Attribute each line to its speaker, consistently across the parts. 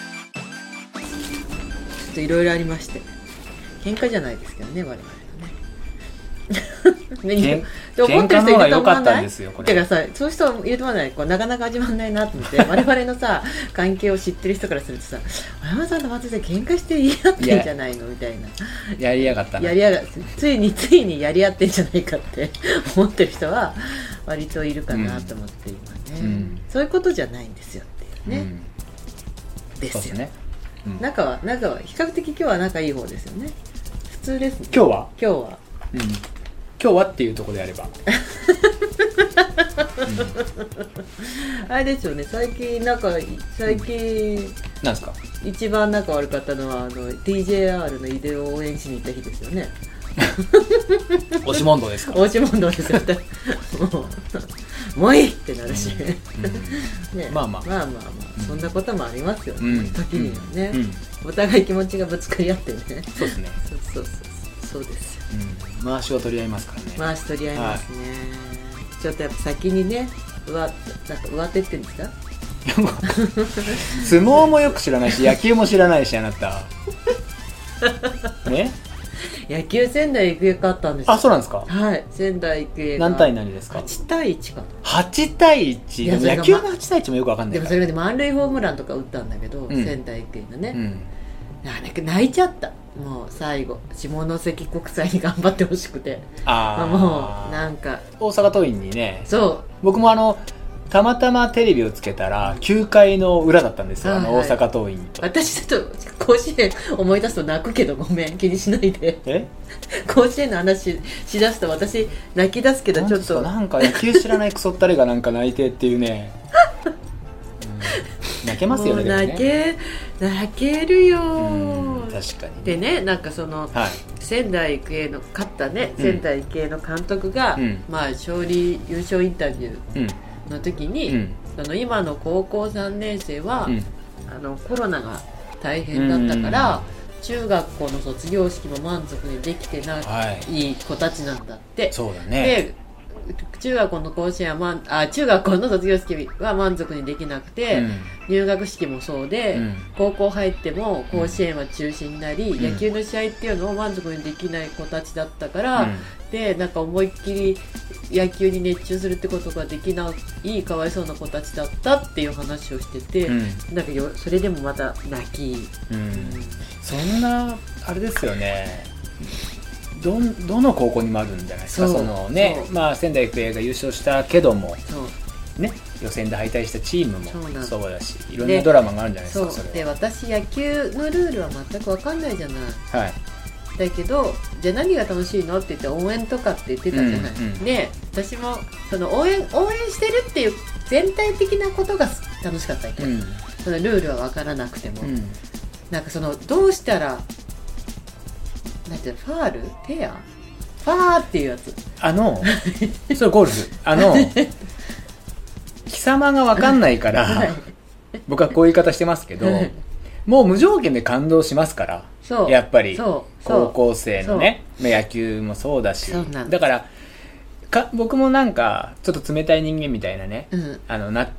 Speaker 1: ちょっといろいろありまして喧嘩じゃないですけどね我々はねね
Speaker 2: 喧
Speaker 1: で怒ってる人い
Speaker 2: 喧嘩の方が
Speaker 1: ると
Speaker 2: 良
Speaker 1: 思わ
Speaker 2: かった
Speaker 1: なんい
Speaker 2: ですよこ
Speaker 1: て
Speaker 2: れ
Speaker 1: かさそういう人いると思わないこうなかなか始まんないなと思 って我々のさ関係を知ってる人からするとさ「小山さんと松井さん喧嘩して言い合ってんじゃないの?」みたいな
Speaker 2: やりやがったな
Speaker 1: やりやがついについにやり合ってんじゃないかって 思ってる人は割といるかなと思って今ね、
Speaker 2: うん
Speaker 1: そういうことじゃないんですよっていうね、で
Speaker 2: うん、そう
Speaker 1: す
Speaker 2: で
Speaker 1: よ
Speaker 2: すね、うん今
Speaker 1: 仲は仲は比較的今日は仲いい方ですよね普通ですね
Speaker 2: 日は、
Speaker 1: 今日は
Speaker 2: うん、今日はっていうところでや れば、うん、
Speaker 1: あれですよね最近仲い最近
Speaker 2: なんですか
Speaker 1: 一番仲悪かったのはあの DJR のイデオを応援しに行った日ですよね
Speaker 2: 押し問答ですか
Speaker 1: 大島問答ですよねもうもういいってなるし、ね
Speaker 2: まあまあ
Speaker 1: まあまあまあそんなこともありますよ
Speaker 2: う
Speaker 1: ね、
Speaker 2: ん、うん、
Speaker 1: 時にはね、
Speaker 2: うんうん
Speaker 1: お互い気持ちがぶつかり合ってね
Speaker 2: そうですね、
Speaker 1: そうそうそうそうですよ
Speaker 2: うん、回しを取り合いますからね、
Speaker 1: 回し取り合いますね、ちょっとやっぱ先にねうわなんか上手って言うんですか
Speaker 2: 相撲もよく知 らないし野球も知らないしあなたね
Speaker 1: 野球仙台育英勝ったんですよ
Speaker 2: あそうなんですか
Speaker 1: はい仙台育英が
Speaker 2: 何対何ですか
Speaker 1: 8対1か
Speaker 2: 8対
Speaker 1: いや
Speaker 2: 1
Speaker 1: それが
Speaker 2: でも野球の8対1もよくわかんな
Speaker 1: で
Speaker 2: い
Speaker 1: も
Speaker 2: か
Speaker 1: そ
Speaker 2: ら
Speaker 1: れで満塁ホームランとか打ったんだけど、
Speaker 2: うん
Speaker 1: 仙台育英の
Speaker 2: う
Speaker 1: ね、
Speaker 2: ん
Speaker 1: なんか泣いちゃったもう最後下関国際に頑張ってほしくて
Speaker 2: あ
Speaker 1: もう
Speaker 2: あ
Speaker 1: なんか
Speaker 2: 大阪桐蔭にね
Speaker 1: そ
Speaker 2: 僕もあのたまたまテレビをつけたら9階の裏だったんですよあの
Speaker 1: はいは
Speaker 2: 大
Speaker 1: い
Speaker 2: 阪桐蔭
Speaker 1: う
Speaker 2: と
Speaker 1: 私ちょっと甲子園思い出すと泣くけどごめん気にしないで
Speaker 2: え
Speaker 1: 甲子園の話しだすと私泣き出すけどちょっと
Speaker 2: なんか野球知らないクソったれがなんか泣いてっていうね、うん泣けますよ
Speaker 1: も
Speaker 2: ね
Speaker 1: う
Speaker 2: でもね
Speaker 1: 泣け泣けるよ
Speaker 2: うん確かに
Speaker 1: でねなんかその
Speaker 2: はい
Speaker 1: 仙台育英の勝ったね、
Speaker 2: うん
Speaker 1: 仙台育英の監督が、
Speaker 2: うん
Speaker 1: まあ勝利優勝インタビュ
Speaker 2: うん
Speaker 1: ーの時に、
Speaker 2: うん
Speaker 1: その今の高校3年生は、
Speaker 2: うん
Speaker 1: あのコロナが大変だったから、
Speaker 2: うん
Speaker 1: 中学校の卒業式も満足にできてない、
Speaker 2: はい
Speaker 1: い、い子たちなんだって
Speaker 2: そうだね
Speaker 1: で中学校の甲子園はまんあ中学校の卒業式は満足にできなくて、入学式もそうで、
Speaker 2: うん
Speaker 1: 高校入っても甲子園は中止になり、
Speaker 2: ん
Speaker 1: 野球の試合っていうのを満足にできない子たちだったか
Speaker 2: う
Speaker 1: ら、
Speaker 2: ん
Speaker 1: でなんか思いっきり野球に熱中するってことができないかわいそうな子たちだったっていう話をしてて、
Speaker 2: うん
Speaker 1: なんかよそれでもまた泣き、
Speaker 2: うんそんなあれですよねどんどの高校にもあるんじゃないですか
Speaker 1: そう
Speaker 2: そのね
Speaker 1: そう
Speaker 2: まあ仙台育英が優勝したけども
Speaker 1: そう
Speaker 2: ね予選で敗退したチーム
Speaker 1: そうなん
Speaker 2: も
Speaker 1: です
Speaker 2: そうだしいろんなドラマがあるんじゃないです
Speaker 1: そ
Speaker 2: か
Speaker 1: う
Speaker 2: それ
Speaker 1: で
Speaker 2: は
Speaker 1: 私野球のルールは全く分かんないじゃない
Speaker 2: はい
Speaker 1: だけどじゃあ何が楽しいのって言って応援とかって言ってたじゃない、
Speaker 2: うんうん
Speaker 1: で私もその応援応援してるっていう全体的なことが楽しかったわけ、
Speaker 2: うん
Speaker 1: そのルールは分からなくても、
Speaker 2: うん
Speaker 1: なんかそのどうしたらなんていうのファールペアファーっていうやつ
Speaker 2: あのそれゴルフあ の貴様が分かんないから、
Speaker 1: はい
Speaker 2: 僕はこういう言い方してますけど
Speaker 1: はい
Speaker 2: もう無条件で感動しますから
Speaker 1: そう
Speaker 2: やっぱり
Speaker 1: そうそう
Speaker 2: 高校生のねまあ野球もそうだし
Speaker 1: そうなんです
Speaker 2: だからか僕もなんかちょっと冷たい人間みたいなね
Speaker 1: うん
Speaker 2: あのな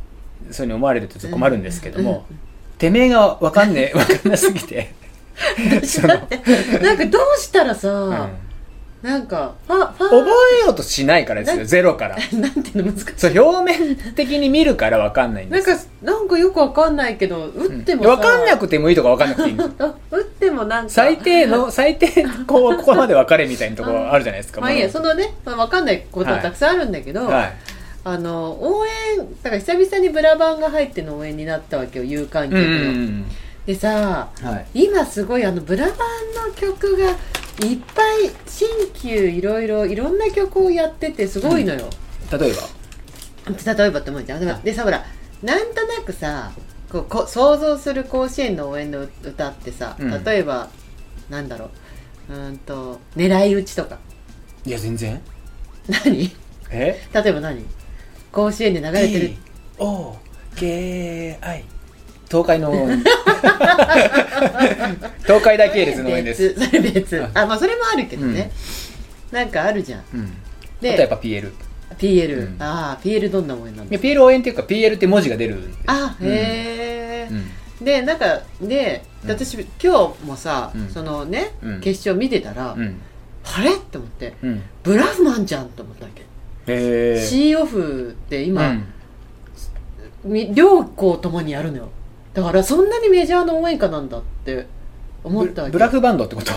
Speaker 2: そういうに思われるとちょっと困るんですけども、
Speaker 1: う
Speaker 2: てめえが分かん ねえ分かんなすぎて その、
Speaker 1: なんかどうしたらさ、
Speaker 2: うん
Speaker 1: なんかファファ
Speaker 2: 覚えようとしないからですよゼロから
Speaker 1: ーなんていうの難しい
Speaker 2: そう表面的に見るから分かんないん
Speaker 1: な
Speaker 2: で
Speaker 1: ん
Speaker 2: すよ
Speaker 1: かなんかよくわかんないけど打ってもさ、
Speaker 2: 分かんなくてもいいとか分かんなくていいんです よ
Speaker 1: あ打ってもなんか
Speaker 2: 最低の最低こうここまで分かれみたいなところあるじゃないですか
Speaker 1: まあいいや
Speaker 2: も
Speaker 1: そのね、まあ、わかんないことはたくさんあるんだけど、
Speaker 2: うはい
Speaker 1: あの応援だから久々にブラバンが入っての応援になったわけよ有観
Speaker 2: う
Speaker 1: 客
Speaker 2: ん
Speaker 1: の、
Speaker 2: うん
Speaker 1: でさ
Speaker 2: うんはい
Speaker 1: 今すごいあのブラバンの曲がいっぱい新旧いろいろいろんな曲をやっててすごいのよ、
Speaker 2: 例えば
Speaker 1: 例えばって思うじゃんでもでさほらなんとなくさこうこ想像する甲子園の応援の歌ってさ、
Speaker 2: うん
Speaker 1: 例えばなんだろううーんと狙い撃ちとか
Speaker 2: いや全然
Speaker 1: 何例
Speaker 2: え
Speaker 1: えば何甲子園で流れてる
Speaker 2: O K I 東海の東海大系列の応援です、
Speaker 1: それ別
Speaker 2: あ
Speaker 1: あまあそれもあるけどね、なんかあるじゃん
Speaker 2: うん、あとやっ
Speaker 1: で
Speaker 2: ぱ PL い
Speaker 1: PL、
Speaker 2: うん
Speaker 1: ああ PL どんな応援なんで
Speaker 2: や
Speaker 1: すか
Speaker 2: PL 応援っていうか PL って文字が出るんで
Speaker 1: あ
Speaker 2: うん
Speaker 1: へえ、
Speaker 2: うん
Speaker 1: でなんかで
Speaker 2: うん
Speaker 1: 私今日もさ、
Speaker 2: うん
Speaker 1: そのね、
Speaker 2: うん
Speaker 1: 決勝見てたら、
Speaker 2: うん
Speaker 1: あれって思って
Speaker 2: うんへ
Speaker 1: ブラフマンじゃんと思ったわけ、
Speaker 2: え
Speaker 1: C オフって
Speaker 2: う
Speaker 1: 今、
Speaker 2: ん
Speaker 1: み両校ともにやるのよだからそんなにメジャーの応援歌なんだって思ったわけ
Speaker 2: ブブラフバンドってこと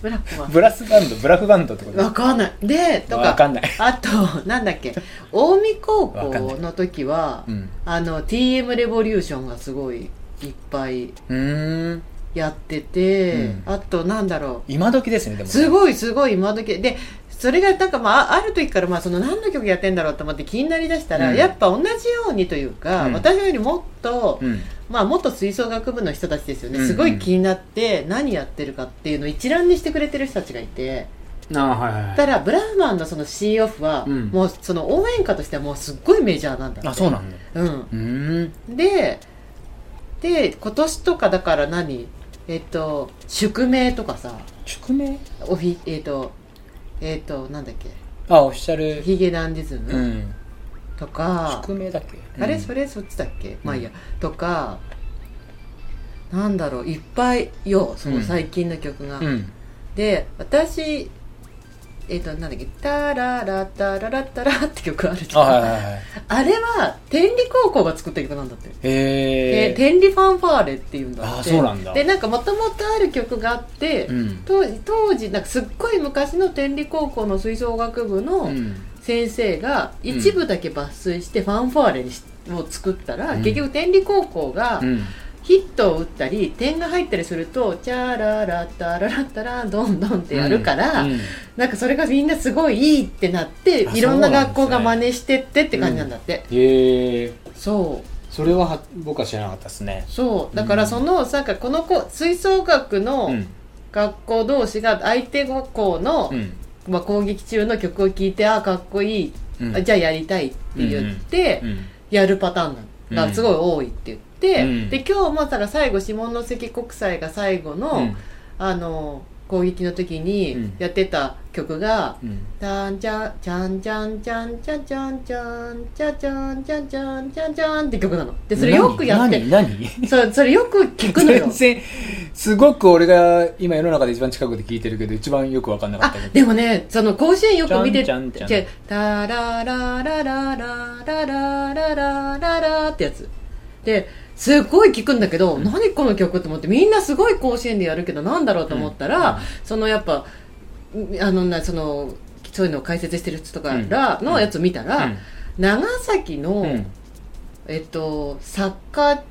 Speaker 1: ブラフマン
Speaker 2: ブラスバンドブラフバンドってこと
Speaker 1: わかんないでと
Speaker 2: わか
Speaker 1: か
Speaker 2: んない、
Speaker 1: あとなんだっけ近江高
Speaker 2: わかんな
Speaker 1: 校
Speaker 2: い
Speaker 1: の時は
Speaker 2: うん、
Speaker 1: あの TM レボリューションがすごいいっぱい
Speaker 2: うん
Speaker 1: やってて、
Speaker 2: うん
Speaker 1: あとなんだろ
Speaker 2: 今時ですねで
Speaker 1: う
Speaker 2: も
Speaker 1: す
Speaker 2: い
Speaker 1: ごいすごい今時でそれがなんかまああある時からまあその何の曲やってんだろうと思って気になりだしたら、
Speaker 2: うん
Speaker 1: やっぱ同じようにというか、
Speaker 2: うん
Speaker 1: 私よりもっと、
Speaker 2: うん
Speaker 1: まあ、元吹奏楽部の人たちですよね、
Speaker 2: うんうん
Speaker 1: すごい気になって何やってるかっていうのを一覧にしてくれてる人たちがいて
Speaker 2: ああはいはい
Speaker 1: ただブラフマンのその C オフは、
Speaker 2: うん
Speaker 1: もうその応援歌としてはもうすっごいメジャーなんだって
Speaker 2: あそうなんだ
Speaker 1: うん
Speaker 2: うん
Speaker 1: でで今年とかだから何えっと宿命とかさ
Speaker 2: 宿命
Speaker 1: オフィえっとえっとなんだっけ
Speaker 2: あオフィシャル
Speaker 1: ヒゲダンディズ
Speaker 2: う
Speaker 1: ム
Speaker 2: ん
Speaker 1: とか、
Speaker 2: 宿命だっけ
Speaker 1: あれそ
Speaker 2: れ
Speaker 1: れそっちだっけ、まあいいやとかなんだろういっぱいよそうの
Speaker 2: ん
Speaker 1: 最近の曲が、
Speaker 2: うん
Speaker 1: で私えっ、となんだっけ「タララタララタラ」って曲あるじ
Speaker 2: あ
Speaker 1: ゃん
Speaker 2: はいはいはい
Speaker 1: あれは天理高校が作った曲なんだって、
Speaker 2: へ
Speaker 1: で
Speaker 2: え
Speaker 1: 天理ファンファーレっていうんだって
Speaker 2: あそうなんだ
Speaker 1: でなんかもともとある曲があって、
Speaker 2: うん
Speaker 1: 当時当時なんかすっごい昔の天理高校の吹奏楽部の、
Speaker 2: うん
Speaker 1: 先生が一部だけ抜粋してファンファーレにしを作ったら、
Speaker 2: うん
Speaker 1: 結局天理高校が
Speaker 2: うん
Speaker 1: ヒットを打ったり点が入ったりすると「チャララタララタラどんどん」ってやるから、
Speaker 2: うん
Speaker 1: なんかそれがみんなすごいいいってなって
Speaker 2: あ
Speaker 1: いろんな
Speaker 2: そうなん
Speaker 1: 学
Speaker 2: ですね
Speaker 1: 校が真似してってって感じなんだって、
Speaker 2: へえ
Speaker 1: そう
Speaker 2: それはは僕は知らなかったですね
Speaker 1: そうだからその、なんかこの子吹奏楽
Speaker 2: う
Speaker 1: の
Speaker 2: ん
Speaker 1: 学校同士が相手学校の、
Speaker 2: うん
Speaker 1: まあ、攻撃中の曲を聴いてあかっこいい、
Speaker 2: うん
Speaker 1: あじゃあやりたいって言って、
Speaker 2: うん
Speaker 1: やるパターンなの
Speaker 2: うん
Speaker 1: がすごい多いって言って、
Speaker 2: うん
Speaker 1: で今日もだから最後下関国際が最後の、
Speaker 2: うん
Speaker 1: あの攻撃の時
Speaker 2: う
Speaker 1: に
Speaker 2: ん
Speaker 1: やってた曲が
Speaker 2: うん
Speaker 1: 「タンチャンチャンチャンチャンチャンチャンチャンチャンチャンチャンチャンチャンチャン」って曲なのでそれよくやって
Speaker 2: 何何
Speaker 1: そそれよく聞くのよ
Speaker 2: 全然すごく俺が今世の中で一番近くで聞いてるけど一番よく分かんなかっ
Speaker 1: あ
Speaker 2: たけど
Speaker 1: でもねその甲子園よく見て
Speaker 2: ちゃんちゃんちゃん
Speaker 1: 違うタラララララララララララってやつですごい聞くんだけど、何この曲と思ってみんなすごい甲子園でやるけどなんだろうと思ったら、
Speaker 2: うんうん
Speaker 1: そのやっぱんあのなそのそういうのを解説してる人とかが、
Speaker 2: うん
Speaker 1: のやつを見たら、
Speaker 2: うん
Speaker 1: 長崎の、
Speaker 2: うん
Speaker 1: えっとサッカー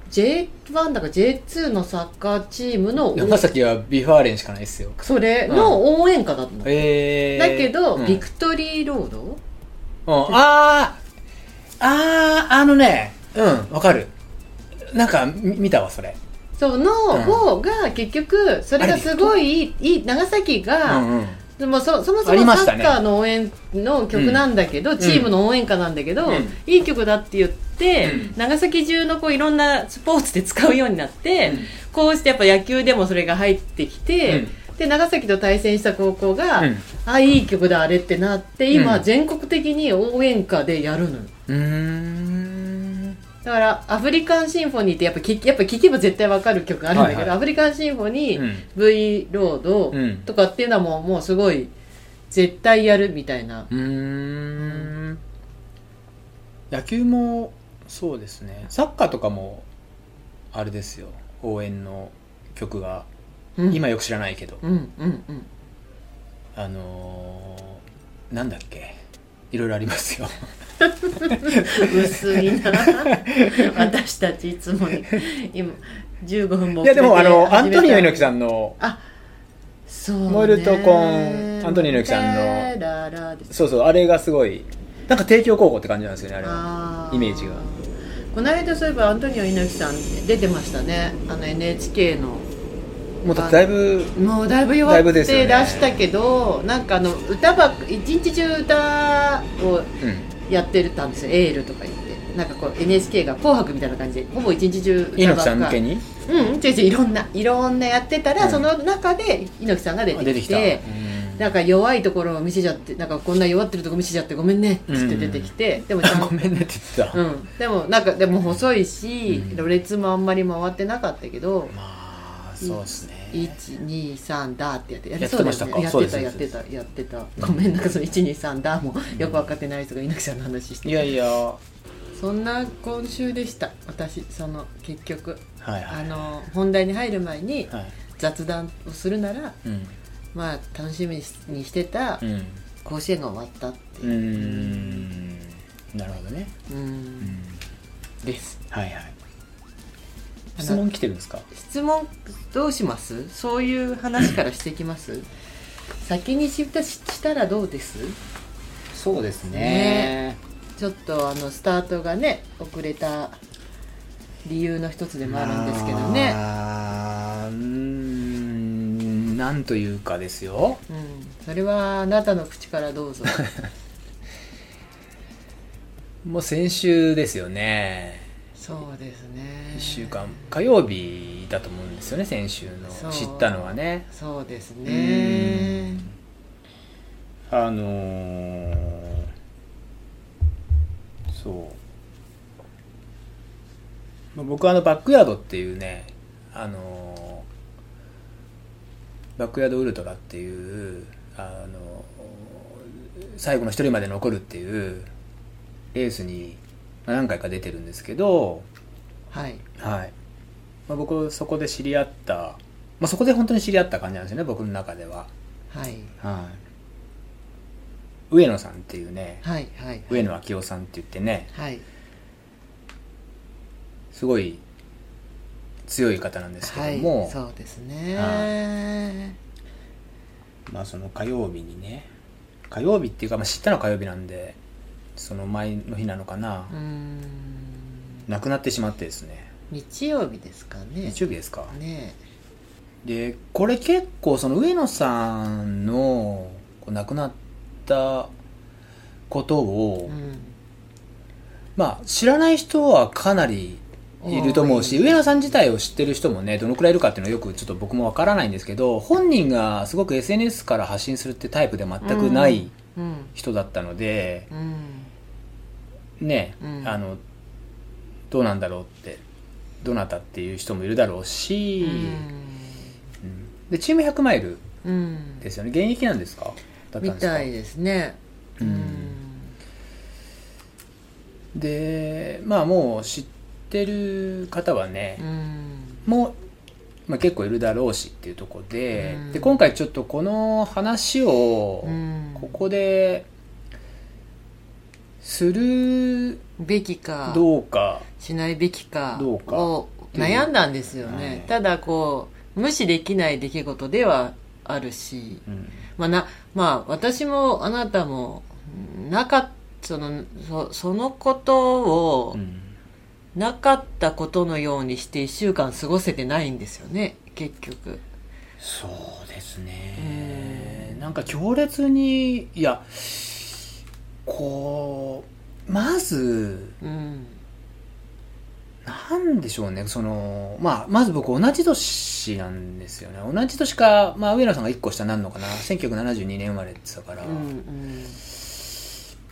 Speaker 1: J1 だか J2 のサッカーチームの
Speaker 2: 長崎はビファーレンしかないですよ
Speaker 1: それの応援歌だったの、
Speaker 2: えー、
Speaker 1: だけど、
Speaker 2: うん
Speaker 1: ビクトリーロード
Speaker 2: うん、あーあーあのねうんわかるなんかみ見たわそれ
Speaker 1: その方が結局それがすごいいいいい長崎
Speaker 2: う
Speaker 1: が、
Speaker 2: んうん
Speaker 1: でもそそもそ
Speaker 2: あり
Speaker 1: も
Speaker 2: まし
Speaker 1: サ
Speaker 2: た
Speaker 1: ッ
Speaker 2: ね
Speaker 1: カーの応援の曲なんだけど、
Speaker 2: ん
Speaker 1: チームの応援歌なんだけど、
Speaker 2: うん
Speaker 1: いい曲だって言って、
Speaker 2: うん
Speaker 1: 長崎中のこういろんなスポーツで使うようになって、
Speaker 2: うん
Speaker 1: こうしてやっぱ野球でもそれが入ってきて、で長崎と対戦した高校が、
Speaker 2: うん
Speaker 1: あいい曲だあれってなって今、
Speaker 2: うん
Speaker 1: 全国的に応援歌でやるのよ。
Speaker 2: うーん
Speaker 1: だからアフリカンシンフォニーってやっぱ聞きやっぱ聞けば絶対わかる曲あるんだけど、
Speaker 2: はいはい
Speaker 1: アフリカンシンフォニー、
Speaker 2: うん
Speaker 1: V ロード
Speaker 2: うん
Speaker 1: とかっていうのはもうもうすごい絶対やるみたいな
Speaker 2: うーん野球もそうですねサッカーとかもあれですよ応援の曲が、
Speaker 1: うん
Speaker 2: 今よく知らないけど、
Speaker 1: うんうんうん
Speaker 2: あのー、なんだっけいろいろありま すよ
Speaker 1: 薄い な私たちいつもに今15分も
Speaker 2: いやでもあのアントニオ猪木
Speaker 1: ん
Speaker 2: さんの
Speaker 1: あそうね
Speaker 2: モエルトコンアントニオ猪木さんの
Speaker 1: テララです
Speaker 2: そうそうあれがすごいなんか帝京高校って感じなんですよねあれは
Speaker 1: あー
Speaker 2: イメージが
Speaker 1: この間そういえばアントニオ猪木さん出てましたねあの NHK の
Speaker 2: もうだだいぶ
Speaker 1: もうだいぶ弱
Speaker 2: だいぶ
Speaker 1: って
Speaker 2: で
Speaker 1: 出
Speaker 2: すよね
Speaker 1: したけど、なんかあの歌ばっか一日中歌を
Speaker 2: うん
Speaker 1: やってたんですよエールとか言ってなんかこう NHK が「紅白」みたいな感じでほぼ一日中歌ばっか
Speaker 2: 猪木さん向けに
Speaker 1: うん違う違ういろんないろんなやってたら、
Speaker 2: うん
Speaker 1: その中で猪木さんが出てきて
Speaker 2: 出てきた、うん
Speaker 1: なんか弱いところを見せちゃってなんかこんな弱ってるとこ見せちゃってごめんねっつって出てきて、でもちゃん
Speaker 2: ごめんねって言ってた、
Speaker 1: うん、でもなんかでも細いし、
Speaker 2: うん
Speaker 1: ろれ列もあんまり回ってなかったけど
Speaker 2: まあそうですね
Speaker 1: 123だってやってや
Speaker 2: やって
Speaker 1: そう
Speaker 2: ま
Speaker 1: で
Speaker 2: し
Speaker 1: す
Speaker 2: た
Speaker 1: ね
Speaker 2: か
Speaker 1: やって
Speaker 2: そ
Speaker 1: た
Speaker 2: うです
Speaker 1: やってたやってたごめんなんかその123だも
Speaker 2: ん
Speaker 1: よく分かってない人が猪木さんの話して
Speaker 2: いやいやは
Speaker 1: そんな今週でした私その結局
Speaker 2: いはい
Speaker 1: あの本題に入る前に
Speaker 2: はい
Speaker 1: 雑談をするなら
Speaker 2: うん
Speaker 1: まあ楽しみにしてた
Speaker 2: うん
Speaker 1: 甲子園が終わったって
Speaker 2: うー
Speaker 1: いう、
Speaker 2: んなるほどね、
Speaker 1: うんです
Speaker 2: はいはい
Speaker 1: あの
Speaker 2: 質問来てるんですか
Speaker 1: 質問どうしますそういう話からしていきます 先に知ったししたらどうです
Speaker 2: そうです
Speaker 1: ねちょっとあのスタートがね遅れた理由の一つでもあるんですけどね、
Speaker 2: あーうーんなんというかですよ
Speaker 1: うん、それはあなたの口からどう ぞ
Speaker 2: もう先週ですよね
Speaker 1: そうですね
Speaker 2: 1週間火曜日だと思うんですよね先週
Speaker 1: そ
Speaker 2: の
Speaker 1: う
Speaker 2: 知ったのはね
Speaker 1: そうですね
Speaker 2: うんあのーそうまあ僕はあのバックヤードっていうねあのーバックヤードウルトラっていうあのー最後の一人まで残るっていうレースにまあ何回か出てるんですけど
Speaker 1: はい
Speaker 2: はい、まあ、僕そこで知り合った、まあ、そこで本当に知り合った感じなんですよね僕の中では、
Speaker 1: はい
Speaker 2: はい、上野さんっていうね
Speaker 1: はいはい
Speaker 2: 上野明夫さんって言ってね
Speaker 1: はい
Speaker 2: すごい強い方なんですけ
Speaker 1: は
Speaker 2: ど
Speaker 1: い
Speaker 2: も、
Speaker 1: そうですね、
Speaker 2: まあその火曜日にね火曜日っていうか、まあ、知ったのは火曜日なんでその前の日なのかな、
Speaker 1: うん
Speaker 2: 亡くなってしまってですね
Speaker 1: 日曜日ですかね
Speaker 2: 日曜日ですか、
Speaker 1: ね
Speaker 2: でこれ結構その上野さんのこう亡くなったことを、
Speaker 1: うん
Speaker 2: まあ知らない人はかなりいると思うし、
Speaker 1: 多い
Speaker 2: 上野さん自体を知ってる人もねどのくらいいるかっていうのはよくちょっと僕もわからないんですけど本人がすごく SNS から発信するってタイプで全くない
Speaker 1: うん
Speaker 2: 人だったので、
Speaker 1: うん
Speaker 2: ね、
Speaker 1: うん
Speaker 2: あのどうなんだろうってどなたっていう人もいるだろうし、うんでチーム100マイル
Speaker 1: うん
Speaker 2: ですよね現役なんですかだったんで
Speaker 1: み
Speaker 2: すか
Speaker 1: たいですね
Speaker 2: うんでまあもう知ってる方はね、
Speaker 1: うん
Speaker 2: も、まあ、結構いるだろうしっていうところで,、
Speaker 1: うん
Speaker 2: で今回ちょっとこの話を
Speaker 1: うん
Speaker 2: ここでする
Speaker 1: べきか
Speaker 2: どうか、
Speaker 1: しないべきか
Speaker 2: どうか
Speaker 1: を悩んだんですよね、
Speaker 2: はい
Speaker 1: ただこう無視できない出来事ではあるし
Speaker 2: うん
Speaker 1: まあなまあ、私もあなたもなかっそのそそのことをなかったことのようにして1週間過ごせてないんですよね結局
Speaker 2: そうですねなんか強烈にいやこうまず
Speaker 1: うん
Speaker 2: なんでしょうね、その、まあ、まず僕同じ年なんですよね。同じ年か、まあ、上野さんが1個下になるのかな。1972年生まれって言ってたか
Speaker 1: う
Speaker 2: ら、
Speaker 1: ん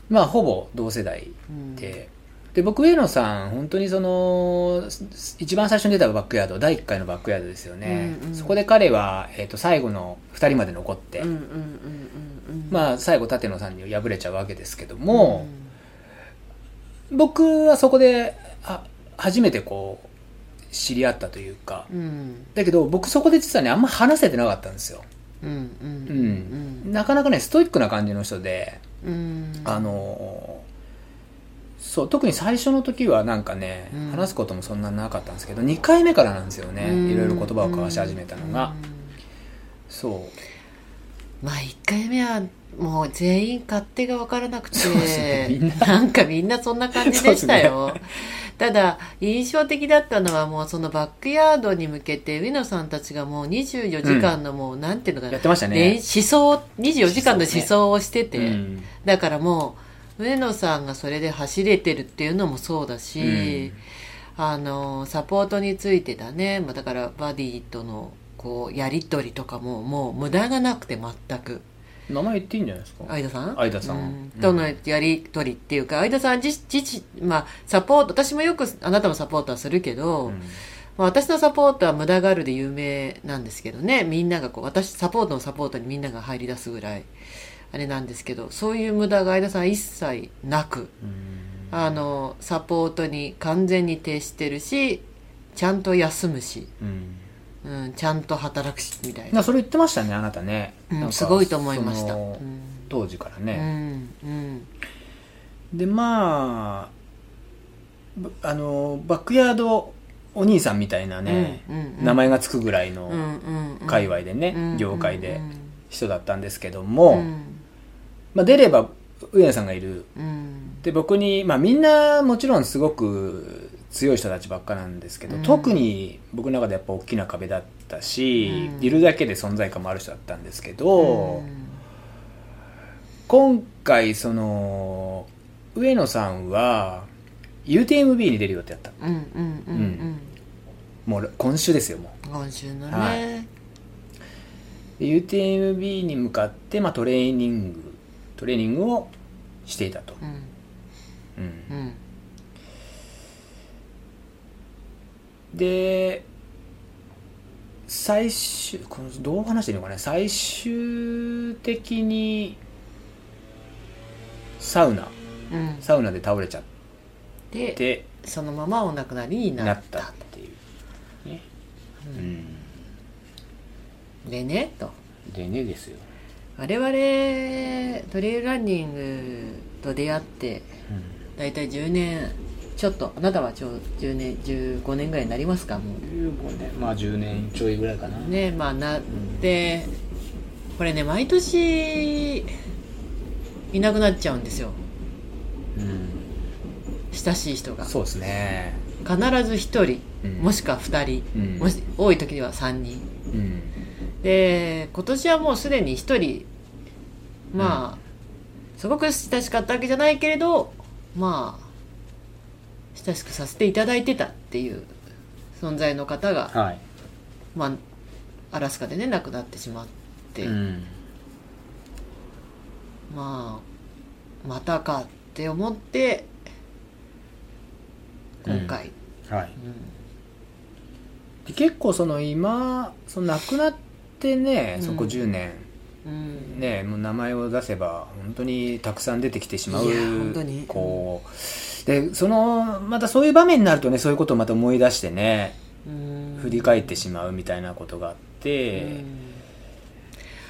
Speaker 2: まあ、ほぼ同世代
Speaker 1: うん
Speaker 2: で、で、僕、上野さん、本当にその、す一番最初に出たバックヤード、第1回のバックヤードですよね。
Speaker 1: うんうん
Speaker 2: そこで彼は、えっ、と、最後の2人まで残って、
Speaker 1: うんうんうんうんうん
Speaker 2: まあ、最後、舘野さんに敗れちゃうわけですけども、僕はそこで、あ、初めてこう、知り合ったというか、
Speaker 1: うんうん
Speaker 2: だけど僕そこで実はねあんま話せてなかったんですよ
Speaker 1: うんうん
Speaker 2: う
Speaker 1: うんん
Speaker 2: なかなかねストイックな感じの人で
Speaker 1: うん
Speaker 2: あのーそう特に最初の時はなんかね、
Speaker 1: うん
Speaker 2: 話すこともそんななかったんですけど2回目からなんですよね、
Speaker 1: うん
Speaker 2: いろいろ言葉を交わし始めたのが、
Speaker 1: うん
Speaker 2: そ
Speaker 1: まあ1回目はもう全員勝手が分からなくて
Speaker 2: そうですねみんな
Speaker 1: なんかみんなそんな感じでしたよ、ただ印象的だったのはもうそのバックヤードに向けて上野さんたちがもう24時間のもうなんていうのか
Speaker 2: う
Speaker 1: な、
Speaker 2: やってました
Speaker 1: 練
Speaker 2: ね
Speaker 1: 思想24時間の思想をしてて、
Speaker 2: うん
Speaker 1: だからもう上野さんがそれで走れてるっていうのもそうだし、
Speaker 2: うん
Speaker 1: あのサポートについてだね、まあ、だからバディとのこうやり取りとかももう無駄がなくて全く
Speaker 2: 名前言っていいんじゃないですか
Speaker 1: 相田さん
Speaker 2: 相田さん
Speaker 1: うん
Speaker 2: うん
Speaker 1: とのやり取りっていうか相田さん自自まあサポート私もよくあなたのサポートはするけど、
Speaker 2: うん
Speaker 1: まあ、私のサポートは無駄があるで有名なんですけどねみんながこう私サポートのサポートにみんなが入り出すぐらいあれなんですけどそういう無駄が相田さん一切なく
Speaker 2: うん
Speaker 1: あのサポートに完全に徹してるしちゃんと休むし、
Speaker 2: うん
Speaker 1: うん、ちゃんと働くしみたい
Speaker 2: な
Speaker 1: な、
Speaker 2: それ言ってましたねあなたね、
Speaker 1: うん
Speaker 2: なんか
Speaker 1: すごいと思いました、
Speaker 2: そうの
Speaker 1: ん
Speaker 2: 当時から
Speaker 1: う
Speaker 2: ね、
Speaker 1: んうん
Speaker 2: でまあぶあのバックヤードお兄さんみたいなね、
Speaker 1: うんうんうん
Speaker 2: 名前が付くぐらいの
Speaker 1: うんうんうん
Speaker 2: 界隈でね、
Speaker 1: うん
Speaker 2: 業界で
Speaker 1: うん
Speaker 2: 人だったんですけど
Speaker 1: う
Speaker 2: も、
Speaker 1: ん
Speaker 2: まあ、出れば上野さんがいる
Speaker 1: うん
Speaker 2: で僕に、まあ、みんなもちろんすごく強い人たちばっかなんですけど、
Speaker 1: うん
Speaker 2: 特に僕の中でやっぱ大きな壁だったし、
Speaker 1: うん
Speaker 2: いるだけで存在感もある人だったんですけ
Speaker 1: うん
Speaker 2: ど、今回その上野さんは UTMB に出る予定だった
Speaker 1: うんうんうんうん
Speaker 2: もう今週ですよも
Speaker 1: 今週のね、
Speaker 2: はうで UTMB に向かって、まあ、トレーニングトレーニングをしていたと、
Speaker 1: うん
Speaker 2: うん
Speaker 1: うん
Speaker 2: で最終このどう話していいのかね最終的にサウナ
Speaker 1: うん、
Speaker 2: サウナで倒れちゃっ
Speaker 1: で
Speaker 2: て
Speaker 1: そのままお亡くなりにな
Speaker 2: な
Speaker 1: っ
Speaker 2: ったたっていう、ね
Speaker 1: でねと
Speaker 2: うんでねですよ、
Speaker 1: 我々トレイルランニングと出会って大体10年ちょっとあなたはちょう10年15年ぐらいになりますかも
Speaker 2: 15年まあ10年ちょいぐらいかな
Speaker 1: うねまあなってこれね毎年いなくなっちゃうんですよ
Speaker 2: うん
Speaker 1: 親しい人が必
Speaker 2: そうですね
Speaker 1: ず1人、
Speaker 2: うん
Speaker 1: もしくは2人、
Speaker 2: うん
Speaker 1: もし多い時には3人
Speaker 2: うん
Speaker 1: で今年はもうすでに一人まあ、すごく親しかったわけじゃないけれどまあ親しくさせていただいてたっていう存在の方が、
Speaker 2: はい
Speaker 1: まあ、アラスカでね亡くなってしまって、
Speaker 2: うん
Speaker 1: まあまたかって思って今回、
Speaker 2: はい
Speaker 1: うん
Speaker 2: で結構その今その亡くなってねそこ
Speaker 1: うん
Speaker 2: 10年、
Speaker 1: うん
Speaker 2: ねもう名前を出せば本当にたくさん出てきてしまう
Speaker 1: いや本当に
Speaker 2: こうでそのまたそういう場面になるとねそういうことをまた思い出してね
Speaker 1: うん
Speaker 2: 振り返ってしまうみたいなことがあって、
Speaker 1: うん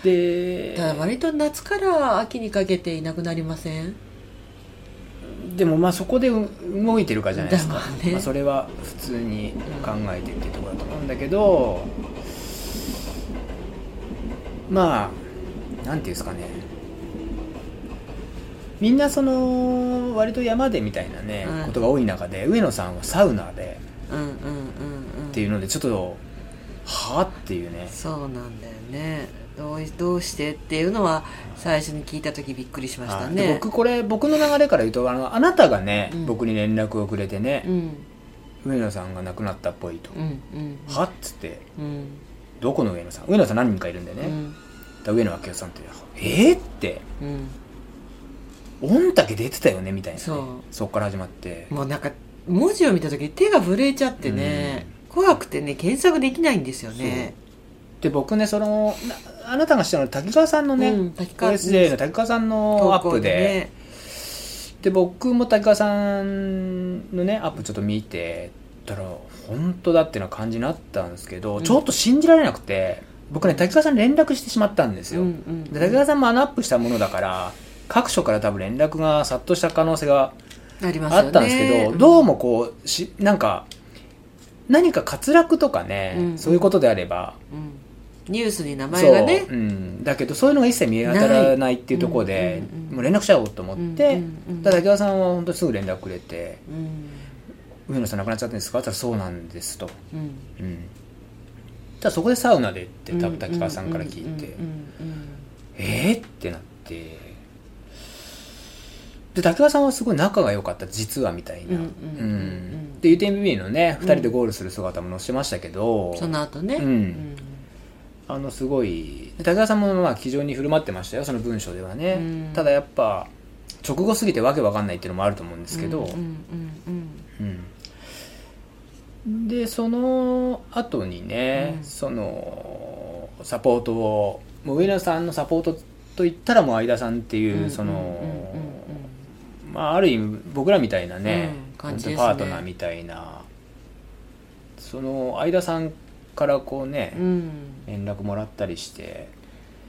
Speaker 2: で
Speaker 1: ただ割と夏から秋にかけていなくなりません
Speaker 2: でもまあそこでう動いてるかじゃないですか、
Speaker 1: だからね
Speaker 2: まあ、それは普通に考えてっていうところだと思うんだけどまあなんていうんですかねみんなその割と山でみたいなね、
Speaker 1: うん
Speaker 2: ことが多い中で上野さんはサウナで
Speaker 1: うんうんうんうん
Speaker 2: っていうのでちょっとはあっていうね
Speaker 1: そうなんだよねどういどうしてっていうのは最初に聞いた時びっくりしました
Speaker 2: あで
Speaker 1: ね
Speaker 2: 僕これ僕の流れから言うとあのあなたがね、
Speaker 1: うん
Speaker 2: 僕に連絡をくれて
Speaker 1: う
Speaker 2: ね、
Speaker 1: ん
Speaker 2: 上野さんが亡くなったっぽいと、
Speaker 1: うんうん
Speaker 2: はっつって
Speaker 1: うん
Speaker 2: どこの上野さん上野さん何人かいるんだよ
Speaker 1: う
Speaker 2: ね、
Speaker 1: ん
Speaker 2: だ上野明夫さんってえー、って
Speaker 1: うん
Speaker 2: 御嶽出てたよねみたいなね、
Speaker 1: そう
Speaker 2: そっから始まって、
Speaker 1: もうなんか文字を見た時手が震えちゃってね、怖くてね検索できないんですよね
Speaker 2: で僕ねそのなあなたが知ったのは滝川さんのね、
Speaker 1: うん滝川
Speaker 2: OSJ の滝川さんのアップでで,、僕も滝川さんのねアップちょっと見てたら本当だっていうような感じになったんですけど、
Speaker 1: うん
Speaker 2: ちょっと信じられなくて僕ね滝川さんに連絡してしまったんです
Speaker 1: うん
Speaker 2: よ、
Speaker 1: うん
Speaker 2: で滝川さんもあのアップしたものだから各所から多分連絡が殺到した可能性が
Speaker 1: ありますよね
Speaker 2: あったんですけど、どうもこうしなんか何か滑落とかね、
Speaker 1: うん
Speaker 2: そういうことであれば、
Speaker 1: うん、うんニュースに名前がね
Speaker 2: そう、うん、だけどそういうのが一切見当たらないっていうところで
Speaker 1: ないうんうんうん
Speaker 2: もう連絡しちゃおうと思って、
Speaker 1: うんうんうん
Speaker 2: ただ滝川さんは本当にすぐ連絡くれて
Speaker 1: うん
Speaker 2: 「上野さん亡くなっちゃったんですか?」って言ったら「そうなんです」と。
Speaker 1: うん
Speaker 2: うんただそこでサウナでって多
Speaker 1: う
Speaker 2: 分
Speaker 1: ん
Speaker 2: 滝川さんから聞いて
Speaker 1: うんうん
Speaker 2: 「えっ?」ってなってで滝川さんはすごい仲が良かった実はみたい
Speaker 1: うんう
Speaker 2: な、
Speaker 1: んうんうんうん
Speaker 2: うんで UTMB のね2人でゴールする姿も載せましたけど、
Speaker 1: その後ね、
Speaker 2: うんあのすごい高田さんもまあ気丈に振る舞ってましたよその文章ではね、
Speaker 1: うん
Speaker 2: ただやっぱ直後すぎてわけわかんないっていうのもあると思うんで
Speaker 1: です
Speaker 2: け
Speaker 1: うん
Speaker 2: ど、
Speaker 1: うん
Speaker 2: うんでその後にね、
Speaker 1: うん
Speaker 2: そのサポートをもう上野さんのサポートといったらもう相田さんって
Speaker 1: うん
Speaker 2: いううんそ
Speaker 1: うんうん
Speaker 2: のまあある意味僕らみたいなね
Speaker 1: うん、感
Speaker 2: 本
Speaker 1: じ
Speaker 2: 当
Speaker 1: ですね
Speaker 2: パートナーみたいなその相田さんからこうね、
Speaker 1: うんうん
Speaker 2: 連絡もらったりして、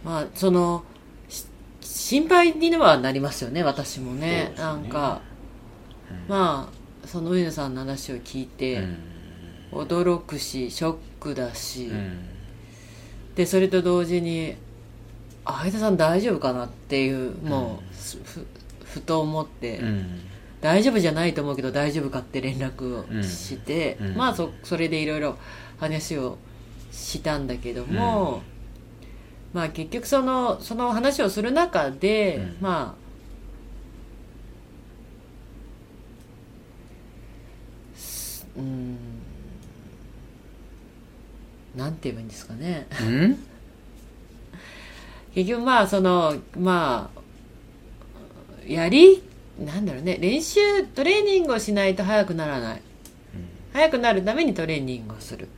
Speaker 1: まあそのし心配にはなりますよね私も
Speaker 3: そ
Speaker 1: ね
Speaker 3: うですね
Speaker 1: なんかまあその上野さんの話を聞いて、驚くしショックだし、
Speaker 2: うん
Speaker 1: でそれと同時に「あ相田さん大丈夫かな?」っていうもう、ふふふと思って、
Speaker 2: うん
Speaker 1: 大丈夫じゃないと思うけど大丈夫かって連絡をして、
Speaker 2: うんうん
Speaker 1: まあそそれでいろいろ話をしたんだけども、まあ結局そのその話をする中で、
Speaker 2: うん
Speaker 1: まあすうんなんて言えばいいんですかね
Speaker 2: うん
Speaker 1: 結局まあそのまあやりなんだろうね練習トレーニングをしないと速くならない速くなるためにトレーニングをする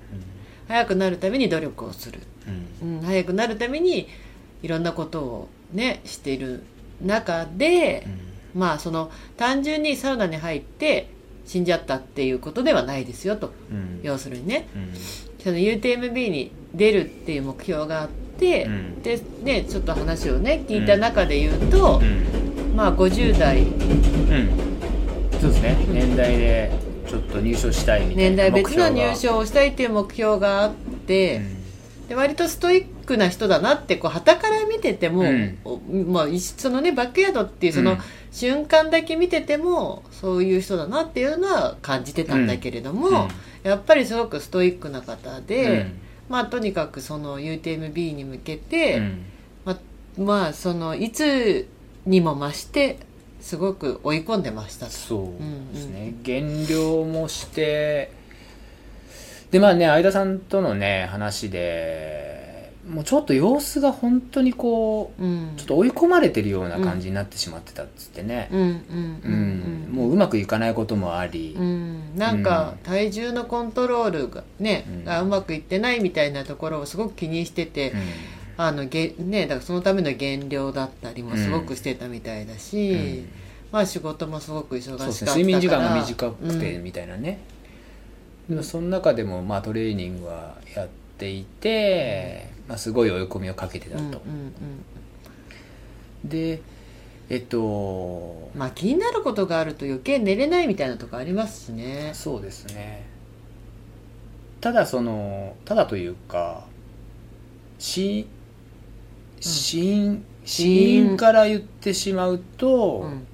Speaker 1: 速くなるために努力をする、うん、速くなるためにいろんなことをねしている中で、まあその単純にサウナに入って死んじゃったっていうことではないですよと要するにねその UTMB に出るっていう目標があって、でねちょっと話をね聞いた中で言うと、まあ50代
Speaker 2: そうですね年代でちょっと入賞したいみたい
Speaker 1: 年
Speaker 2: な
Speaker 1: 代別の入
Speaker 2: 目標が
Speaker 1: 賞をしたいっていう目標があって、で割とストイックな人だなってこう傍から見てても、
Speaker 2: うん
Speaker 1: おまあ、いそのねバックヤードっていうそうの
Speaker 2: ん
Speaker 1: 瞬間だけ見ててもそういう人だなっていうのは感じてたんだけれども、やっぱりすごくストイックな方で、まあとにかくその UTMB に向けて、まあそのいつにも増してすごく追い込んでましたと。
Speaker 2: そうですね減量もしてでまあね相田さんとのね話でもうちょっと様子が本当にこう
Speaker 1: うん
Speaker 2: ちょっと追い込まれてるような感じになってしまってたっつってね
Speaker 1: うんうん
Speaker 2: う
Speaker 1: うんん、
Speaker 2: もううまくいかないこともあり
Speaker 1: うん、なんか体重のコントロールがね、
Speaker 2: うん
Speaker 1: がうまくいってないみたいなところをすごく気にしてて、
Speaker 2: うん
Speaker 1: あのげね、だからそのための減量だったりもすごくしてたみたいだし、
Speaker 2: うん
Speaker 1: まあ仕事もすごく忙しかった
Speaker 2: そ
Speaker 1: か
Speaker 2: うで
Speaker 1: ら
Speaker 2: すね睡眠時間が短くてみたいなね、でもその中でもまあトレーニングはやっていて、まあ、すごい追い込みをかけてた
Speaker 1: う
Speaker 2: と、
Speaker 1: んうんうん
Speaker 2: でえっと
Speaker 1: まあ気になることがあると余計寝れないみたいなとこありますしね
Speaker 2: そうですねただそのただというか死死因死因から言ってしまうと、
Speaker 1: うん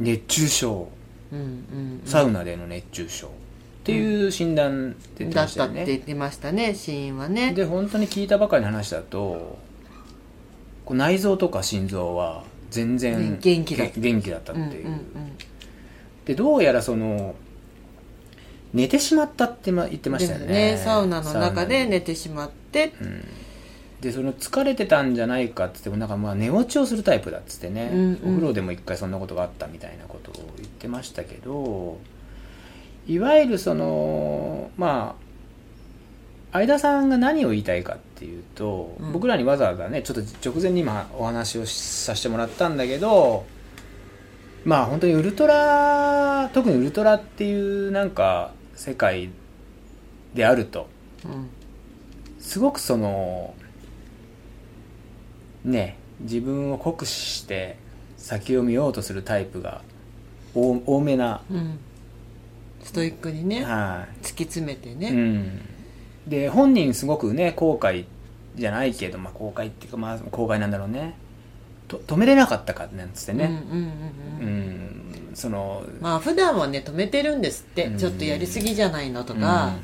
Speaker 2: 熱中症
Speaker 1: うんうんうん
Speaker 2: サウナでの熱中症っていう診断出て
Speaker 1: だ
Speaker 2: ま
Speaker 1: っ
Speaker 2: した
Speaker 1: た
Speaker 2: よ
Speaker 1: っ
Speaker 2: ね、
Speaker 1: て言ってましたね死因はね
Speaker 2: で本当に聞いたばかりの話だとこう内臓とか心臓は全
Speaker 1: う
Speaker 2: 然
Speaker 1: ん元気だ
Speaker 2: げ元気だったっていう、
Speaker 1: うんうん
Speaker 2: でどうやらその寝てしまったってま言っ
Speaker 1: う
Speaker 2: て
Speaker 1: ん、
Speaker 2: ま
Speaker 1: で
Speaker 2: した
Speaker 1: も
Speaker 2: よね
Speaker 1: ねサウナの中で寝
Speaker 2: て、
Speaker 1: てしまって
Speaker 2: うんでその疲れてたんじゃないかっつってもなんかまあ寝落ちをするタイプだっつってね、
Speaker 1: うんうん
Speaker 2: お風呂でも一回そんなことがあったみたいなことを言ってましたけどいわゆるそのまあ相田さんが何を言いたいかっていうと、
Speaker 1: うん
Speaker 2: 僕らにわざわざねちょっと直前に今お話をしさせてもらったんだけどまあ本当にウルトラ特にウルトラっていうなんか世界であると
Speaker 1: うん
Speaker 2: すごくそのね自分を酷使して先を見ようとするタイプが多多めな、
Speaker 1: うん、ストイックにね
Speaker 2: は
Speaker 1: 突き詰めて
Speaker 2: い
Speaker 1: ね、
Speaker 2: うん、で本人すごくね後悔じゃないけど、まあ、後悔っていうか、まあ、後悔なんだろうねと止めれなかったかなんつって
Speaker 1: うんうん
Speaker 2: ね、
Speaker 1: うん
Speaker 2: う
Speaker 1: うんん
Speaker 2: その、
Speaker 1: まあ普段はね止めてるんですって、
Speaker 2: うん
Speaker 1: ちょっとやりすぎじゃないのとか、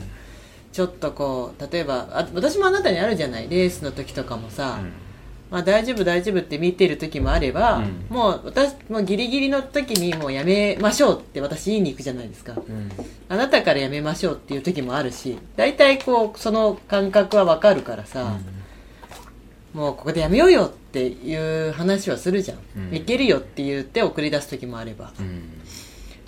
Speaker 1: ちょっとこう例えばあ私もあなたにあるじゃないレースの時とかも
Speaker 2: うん
Speaker 1: さ、あ大丈夫大丈夫って見てる時もあれば、
Speaker 2: うん
Speaker 1: もう私もうギリギリの時にもうやめましょうって私言いに行くじゃないですか
Speaker 2: うん
Speaker 1: あなたからやめましょうっていう時もあるし大体こうその感覚はわかるからさ、もうここでやめようよっていう話はするじゃん、
Speaker 2: うん
Speaker 1: いけるよって言って送り出す時もあれば
Speaker 2: うん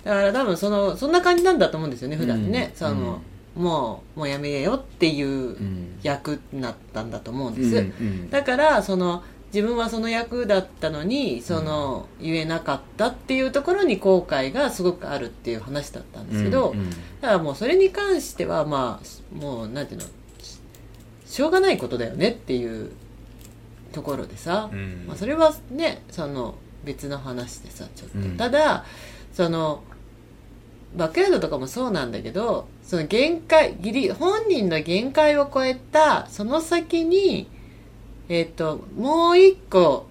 Speaker 1: だから多分そのそんな感じなんだと思うんですよね普段ね、
Speaker 2: うん
Speaker 1: そのもうもうやめようっていう
Speaker 2: うん
Speaker 1: 役になったんだと思うん
Speaker 2: う
Speaker 1: です、
Speaker 2: ん
Speaker 1: だからその自分はその役だったのにその言えなかったっていうところに後悔がすごくあるっていう話だったんですけど、
Speaker 2: うん
Speaker 1: だからもうそれに関してはまあもうなんていうのししょうがないことだよねっていうところでさ、
Speaker 2: うん
Speaker 1: まあ、それはねその別の話でさちょっと、
Speaker 2: うん
Speaker 1: ただそのバックヤードとかもそうなんだけどその限界ギリ本人の限界を超えたその先にえっ、ともう一個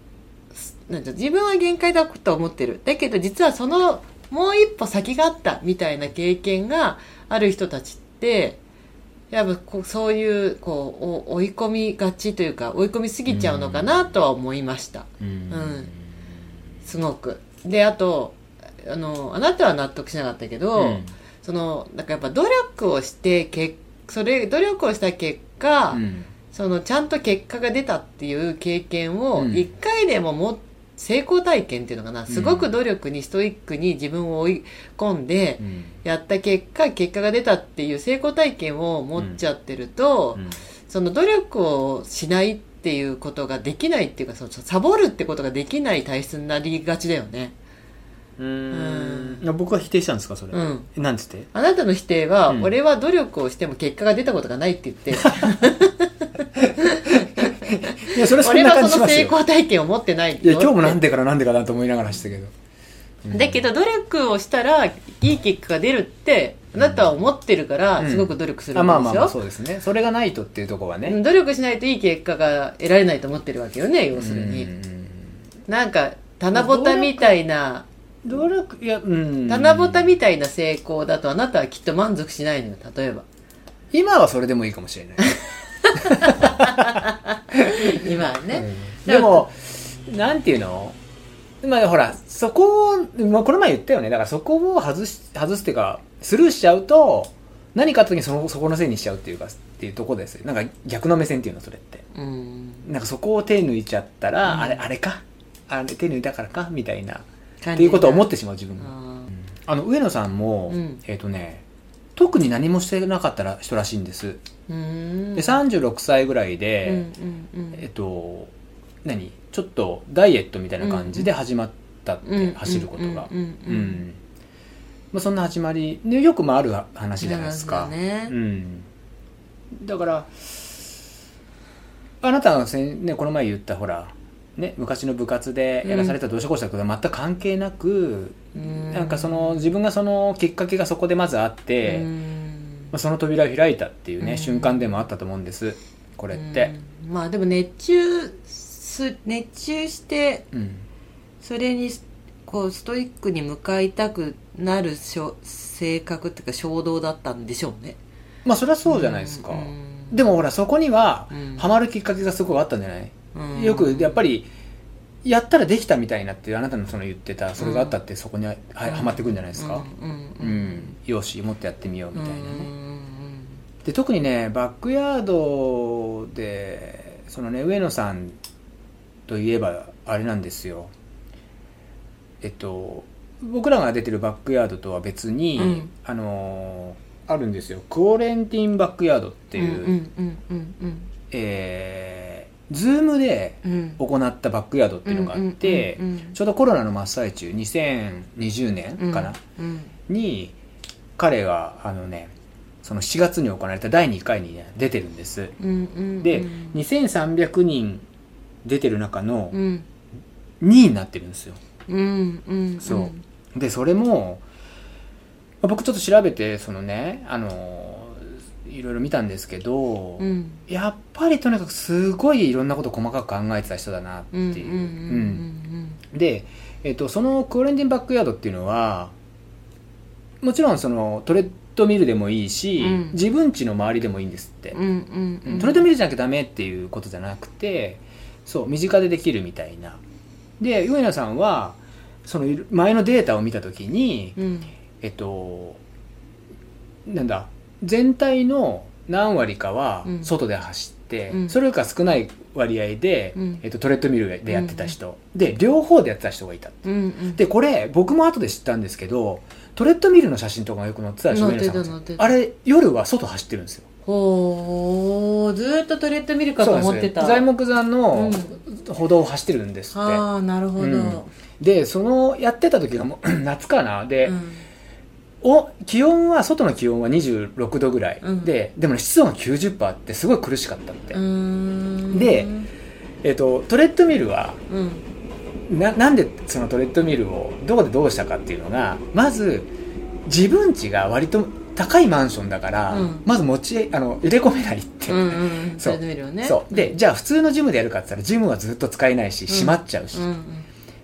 Speaker 1: すなんていうの自分は限界だと思ってるだけど実はそのもう一歩先があったみたいな経験がある人たちってやっぱこうそういうこうお追い込みがちというか追い込みすぎちゃうのかなとは思いました、
Speaker 2: うん
Speaker 1: うんすごくであとあのあなたは納得しなかったけど、
Speaker 2: うん
Speaker 1: そのなんかやっぱ努力をしてけそれ努力をした結果、
Speaker 2: うん
Speaker 1: そのちゃんと結果が出たっていう経験を
Speaker 2: うん
Speaker 1: 一回でもも、成功体験っていうのかなすご
Speaker 2: う
Speaker 1: く
Speaker 2: ん
Speaker 1: 努力にストイックに自分を追い込んで
Speaker 2: うん
Speaker 1: やった結果結果が出たっていう成功体験を持っちゃってると、
Speaker 2: うん
Speaker 1: その努力をしないっていうことができないっていうかそのサボるってことができない体質になりがちだよね
Speaker 2: うーんいや僕は否定したんですかそれ、
Speaker 1: うん
Speaker 2: えなんつって
Speaker 1: あなたの否定は、
Speaker 2: うん
Speaker 1: 俺は努力をしても結果が出たことがないって言って、
Speaker 2: い やそれはそん
Speaker 1: 俺
Speaker 2: な感
Speaker 1: は
Speaker 2: じ
Speaker 1: そ
Speaker 2: し
Speaker 1: の
Speaker 2: ます
Speaker 1: 成
Speaker 2: よ
Speaker 1: 功体験を持ってないよっ
Speaker 2: い
Speaker 1: て
Speaker 2: や今日もなんでかななんでかなと思いながらしてたけど、うん
Speaker 1: だけど努力をしたらいい結果が出るってあなたは思ってるから、
Speaker 2: うん
Speaker 1: すごく努力する
Speaker 2: あ
Speaker 1: ん
Speaker 2: まあまあまあ
Speaker 1: です
Speaker 2: そ
Speaker 1: よ
Speaker 2: うですねそれがないとっていうところは
Speaker 1: う
Speaker 2: ね
Speaker 1: ん努力しないといい結果が得られないと思ってるわけよね要するに、
Speaker 2: うん
Speaker 1: なんか棚ぼたみたいな
Speaker 2: 努力いやうん
Speaker 1: 棚ぼたみたいな成功だとあなたはきっと満足しないのよ例え ば
Speaker 2: 今はそれでもいいかもしれない、
Speaker 1: 今はね、
Speaker 2: うんでもなんていうのまあほらそこを、まあ、この前言ったよねだからそこを外し外すっていうかスルーしちゃうと何かあった時にそのそこのせいにしちゃうっていうかっていうところですよなんか逆の目線っていうのそれって
Speaker 1: うん、
Speaker 2: なんかそこを手抜いちゃったら、
Speaker 1: うん
Speaker 2: あれあれかあれ手抜いたからかみたいなっ
Speaker 1: って
Speaker 2: いうことを思っててしまう自分
Speaker 1: う
Speaker 2: が
Speaker 1: ん
Speaker 2: あの上野さんも、
Speaker 1: うん
Speaker 2: えっ、とね特に何もしてなかったら人らしいんです、
Speaker 1: うん
Speaker 2: で36歳ぐらい
Speaker 1: うん
Speaker 2: で、
Speaker 1: うん
Speaker 2: えっと何ちょっとダイエットみたいな感じで始まったって、
Speaker 1: うん
Speaker 2: 走ることが
Speaker 1: うんうん
Speaker 2: う、
Speaker 1: うんん
Speaker 2: まあ、そんな始まりでよくもある話じゃないです
Speaker 1: な
Speaker 2: か
Speaker 1: るほどね
Speaker 2: うん、だからあなたがせん、ね、この前言ったほらね、昔の部活でやらされたどうしたこうしたことは全く関係なく、
Speaker 1: うん
Speaker 2: なんかその自分がそのきっかけがそこでまずあって、
Speaker 1: う
Speaker 2: ま
Speaker 1: ん
Speaker 2: あその扉を開いたっていうね、
Speaker 1: うん
Speaker 2: 瞬間でもあったと思うんですこれって、
Speaker 1: うんまあでも熱中す熱中して
Speaker 2: うん
Speaker 1: それにこうストイックに向かいたくなるしょ性格っていうか衝動だったんでしょうね
Speaker 2: まあそれはそうじゃないですか、
Speaker 1: うん
Speaker 2: でもほらそこには
Speaker 1: うん
Speaker 2: ハマるきっかけがすごくあったんじゃない、
Speaker 1: うん
Speaker 2: よくやっぱりやったらできたみたいなっていうあなたのその言ってたそれがあったってそこにはははまってくんじゃないですか、
Speaker 1: うんう
Speaker 2: うん
Speaker 1: ん
Speaker 2: よしもっとやってみよ
Speaker 1: う
Speaker 2: う
Speaker 1: ん
Speaker 2: みたいなね、
Speaker 1: うん
Speaker 2: で特にねバックヤードでそのね上野さんといえばあれなんですよえっと僕らが出てるバックヤードとは別に、
Speaker 1: うん
Speaker 2: あのーあるんですよクオレンティンバックヤードっていう、
Speaker 1: うんうんうんうん
Speaker 2: えー、ズームで
Speaker 1: うんうん
Speaker 2: 行ったバックヤードっていうのがあって、
Speaker 1: うんうんうんうん
Speaker 2: ちょうどコロナの真っ最中2020年かな、
Speaker 1: うん
Speaker 2: に彼があのねその4月に行われた第2回に、ね、出てるんです
Speaker 1: うんうん
Speaker 2: で
Speaker 1: うん
Speaker 2: 2300人出てる中の
Speaker 1: うん
Speaker 2: 2位になってるんですよ
Speaker 1: うんうん
Speaker 2: そうでそれもまあ僕ちょっと調べてそのねあのいろいろ見たんですけど、
Speaker 1: うん
Speaker 2: やっぱりとにかくすごいいろんなこと細かく考えてた人だなって
Speaker 1: うんうん
Speaker 2: いう、
Speaker 1: うん
Speaker 2: うんで、えっとそのクオレンティンバックヤードっていうのはもちろんそのトレッドミルでもいいし、
Speaker 1: うん
Speaker 2: 自分家の周りでもいいんですって、
Speaker 1: うんうんうんうん
Speaker 2: トレッドミルじゃなきゃダメっていうことじゃなくてそう身近でできるみたいなで上野さんはその前のデータを見た時に、
Speaker 1: うん
Speaker 2: えっとなんだ全体の何割かは
Speaker 1: うん
Speaker 2: 外で走って、
Speaker 1: うん
Speaker 2: それよりか少ない割合で、
Speaker 1: うん
Speaker 2: えっと、トレッドミルでやってた人、で両方でやってた人がいた
Speaker 1: うんうん
Speaker 2: でこれ僕も後で知ったんですけどトレッドミルの写真とかがよく載ってたでしょ
Speaker 1: 載ってた
Speaker 2: 上野さん
Speaker 1: 載ってた
Speaker 2: あれ夜は外走ってるんですよ
Speaker 1: ほうずーっとトレッドミルかと
Speaker 2: そうなん
Speaker 1: 思
Speaker 2: で
Speaker 1: っ
Speaker 2: す
Speaker 1: て
Speaker 2: よ
Speaker 1: た
Speaker 2: 材木山の
Speaker 1: う
Speaker 2: 歩道を走ってるんですって、
Speaker 1: ああなるほど、
Speaker 2: う
Speaker 1: うんん
Speaker 2: でそのやってた時がもう 夏かなで、お気温は外の気温は26度ぐらい、
Speaker 1: うん
Speaker 2: ででも、ね、湿度が90%ってすごい苦しかったって、
Speaker 1: うーん
Speaker 2: でえっとトレッドミルは
Speaker 1: うん
Speaker 2: ななんでそのトレッドミルをどこでどうしたかっていうのがまず自分家が割と高いマンションだから、
Speaker 1: うん
Speaker 2: まず持ちあの入れ込めないって、
Speaker 1: うんうんうん
Speaker 2: そ
Speaker 1: ト
Speaker 2: う
Speaker 1: レッドミルをね
Speaker 2: そうでじゃあ普通のジムでやるかって言ったらジムはずっと使えないし閉まっちゃうし、
Speaker 1: うん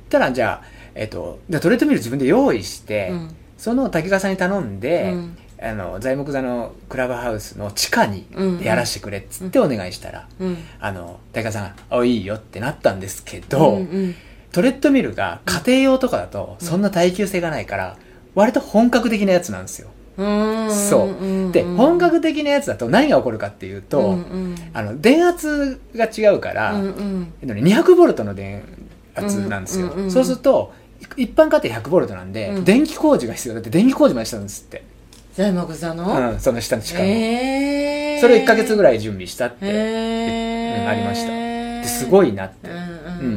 Speaker 2: たらじゃあ、えっと、でトレッドミル自分で用意して、
Speaker 1: うんうん
Speaker 2: その竹川さんに頼んで、
Speaker 1: うん
Speaker 2: あの材木座のクラブハウスの地下に
Speaker 1: うん
Speaker 2: やらしてくれっつってお願いしたら、
Speaker 1: うん
Speaker 2: あの竹川さんが「あいいよ」ってなったんですけ
Speaker 1: う
Speaker 2: ど、
Speaker 1: んうん
Speaker 2: トレッドミルが家庭用とかだとそんな耐久性がないから割と本格的なやつなんですよ。
Speaker 1: うーん
Speaker 2: そ
Speaker 1: んんん
Speaker 2: で本格的なやつだと何が起こるかっていうと、
Speaker 1: うんうん
Speaker 2: あの電圧が違うから、
Speaker 1: うんうん
Speaker 2: えっとね200ボルトの電圧なんですよ、
Speaker 1: うんうんうん
Speaker 2: そうするとい一般家庭100ボルトなんで、
Speaker 1: うん
Speaker 2: 電気工事が必要だって電気工事までしたんですって、
Speaker 1: 材木座の、
Speaker 2: うん、その下の地下の、
Speaker 1: えー、
Speaker 2: それを1ヶ月ぐ
Speaker 1: い、
Speaker 2: らい準備したって、
Speaker 1: えー
Speaker 2: うんありましたです
Speaker 1: い、
Speaker 2: ごいなって
Speaker 1: うんうん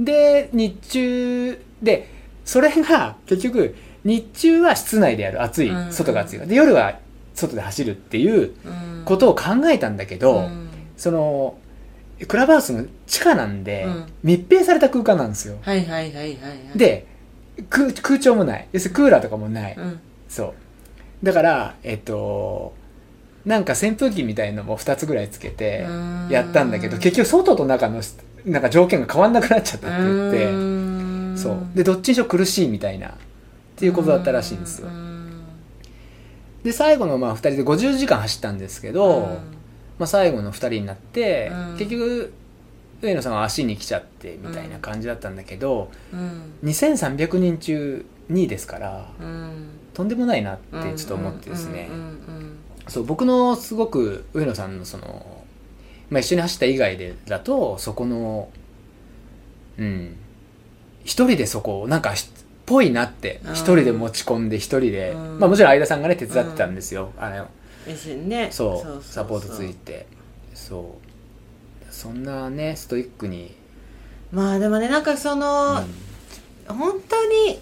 Speaker 1: うん
Speaker 2: で日中でそれが結局日中は室内でやる暑い
Speaker 1: うん
Speaker 2: 外が暑いからで夜は外で走るっていう
Speaker 1: うんうん、
Speaker 2: ことを考えたんだけ
Speaker 1: う
Speaker 2: ど、
Speaker 1: ん
Speaker 2: そのクラブハウスの地下なんで、
Speaker 1: うん
Speaker 2: 密閉された空間なんですよ
Speaker 1: はいはいはいはいはい、
Speaker 2: で空空調もない要するにクーラーとかもない、
Speaker 1: うん
Speaker 2: そうだからえっとなんか扇風機みたいのも2つぐらいつけて
Speaker 1: うん
Speaker 2: やったんだけど結局外と中のなんか条件が変わんなくなっちゃったって言って、
Speaker 1: うーん
Speaker 2: そうでどっちにしろ苦しいみたいなっていうことだったらしいんですよ
Speaker 1: うん
Speaker 2: で最後のまあ2人で50時間走ったんですけ
Speaker 1: う
Speaker 2: ど、
Speaker 1: ん
Speaker 2: まあ、最後の2人になって、
Speaker 1: うん
Speaker 2: 結局上野さんは足に来ちゃってみたいな感じだったんだけど、
Speaker 1: うん
Speaker 2: 2300人中2位ですから
Speaker 1: うん
Speaker 2: とんでもないなってちょっと思ってですね、
Speaker 1: うんうん
Speaker 2: そう僕のすごく上野さんのその、まあ、一緒に走った以外でだとそこのうん一人でそこをなんかしぽいなって
Speaker 1: うん
Speaker 2: 一人で持ち込んで一人で、
Speaker 1: うん
Speaker 2: まあもちろん相田さんがね手伝ってたんですよ、あの
Speaker 1: うんですね
Speaker 2: そう
Speaker 1: そうそう
Speaker 2: サポートついてそうそんなねストイックに、
Speaker 1: まあでもねなんかその、
Speaker 2: うん
Speaker 1: 本当に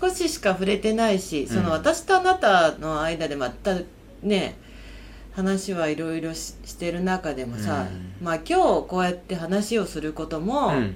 Speaker 1: 少ししか触れてないしそ
Speaker 2: うん
Speaker 1: の私とあなたの間でまたね話はいろいろししてる中でもさ、
Speaker 2: うん
Speaker 1: まあ今日こうやって話をすることも、
Speaker 2: うん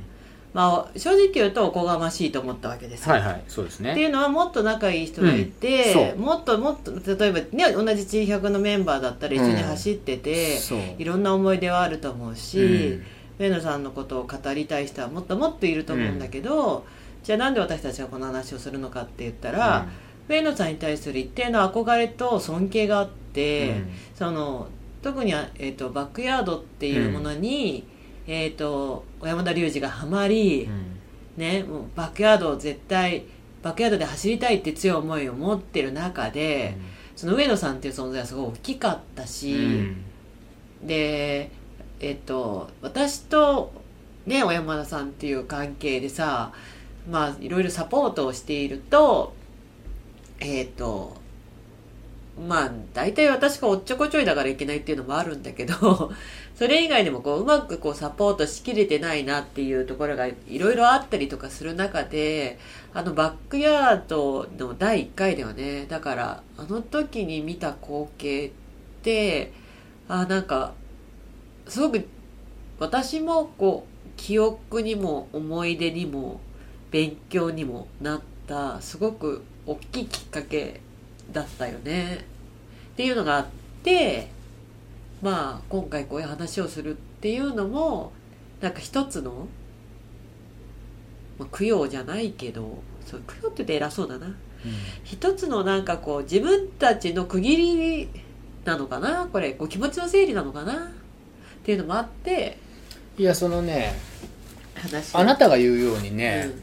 Speaker 1: まあ正直言うとおこがましいと思ったわけですよ
Speaker 2: はいはいそうです
Speaker 1: ってい
Speaker 2: ね
Speaker 1: うのはもっと仲いい人がいて、
Speaker 2: うんそう
Speaker 1: もっともっと例えば、ね、同じ G100 のメンバーだったら一緒に走ってて、
Speaker 2: そう
Speaker 1: いろんな思い出はあると思うし、
Speaker 2: うん
Speaker 1: 上野さんのことを語りたい人はもっともっといると思うんだけど、じゃあなんで私たちがこの話をするのかって言ったら、上野さんに対する一定の憧れと尊敬があっ
Speaker 2: うん
Speaker 1: て、その特に、えー、とバックヤードっていうものに、えー、と小山田隆二がハマり、
Speaker 2: うん
Speaker 1: ね、もうバックヤードを絶対バックヤードで走りたいって強い思いを持ってる中で、その上野さんっていう存在はすごい大きかった
Speaker 2: う
Speaker 1: し、
Speaker 2: ん
Speaker 1: でえっと私とね小山田さんっていう関係でさまあいろいろサポートをしているとえっとまあ大体私がおっちょこちょいだからいけないっていうのもあるんだけど それ以外でもこううまくこうサポートしきれてないなっていうところがいろいろあったりとかする中であのバックヤードの第1回ではねだからあの時に見た光景ってあなんかすごく私もこう記憶にも思い出にも勉強にもなったすごく大きいきっかけだったよねっていうのがあってまあ今回こういう話をするっていうのもなんか一つの、まあ、供養じゃないけどそう供養って言って偉そうだな一つのなんかこう自分たちの区切りなのかなこれこう気持ちの整理なのかなっていうのもあって
Speaker 2: いやそのね
Speaker 1: 話
Speaker 2: あなたが言うようにね、
Speaker 1: うん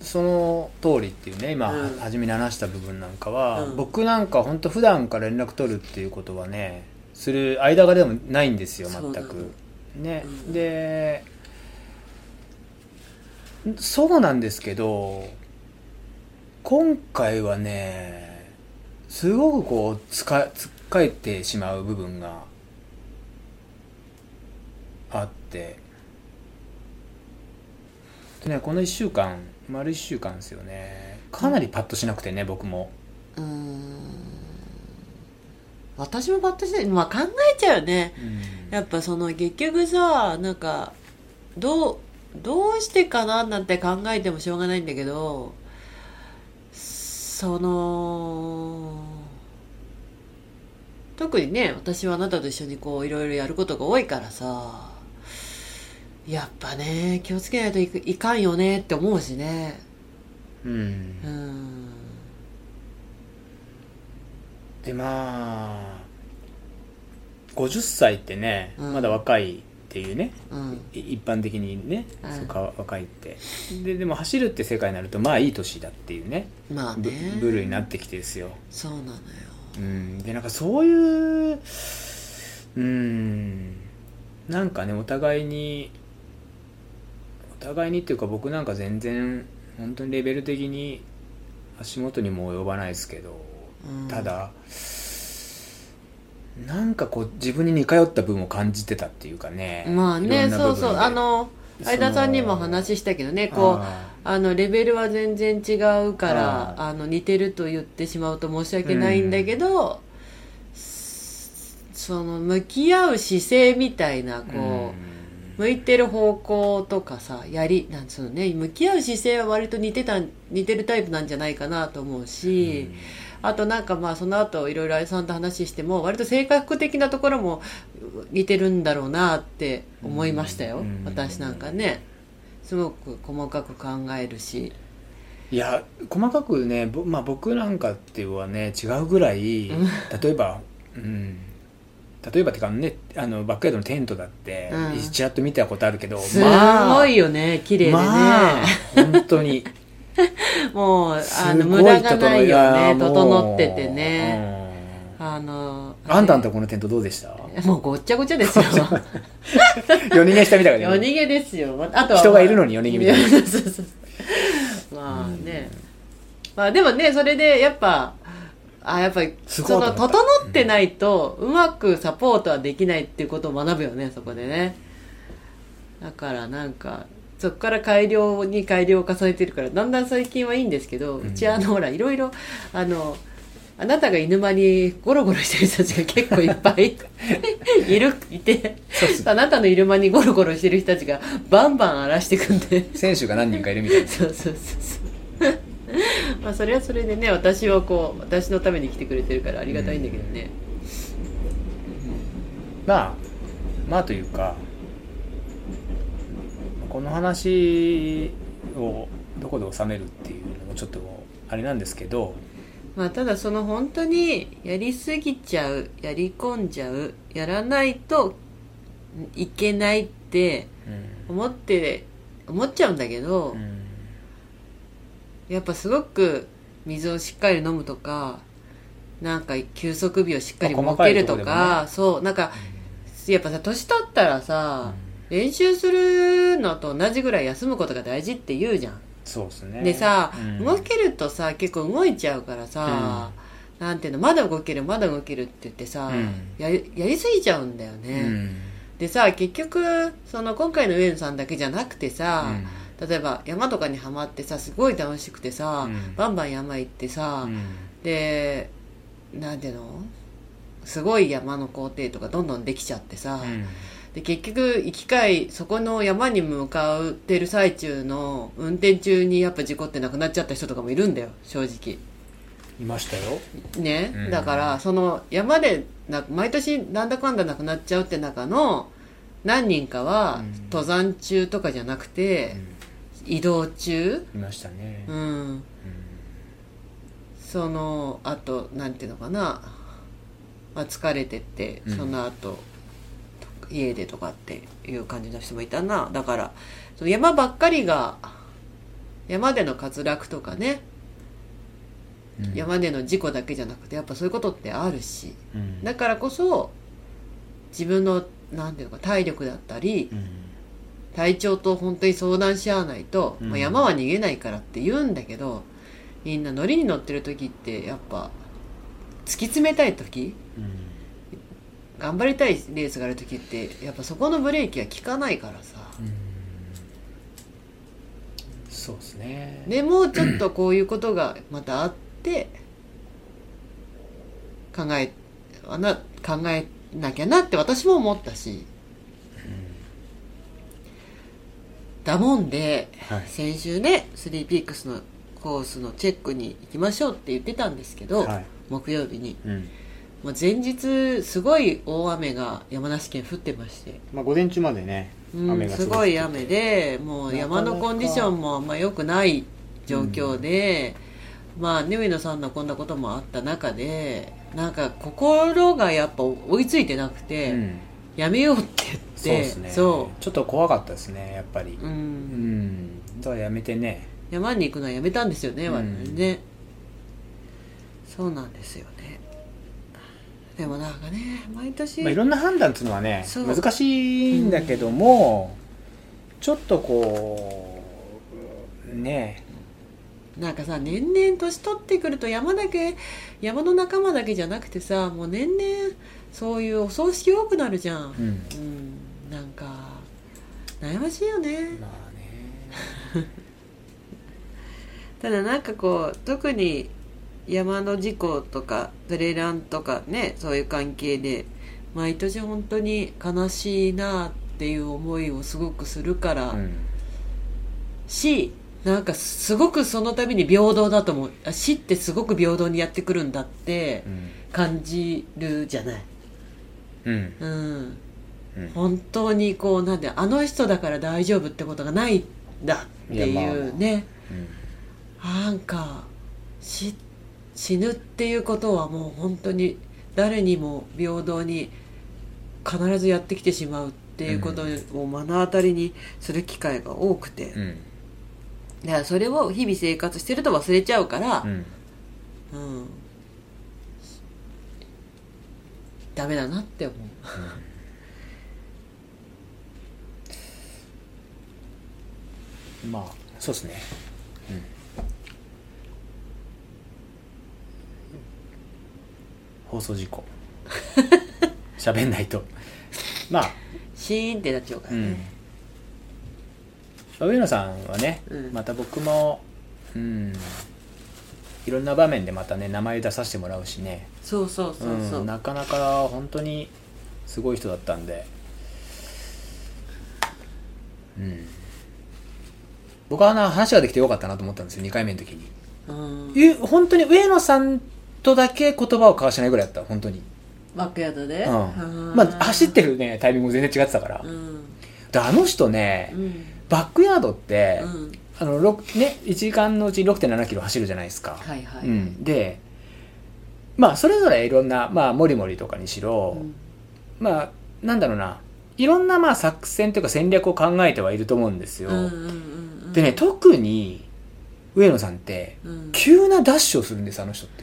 Speaker 2: その通りっていうね今、
Speaker 1: うん
Speaker 2: 初めに話した部分なんかは、
Speaker 1: うん
Speaker 2: 僕なんか本当普段から連絡取るっていうことはねする間がでもないんですよ全
Speaker 1: そうなの
Speaker 2: くね、
Speaker 1: うん
Speaker 2: でそうなんですけど今回はねすごくこうつかつっかえてしまう部分があってでねこの1週間丸1週間ですよねかなりパッとしなくてね、僕も
Speaker 1: うーん私もバッとして、まあ、考えちゃうねやっぱその結局さなんかどうどうしてかななんて考えてもしょうがないんだけどその特にね私はあなたと一緒にこういろいろやることが多いからさやっぱね気をつけないといくいかんよねって思うしね
Speaker 2: うん
Speaker 1: うん
Speaker 2: でまあ50歳ってね、
Speaker 1: うん
Speaker 2: まだ若いっていうね
Speaker 1: うん
Speaker 2: い一般的にね、
Speaker 1: うん
Speaker 2: そうか若いってででも走るって世界になるとまあいい年だっていうね
Speaker 1: まあ
Speaker 2: ブ
Speaker 1: ね
Speaker 2: ブルーになってきてですよ、
Speaker 1: そうなのよ
Speaker 2: うん、でなんかそういううんなんかねお互いにお互いにっていうか僕なんか全然本当にレベル的に足元にも及ばないですけど、
Speaker 1: うん
Speaker 2: ただなんかこう自分に似通った部分を感じてたっていうかね
Speaker 1: まあね
Speaker 2: いろんな
Speaker 1: そ
Speaker 2: 部
Speaker 1: う
Speaker 2: 分で
Speaker 1: そうあの
Speaker 2: その
Speaker 1: 相田さんにも話したけどねこう
Speaker 2: あ
Speaker 1: あのレベルは全然違うから
Speaker 2: あ
Speaker 1: あの似てると言ってしまうと申し訳ないんだけど、s- その向き合う姿勢みたいな
Speaker 2: ー
Speaker 1: こう、
Speaker 2: うん
Speaker 1: 向いてる方向とかさやりなんつうのね向き合う姿勢は割と似てた似てるタイプなんじゃないかなと思うし、あとなんかまあその後いろいろあやさんと話しても割と性格的なところもう似てるんだろうなって思いましたよ、
Speaker 2: うん
Speaker 1: 私なんかねすごく細かく考えるし、
Speaker 2: いや細かくね、ぼまあ、僕なんかっていうのはね違うぐらい
Speaker 1: うん
Speaker 2: 例えば、うん、例えばってかねあのバックヤードのテントだって、
Speaker 1: うん
Speaker 2: ちらっと見たことあるけど
Speaker 1: すごいよね綺麗でね、
Speaker 2: まあ本当に
Speaker 1: もう
Speaker 2: す
Speaker 1: あ
Speaker 2: ご
Speaker 1: の
Speaker 2: い
Speaker 1: 無駄がないよ
Speaker 2: や
Speaker 1: ね
Speaker 2: もう
Speaker 1: 整っててね、あの
Speaker 2: うんあんたんとこのテントどうでした
Speaker 1: もうごっちゃごちゃですよ
Speaker 2: 夜逃げしたみたいな
Speaker 1: 夜逃げですよあとは
Speaker 2: 人がいるのに夜逃げみたいな
Speaker 1: そうそうそうまあね、まあでもねそれでやっぱあやっぱり
Speaker 2: す
Speaker 1: そ
Speaker 2: ごいと思
Speaker 1: の
Speaker 2: った
Speaker 1: 整ってないとうまくサポートはできないっていうことを学ぶよねそこでねだからなんかそこから改良に改良を重ねてるからだんだん最近はいいんですけど、
Speaker 2: う
Speaker 1: うんちあのほらいろいろあのあなたが犬間にゴロゴロしてる人たちが結構いっぱ いいるいて
Speaker 2: そうっす
Speaker 1: あなたのいる間にゴロゴロしてる人たちがバンバン荒らしてくんで
Speaker 2: 選手が何人かいるみたいな
Speaker 1: そうそうそうそう まあそれはそれでね私はこう私のために来てくれてるからありがたいんだけどね、
Speaker 2: まあまあというかこの話をどこで収めるっていうのもちょっとあれなんですけど
Speaker 1: まあただその本当にやりすぎちゃうやり込んじゃうやらないといけないって
Speaker 2: うん
Speaker 1: 思って思っちゃうんだけど、
Speaker 2: うん
Speaker 1: やっぱすごく水をしっかり飲むとかなんか休息日をしっかり
Speaker 2: まあ
Speaker 1: 設けると
Speaker 2: 細
Speaker 1: か
Speaker 2: かいとこでも
Speaker 1: そうなんかやっぱさ年取ったらさ、練習するのと同じぐらい休むことが大事って言うじゃん
Speaker 2: そうですね
Speaker 1: でさ、
Speaker 2: うん
Speaker 1: 動けるとさ結構動いちゃうからさ、なんていうのまだ動けるまだ動けるって言ってさ、
Speaker 2: うん
Speaker 1: ややりすぎちゃうんだよ
Speaker 2: う
Speaker 1: ね、
Speaker 2: ん
Speaker 1: でさ結局その今回の上野さんだけじゃなくてさ、
Speaker 2: うん
Speaker 1: 例えば山とかにはまってさすごい楽しくてさ、
Speaker 2: うん
Speaker 1: バンバン山行ってさ、
Speaker 2: うん
Speaker 1: でなんていうのすごい山の工程とかどんどんできちゃってさ、
Speaker 2: うん
Speaker 1: で結局行き帰りそこの山に向かってる最中の運転中にやっぱ事故って亡くなっちゃった人とかもいるんだよ正直
Speaker 2: いましたよ
Speaker 1: ね、
Speaker 2: うん
Speaker 1: だからその山でな毎年なんだかんだ亡くなっちゃうって中の何人かは
Speaker 2: うん
Speaker 1: 登山中とかじゃなくて
Speaker 2: うん
Speaker 1: 移動中
Speaker 2: いましたね
Speaker 1: うんそのあとなんていうのかな、まあ、疲れてって
Speaker 2: うん
Speaker 1: その後と家でとかっていう感じの人もいたなだからその山ばっかりが山での滑落とかね、
Speaker 2: うん
Speaker 1: 山での事故だけじゃなくてやっぱそういうことってあるし
Speaker 2: うん
Speaker 1: だからこそ自分のなんていうのか体力だったり
Speaker 2: うん
Speaker 1: 体調と本当に相談し合わないと、
Speaker 2: うん
Speaker 1: まあ、山は逃げないからって言うんだけどみんな乗りに乗ってる時ってやっぱ突き詰めたい時
Speaker 2: うん
Speaker 1: 頑張りたいレースがある時ってやっぱそこのブレーキが効かないからさ
Speaker 2: うんそうですね
Speaker 1: でもうちょっとこういうことがまたあって考えあな考えなきゃなって私も思ったしだもんで
Speaker 2: はい
Speaker 1: 先週ねスリーピークスのコースのチェックに行きましょうって言ってたんですけど、
Speaker 2: はい
Speaker 1: 木曜日に、
Speaker 2: うん
Speaker 1: まあ、前日すごい大雨が山梨県降ってまして、
Speaker 2: まあ午前中までね
Speaker 1: うん
Speaker 2: 雨が
Speaker 1: すごい雨でもう山
Speaker 2: な
Speaker 1: の
Speaker 2: かなか
Speaker 1: コンディションもあんま良くない状況で、まあね上野さんのこんなこともあった中でなんか心がやっぱ追いついてなくて、
Speaker 2: うん
Speaker 1: やめようって言って
Speaker 2: そうですね
Speaker 1: そ
Speaker 2: ちょっと怖かったですねやっぱり
Speaker 1: うう、
Speaker 2: うんんだからやめてね
Speaker 1: 山に行くのはやめたんですよね
Speaker 2: うん
Speaker 1: 我々ね、そうなんですよねでもなんかね毎年、
Speaker 2: まあいろんな判断っていうのはね
Speaker 1: そう
Speaker 2: 難しいんだけどもちょっとこうね
Speaker 1: なんかさ年々年取ってくると山だけ山の仲間だけじゃなくてさもう年々そういうお葬式多くなるじゃん
Speaker 2: うん
Speaker 1: うんなんか悩ましいよね
Speaker 2: まあね
Speaker 1: ただなんかこう特に山の事故とかトレランとかねそういう関係で毎年本当に悲しいなっていう思いをすごくするから、
Speaker 2: うん
Speaker 1: しなんかすごくその度に平等だと思うあ死ってすごく平等にやってくるんだって、
Speaker 2: うん
Speaker 1: 感じるじゃない、
Speaker 2: うん
Speaker 1: うん、
Speaker 2: うん
Speaker 1: 本当にこうなんであの人だから大丈夫ってことがないんだって
Speaker 2: いやまあ
Speaker 1: い
Speaker 2: まあ
Speaker 1: うね
Speaker 2: うん
Speaker 1: なんか死死ぬっていうことはもう本当に誰にも平等に必ずやってきてしまうっていうことを目の当たりにする機会が多くて、
Speaker 2: うん
Speaker 1: だからそれを日々生活してると忘れちゃうから、
Speaker 2: うん
Speaker 1: うん、ダメだなって思う
Speaker 2: まあそうですねうん放送 事故喋んないとまあ
Speaker 1: シーンってなっちゃうか
Speaker 2: う
Speaker 1: ら
Speaker 2: ん
Speaker 1: ね、
Speaker 2: 上野さんはね、
Speaker 1: うん
Speaker 2: また僕もうんいろんな場面でまたね名前出させてもらうしね
Speaker 1: そうそうそうそう、
Speaker 2: ん、なかなか本当にすごい人だったんで、うん、僕はな話ができてよかったなと思ったんですよ2回目の時に
Speaker 1: うん、
Speaker 2: え本当に上野さんとだけ言葉を交わしないぐらいだった本当に、
Speaker 1: バックヤード
Speaker 2: う
Speaker 1: で、
Speaker 2: ん、まあ走ってるねタイミングも全然違ってたから
Speaker 1: うん
Speaker 2: であの人ね、
Speaker 1: うん
Speaker 2: バックヤードって、
Speaker 1: うん
Speaker 2: あのろくね、1時間のうち6 7キロ走るじゃないですか、
Speaker 1: はいはい、
Speaker 2: うん、でまあそれぞれいろんなまあモリモリとかにし
Speaker 1: う
Speaker 2: ろ、
Speaker 1: ん
Speaker 2: まあなんだろうないろんなまあ作戦というか戦略を考えてはいると思うんですよ、
Speaker 1: うんうんうん
Speaker 2: でね特に上野さんって
Speaker 1: うん、
Speaker 2: 急なダッシュをするんですあの人って、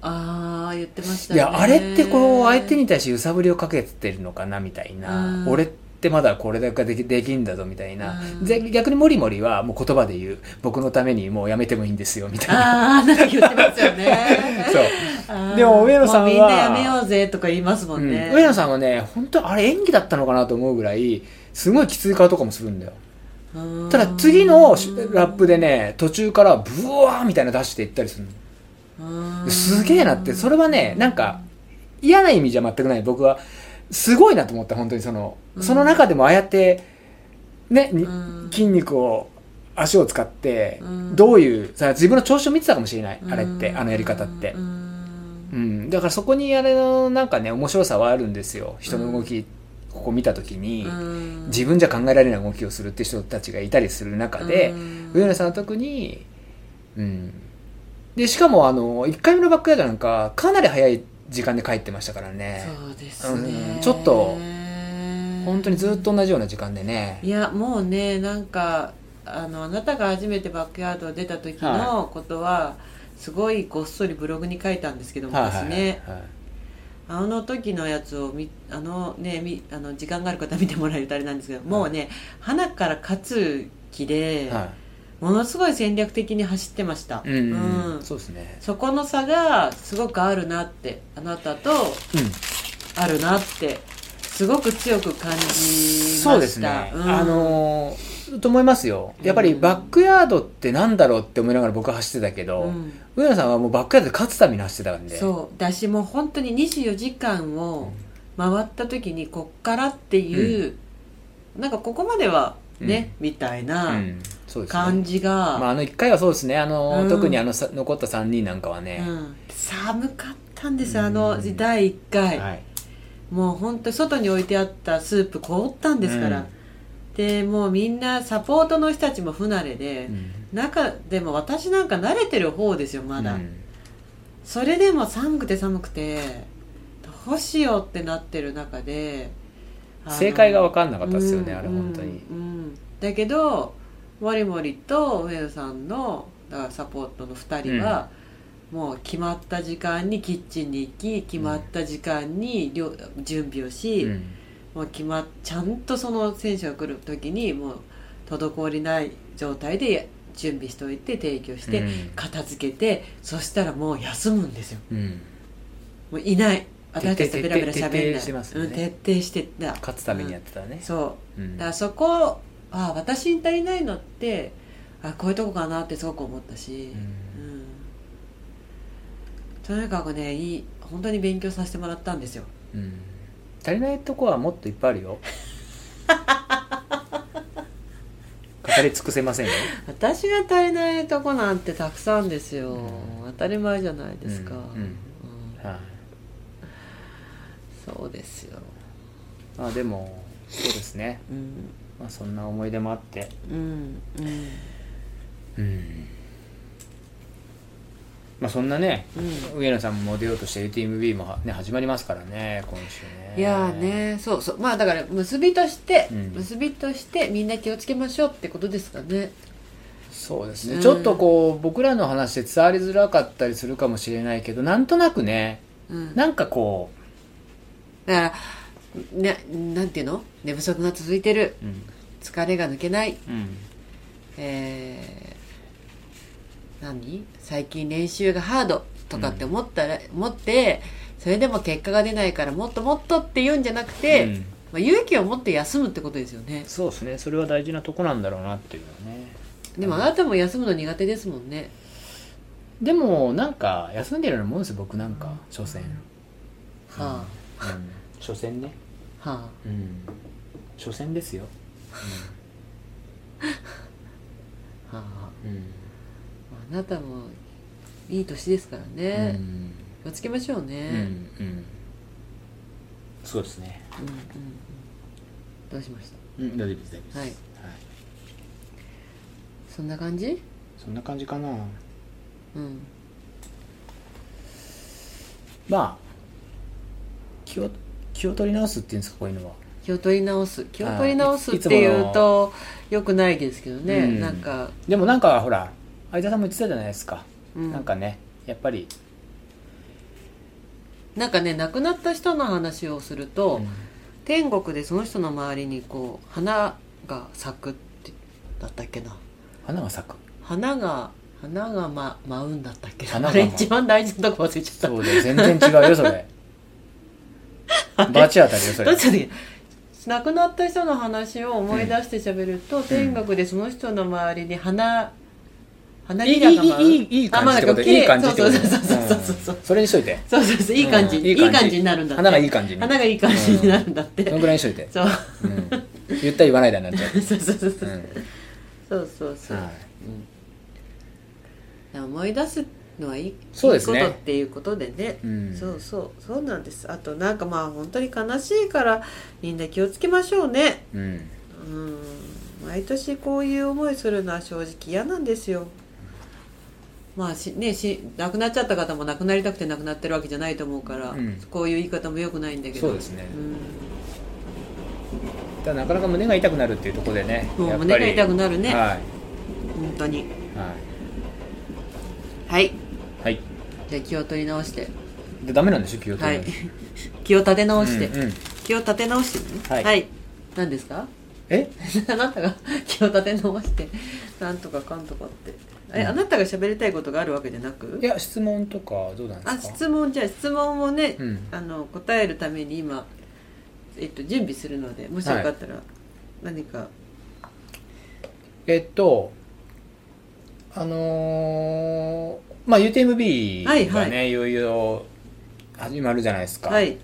Speaker 1: ああ言ってました
Speaker 2: い
Speaker 1: ね
Speaker 2: やあれってこう相手に対して揺さぶりをかけてるのかなみたいな、
Speaker 1: うん
Speaker 2: 俺ってまだこれだけできできんだぞみたいな、
Speaker 1: うん
Speaker 2: ぜ逆にモリモリはもう言葉で言う僕のためにもうやめてもいいんですよみ たいな
Speaker 1: ああなんか言ってますよね
Speaker 2: そう
Speaker 1: あー
Speaker 2: でも上野さんは
Speaker 1: うみんなやめようぜとか言いますもんね、
Speaker 2: うん、上野さんはね本当あれ演技だったのかなと思うぐらいすごいきつい顔とかもするんだよ
Speaker 1: うん
Speaker 2: ただ次のしラップでね途中からブワーみたいな出していったりする
Speaker 1: うん
Speaker 2: のすげえなってそれはねなんか嫌な意味じゃ全くない僕はすごいなと思った本当にその
Speaker 1: うん
Speaker 2: その中でもああやってねに
Speaker 1: うん
Speaker 2: 筋肉を足を使って
Speaker 1: うん
Speaker 2: どういうさ自分の調子を見てたかもしれないあれって
Speaker 1: うん
Speaker 2: あのやり方って
Speaker 1: うん
Speaker 2: うん、だからそこにあれのなんかね面白さはあるんですよ人の動き、ここ見た時に、
Speaker 1: うん
Speaker 2: 自分じゃ考えられない動きをするって人たちがいたりする中で、
Speaker 1: うん
Speaker 2: 上野さんは特にうんでしかもあの1回目のバックヤードなんかかなり早い時間で帰ってましたからね
Speaker 1: そうです
Speaker 2: う
Speaker 1: ね
Speaker 2: んちょっと
Speaker 1: ね
Speaker 2: 本当にずっと同じような時間でね
Speaker 1: いやもうねなんかあのあなたが初めてバックヤードを出た時のことは、すごいごっそりブログに書いたんですけどもですね、
Speaker 2: はいはいはい
Speaker 1: あの時のやつをみあのねみあの時間がある方は見てもらえるとあれなんですけど、もうね花から勝つ気で、
Speaker 2: はい
Speaker 1: ものすごい戦略的に走ってました、
Speaker 2: うんうん
Speaker 1: う
Speaker 2: うんんそうですね
Speaker 1: そこの差がすごくあるなってあなたと
Speaker 2: うん
Speaker 1: あるなってすごく強く感じました
Speaker 2: そうですね
Speaker 1: うん
Speaker 2: あのーと思いますよやっぱりバックヤードってなんだろうって思いながら僕は走ってたけ
Speaker 1: う
Speaker 2: ど
Speaker 1: ん
Speaker 2: 上野さんはもうバックヤードで勝つために走ってたんで
Speaker 1: そうだしもう本当に24時間を回った時にこっからっていう、なんかここまではね、みたいな
Speaker 2: うんそうですね
Speaker 1: 感じが、
Speaker 2: まあ、あの1回はそうですね、あの
Speaker 1: うん
Speaker 2: 特にあのさ残った3人なんかはね、
Speaker 1: うん、寒かったんですあ
Speaker 2: う
Speaker 1: の
Speaker 2: ん
Speaker 1: 第1回、
Speaker 2: はい
Speaker 1: もう本当に外に置いてあったスープ凍ったんですから、
Speaker 2: うん
Speaker 1: でもうみんなサポートの人たちも不慣れで、
Speaker 2: うん
Speaker 1: 中でも私なんか慣れてる方ですよまだ、
Speaker 2: うん
Speaker 1: それでも寒くて寒くてどうしようってなってる中であの
Speaker 2: 正解が分かんなかったですよね、
Speaker 1: うん
Speaker 2: あれ、本当に。
Speaker 1: うんうんだけどモリモリと上野さんのだからサポートの2人は、もう決まった時間にキッチンに行き決まった時間に料準備をし、
Speaker 2: うん
Speaker 1: もう決まっちゃんとその選手が来る時にもう滞りない状態で準備しておいて提供して、
Speaker 2: うん
Speaker 1: 片付けてそしたらもう休むんですよ
Speaker 2: うん
Speaker 1: もういない私たちと
Speaker 2: 徹
Speaker 1: ベ
Speaker 2: 底
Speaker 1: ラベラ喋んない
Speaker 2: 徹底してますよ
Speaker 1: う
Speaker 2: ね
Speaker 1: ん、徹底してた
Speaker 2: 勝つためにやってたね。
Speaker 1: そう
Speaker 2: うん
Speaker 1: だからそこあ私に足りないのってあこういうとこかなってすごく思ったし、う
Speaker 2: うんん
Speaker 1: とにかくねいい本当に勉強させてもらったんですよ
Speaker 2: うん足りないとこはもっといっぱい あるよ。語り尽くせませんよ。
Speaker 1: 私が足りないとこなんてたくさんですよ、
Speaker 2: う
Speaker 1: 当たり前じゃないですか、
Speaker 2: うんうん
Speaker 1: うん
Speaker 2: はい
Speaker 1: そうですよ
Speaker 2: まあでも、そうですね、
Speaker 1: うん
Speaker 2: まあ、そんな思い出もあって。
Speaker 1: うんうん
Speaker 2: うんまあそんなね、
Speaker 1: う
Speaker 2: 上野さんも出ようとして UTMB もは、ね、始まりますからね今週ね
Speaker 1: いやーねそうそうまあだから結びとして、
Speaker 2: うん
Speaker 1: 結びとしてみんな気をつけましょうってことですかね
Speaker 2: そうですね、
Speaker 1: うん
Speaker 2: ちょっとこう僕らの話で伝わりづらかったりするかもしれないけどなんとなくね
Speaker 1: うん
Speaker 2: なんかこ
Speaker 1: だからななんていうの寝不足が続いてる
Speaker 2: う、うん
Speaker 1: 疲れが抜けない
Speaker 2: うん
Speaker 1: えー何最近練習がハードとかって思ったら、思ってそれでも結果が出ないからもっともっとって言うんじゃなくて、
Speaker 2: うん
Speaker 1: まあ、勇気を持って休むってことですよね
Speaker 2: そうですねそれは大事なとこなんだろうなっていうのはね
Speaker 1: でもあなたも休むの苦手ですもんね
Speaker 2: でもなんか休んでるようなもんですよ僕なんか所詮、
Speaker 1: は
Speaker 2: うん、所詮ね
Speaker 1: あはあ
Speaker 2: うん所詮ですよ、
Speaker 1: はあま
Speaker 2: うんう
Speaker 1: あ
Speaker 2: ん
Speaker 1: あなたもいい年ですからね、
Speaker 2: うん
Speaker 1: 気をつけましょうね、
Speaker 2: うんうんそうですね、
Speaker 1: うんうんうんどうしました
Speaker 2: うん、大丈夫です大丈夫です、
Speaker 1: はいそんな感じ
Speaker 2: そんな感じかな
Speaker 1: うん
Speaker 2: まあ気を気を取り直すっていうんですかこういうのは
Speaker 1: 気を取り直す気を取り直す
Speaker 2: あ
Speaker 1: っ
Speaker 2: いつ
Speaker 1: ていうとよくないですけどね、
Speaker 2: うん
Speaker 1: なんか、
Speaker 2: でもなんかほら相田さんも言ってたじゃないですか、
Speaker 1: うん
Speaker 2: なんかねやっぱり、
Speaker 1: なんかね亡くなった人の話をすると、天国でその人の周りにこう花が咲くってだったっけな
Speaker 2: 花が咲く
Speaker 1: 花が花が、ま、舞うんだったっけな
Speaker 2: 花が
Speaker 1: あれ
Speaker 2: 舞う
Speaker 1: 一番大事なとこ忘れちゃっ
Speaker 2: そうで全然違うよそれバチ当たりよそ
Speaker 1: た
Speaker 2: れ
Speaker 1: どっちだっけ亡くなった人の話を思い出して喋ると、天国でその人の周りに花花
Speaker 2: い
Speaker 1: び
Speaker 2: い
Speaker 1: らが舞う
Speaker 2: いいいいいい感
Speaker 1: あま
Speaker 2: じってこと
Speaker 1: あなんか綺麗
Speaker 2: いい感じってこと
Speaker 1: そうそうそうそうそうそう
Speaker 2: うんそれにしといて
Speaker 1: そうそうそういい感じ、
Speaker 2: うん
Speaker 1: いい感じになるんだって
Speaker 2: 花がいい感じに
Speaker 1: 花がいい感じになるんだって、
Speaker 2: そのぐらいにしといて、
Speaker 1: そう
Speaker 2: うん、言った言わないだになっちゃう、
Speaker 1: そうそうそうそううんそうそうそう、
Speaker 2: はい
Speaker 1: うん、思い出すのはいい
Speaker 2: そうですね
Speaker 1: いいことっていうことでね、
Speaker 2: うん
Speaker 1: そうそうそうなんですあとなんかまあ本当に悲しいからみんな気をつけましょうね
Speaker 2: うん、
Speaker 1: うん毎年こういう思いするのは正直嫌なんですよまあしねし亡くなっちゃった方も亡くなりたくて亡くなってるわけじゃないと思うから、
Speaker 2: うん
Speaker 1: こういう言い方もよくないんだけど
Speaker 2: そうですね
Speaker 1: うん
Speaker 2: ただなかなか胸が痛くなるっていうところでね
Speaker 1: もう
Speaker 2: やっぱり
Speaker 1: 胸が痛くなるね
Speaker 2: は
Speaker 1: 本当に
Speaker 2: いは
Speaker 1: はい
Speaker 2: い、はい、
Speaker 1: じゃあ気を取り直して
Speaker 2: でダメなんでしょ気を取
Speaker 1: は
Speaker 2: る
Speaker 1: い
Speaker 2: の
Speaker 1: 気を立て直して、
Speaker 2: うんうん
Speaker 1: 気を立て直してね
Speaker 2: はい
Speaker 1: 何ですか
Speaker 2: え
Speaker 1: あなたが 気を立て直してなんとかかんとかってえ、
Speaker 2: うん
Speaker 1: あなたが喋りたいことがあるわけじゃなく
Speaker 2: いや質問とかどうなんですか
Speaker 1: あ質問じゃあ質問をね、
Speaker 2: うん
Speaker 1: あの答えるために今、えっと、準備するのでもしよかったら何か、
Speaker 2: えっとあのーまあ UTMB が
Speaker 1: はい
Speaker 2: ね、
Speaker 1: はい
Speaker 2: いよいよ始まるじゃないですか、
Speaker 1: はい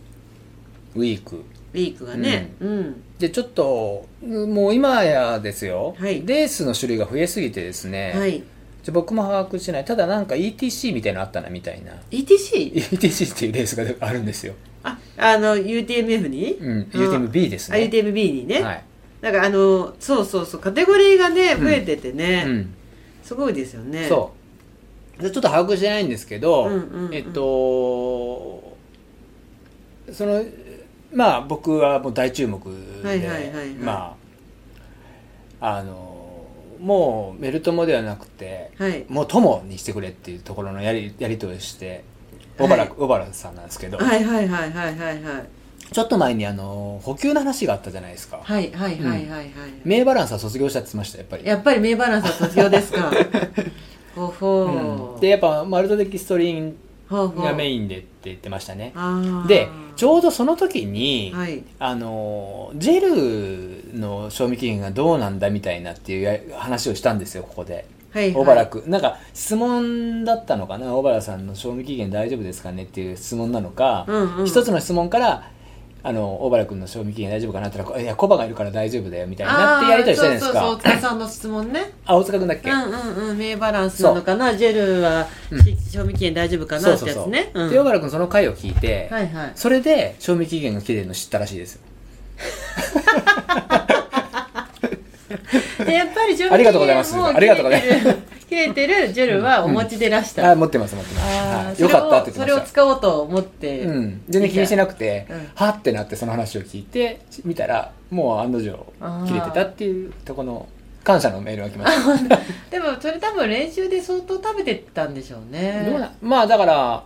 Speaker 2: ウィーク
Speaker 1: ウィークがねうん、
Speaker 2: でちょっともう今やですよ、
Speaker 1: はい
Speaker 2: レースの種類が増えすぎてですね、
Speaker 1: はい
Speaker 2: じゃ僕も把握してないただなんか ETC みたいなのあったなみたいな
Speaker 1: ETC?
Speaker 2: ETC っていうレースがあるんですよ、
Speaker 1: ああの UTMF に、
Speaker 2: うん、
Speaker 1: あー
Speaker 2: UTMB です
Speaker 1: あ
Speaker 2: ね
Speaker 1: UTMB にね、
Speaker 2: はい、
Speaker 1: なんかあのそうそうそうカテゴリーがね増えててね、
Speaker 2: うん、
Speaker 1: すごいですよね
Speaker 2: そうでちょっと把握してないんですけど、
Speaker 1: うんうんうん
Speaker 2: えっとそのまあ僕はもう大注目で、
Speaker 1: はいはいはいはい
Speaker 2: まああのもうメルトモではなくて
Speaker 1: はい
Speaker 2: もう友にしてくれっていうところのやりやり取りをして小原,、
Speaker 1: はい
Speaker 2: 小原さんなんですけど、
Speaker 1: はいはいはいはいはいはい
Speaker 2: ちょっと前にあの補給の話があったじゃないですか、
Speaker 1: はいはいはいはいはい、
Speaker 2: 名バランスは卒業したって言ってましたやっぱり
Speaker 1: やっぱり名バランスは卒業です かほほう、
Speaker 2: うんでやっぱマルト的ストリン
Speaker 1: ほうほう
Speaker 2: がメインでって言ってましたね
Speaker 1: あー
Speaker 2: でちょうどその時に、
Speaker 1: はい
Speaker 2: あのジェルの賞味期限がどうなんだみたいなっていうや話をしたんですよここで
Speaker 1: はい
Speaker 2: 小原君なんか質問だったのかな小原さんの賞味期限大丈夫ですかねっていう質問なのか、
Speaker 1: うんうん
Speaker 2: 一つの質問からあの小原君の賞味期限大丈夫かなって言ったら「いやコバがいるから大丈夫だよ」みたいになってやりとりしたじゃないですかあ
Speaker 1: そうそうそう大塚さんの質問ね
Speaker 2: 大塚君だっ
Speaker 1: う
Speaker 2: け、
Speaker 1: んうんうん名バランスなのかなジェルは、し賞味期限大丈夫か
Speaker 2: そ
Speaker 1: な
Speaker 2: う
Speaker 1: って
Speaker 2: そう
Speaker 1: や
Speaker 2: そ
Speaker 1: つ
Speaker 2: う、
Speaker 1: ねうん
Speaker 2: で小原君その回を聞いて、
Speaker 1: はいはい
Speaker 2: それで賞味期限が切れるの知ったらしいですよ
Speaker 1: でやっぱり賞味期限
Speaker 2: ありがとうございます
Speaker 1: もう
Speaker 2: ありがとうございます
Speaker 1: 切れてる 切れてるジェルはお持ちでらした、
Speaker 2: あ持ってます持ってます、
Speaker 1: あ
Speaker 2: は
Speaker 1: ー
Speaker 2: い、よかったって言
Speaker 1: そ
Speaker 2: っ
Speaker 1: れ
Speaker 2: て
Speaker 1: を
Speaker 2: ま
Speaker 1: それを
Speaker 2: し
Speaker 1: 使おうと思って、
Speaker 2: たうん全然気にしてなくて、
Speaker 1: うん
Speaker 2: はってなってその話を聞いて見たらもう案の定切れてたっていうとこの感謝のメールが来ました
Speaker 1: でもそれ多分練習で相当食べてたんでしょうね
Speaker 2: どうなまあだから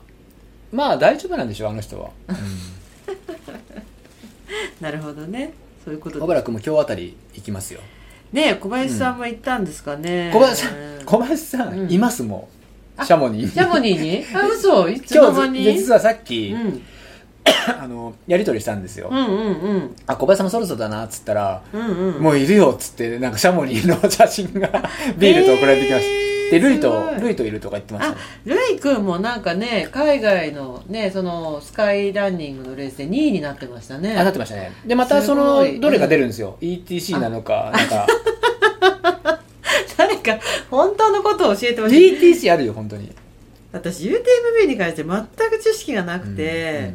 Speaker 2: まあ大丈夫なんでしょうあの人は、
Speaker 1: なるほどねそういうこ
Speaker 2: う
Speaker 1: と
Speaker 2: ん、小
Speaker 1: で
Speaker 2: 原君も今日あたり行きますよ
Speaker 1: ねえ小林さんも行ったんですかね、
Speaker 2: 小林さん小林さん、
Speaker 1: うん
Speaker 2: いますも
Speaker 1: あ
Speaker 2: んシャモニーに
Speaker 1: ジャモニ ーにあ嘘いつの間
Speaker 2: 今日
Speaker 1: に
Speaker 2: ず実はさっき、
Speaker 1: うん、
Speaker 2: あのやり取りしたんですよ、
Speaker 1: うんうんうん
Speaker 2: あ小林さんもそろそろだなっつったら、
Speaker 1: うんうん
Speaker 2: もういるよっつってなんかシャモニーの写真 がビールと送られてきました、
Speaker 1: えー
Speaker 2: でルイ
Speaker 1: す
Speaker 2: と
Speaker 1: ごい
Speaker 2: ルイといるとか言ってました
Speaker 1: あ
Speaker 2: ね
Speaker 1: ルイ君もなんかね海外のねそのスカイランニングのレースで2位になってましたね
Speaker 2: あなってましたねでまた
Speaker 1: すご
Speaker 2: そ
Speaker 1: い
Speaker 2: のどれが出るんですよ ETC なのかなん か
Speaker 1: 誰か本当のことを教えてほしい
Speaker 2: ETC あるよ本当に
Speaker 1: 私 UTMB に関して全く知識がなくて、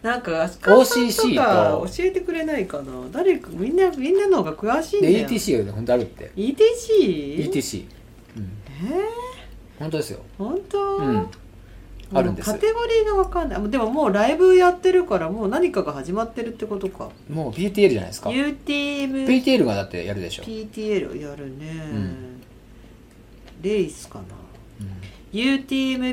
Speaker 1: なんか飛鳥さん
Speaker 2: OCC
Speaker 1: とか
Speaker 2: と
Speaker 1: 教えてくれないかな誰かみんなみんなの方が詳しい
Speaker 2: うんん
Speaker 1: だ
Speaker 2: で
Speaker 1: よ
Speaker 2: ETC が本当あるって
Speaker 1: ETC?
Speaker 2: ETC うん
Speaker 1: え
Speaker 2: 本当ですよ
Speaker 1: ー、本当、
Speaker 2: うんあるんです
Speaker 1: もうカテゴリーが分かんないでももうライブやってるからもう何かが始まってるってことか
Speaker 2: もう PTL じゃないですか
Speaker 1: UTMPTL
Speaker 2: PTL がだってやるでしょ
Speaker 1: やるね、
Speaker 2: ん
Speaker 1: レイスかな
Speaker 2: うん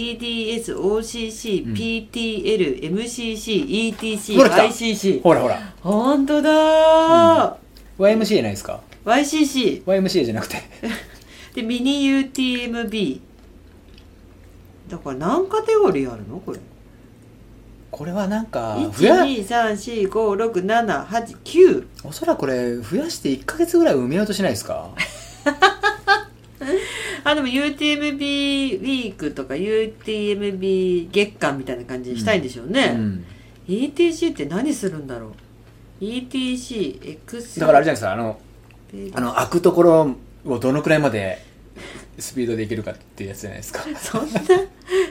Speaker 2: うんほら来た
Speaker 1: UTMBCCCTDSOCCPTLMCCETCYCC
Speaker 2: ほらほら
Speaker 1: 本当だー、
Speaker 2: YMCA じゃないですか
Speaker 1: YCC
Speaker 2: YMCA じゃなくて
Speaker 1: でミニ UTMB だから何カテゴリーあるのこれ
Speaker 2: これはなんか増や
Speaker 1: 123456789
Speaker 2: おそらくこれ増やして1か月ぐらい埋めようとしないです か
Speaker 1: あでも UTMB ウィークとか UTMB 月間みたいな感じにしたいんでしょうね、
Speaker 2: うん、
Speaker 1: ETC って何するんだろう ETCX
Speaker 2: だからあれじゃないですかあのあの開くところをどのくらいまでスピードでいけるかっていうやつじゃない ですか
Speaker 1: そんな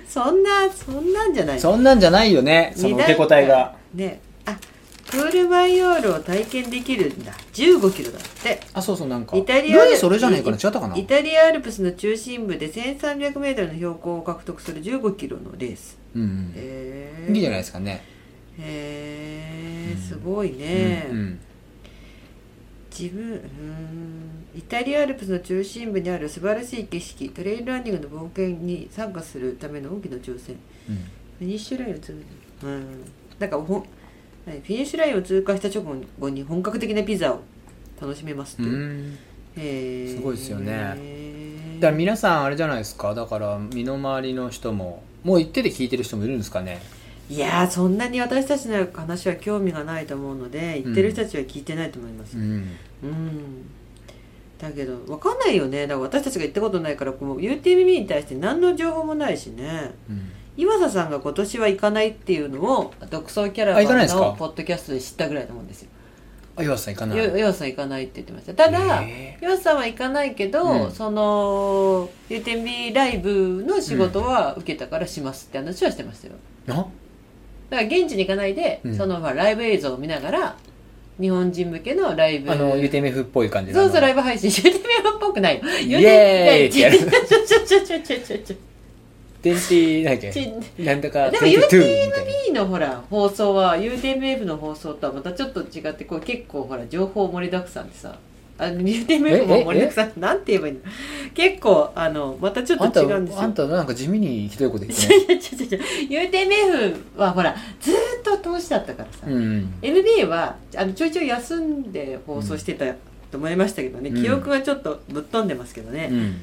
Speaker 1: そんなそんなんじゃない
Speaker 2: そんなんじゃないよねその受け答えが
Speaker 1: ねあプールバイオールを体験できるんだ1 5キロだって
Speaker 2: あそうそうなんか
Speaker 1: イタリア
Speaker 2: 何それじゃないかな違ったかな
Speaker 1: イタリアアルプスの中心部で 1300m の標高を獲得する1 5キロのレース
Speaker 2: うん、
Speaker 1: へ
Speaker 2: う
Speaker 1: え
Speaker 2: ん、いいじゃないですかね
Speaker 1: へへえ
Speaker 2: うん
Speaker 1: すごいね、
Speaker 2: うん
Speaker 1: 自分うーんイタリアアルプスの中心部にある素晴らしい景色トレイルランニングの冒険に参加するための大きな挑戦
Speaker 2: うん
Speaker 1: フィニッシュラインを通過うんなんかほんはいフィニッシュラインを通過した直後に本格的なピザを楽しめますって、
Speaker 2: うん
Speaker 1: へえ
Speaker 2: すごいですよね
Speaker 1: へえ
Speaker 2: だから皆さんあれじゃないですかだから身の回りの人ももう行ってて聞いてる人もいるんですかね
Speaker 1: いやーそんなに私たちの話は興味がないと思うので言ってる人たちは聞いてないと思います
Speaker 2: うん
Speaker 1: うん、だけど分かんないよねだから私たちが行ったことないからこう UTMB に対して何の情報もないしね
Speaker 2: うん
Speaker 1: 岩佐さんが今年は行かないっていうのを独走キャラ
Speaker 2: あ行かな
Speaker 1: バン
Speaker 2: いんですか
Speaker 1: のポッドキャストで知ったぐらいだもんですよ
Speaker 2: あ岩瀬さん行かない
Speaker 1: よ岩佐さん行かないって言ってましたただ、
Speaker 2: へ
Speaker 1: 岩佐さんは行かないけど、
Speaker 2: うん
Speaker 1: その UTMB ライブの仕事は受けたからしますって話はしてましたよ
Speaker 2: えな
Speaker 1: だから現地に行かないで、
Speaker 2: うん
Speaker 1: そのまあライブ映像を見ながら日本人向けのライブ
Speaker 2: あの UTMF っぽい感じの
Speaker 1: そうそうラ
Speaker 2: あ
Speaker 1: イブ配信 UTMF っぽくないよ
Speaker 2: イエーイってやる
Speaker 1: ちょちょちょちょちょちょちょ
Speaker 2: の電池なんだっ
Speaker 1: ち
Speaker 2: けなんとか
Speaker 1: でも
Speaker 2: 22みたいな
Speaker 1: UTMB のほら放送は UTMF の放送とはまたちょっと違ってこう結構ほら情報盛りだくさんでさあの UTMF も盛りだくさんなんて言えばいいの結構あのまたちょ
Speaker 2: あ
Speaker 1: っ
Speaker 2: ん
Speaker 1: と違うんです
Speaker 2: たあ
Speaker 1: よ
Speaker 2: んたなんか地味にひどいこと言 って
Speaker 1: ち
Speaker 2: ね
Speaker 1: ょちょちょちょ UTMF はほらずーっと通しだったからさ、
Speaker 2: うん、
Speaker 1: NBA はあのちょいちょい休んで放送してたと思いましたけどね、
Speaker 2: うん
Speaker 1: 記憶がちょっとぶっ飛んでますけどね、
Speaker 2: うん、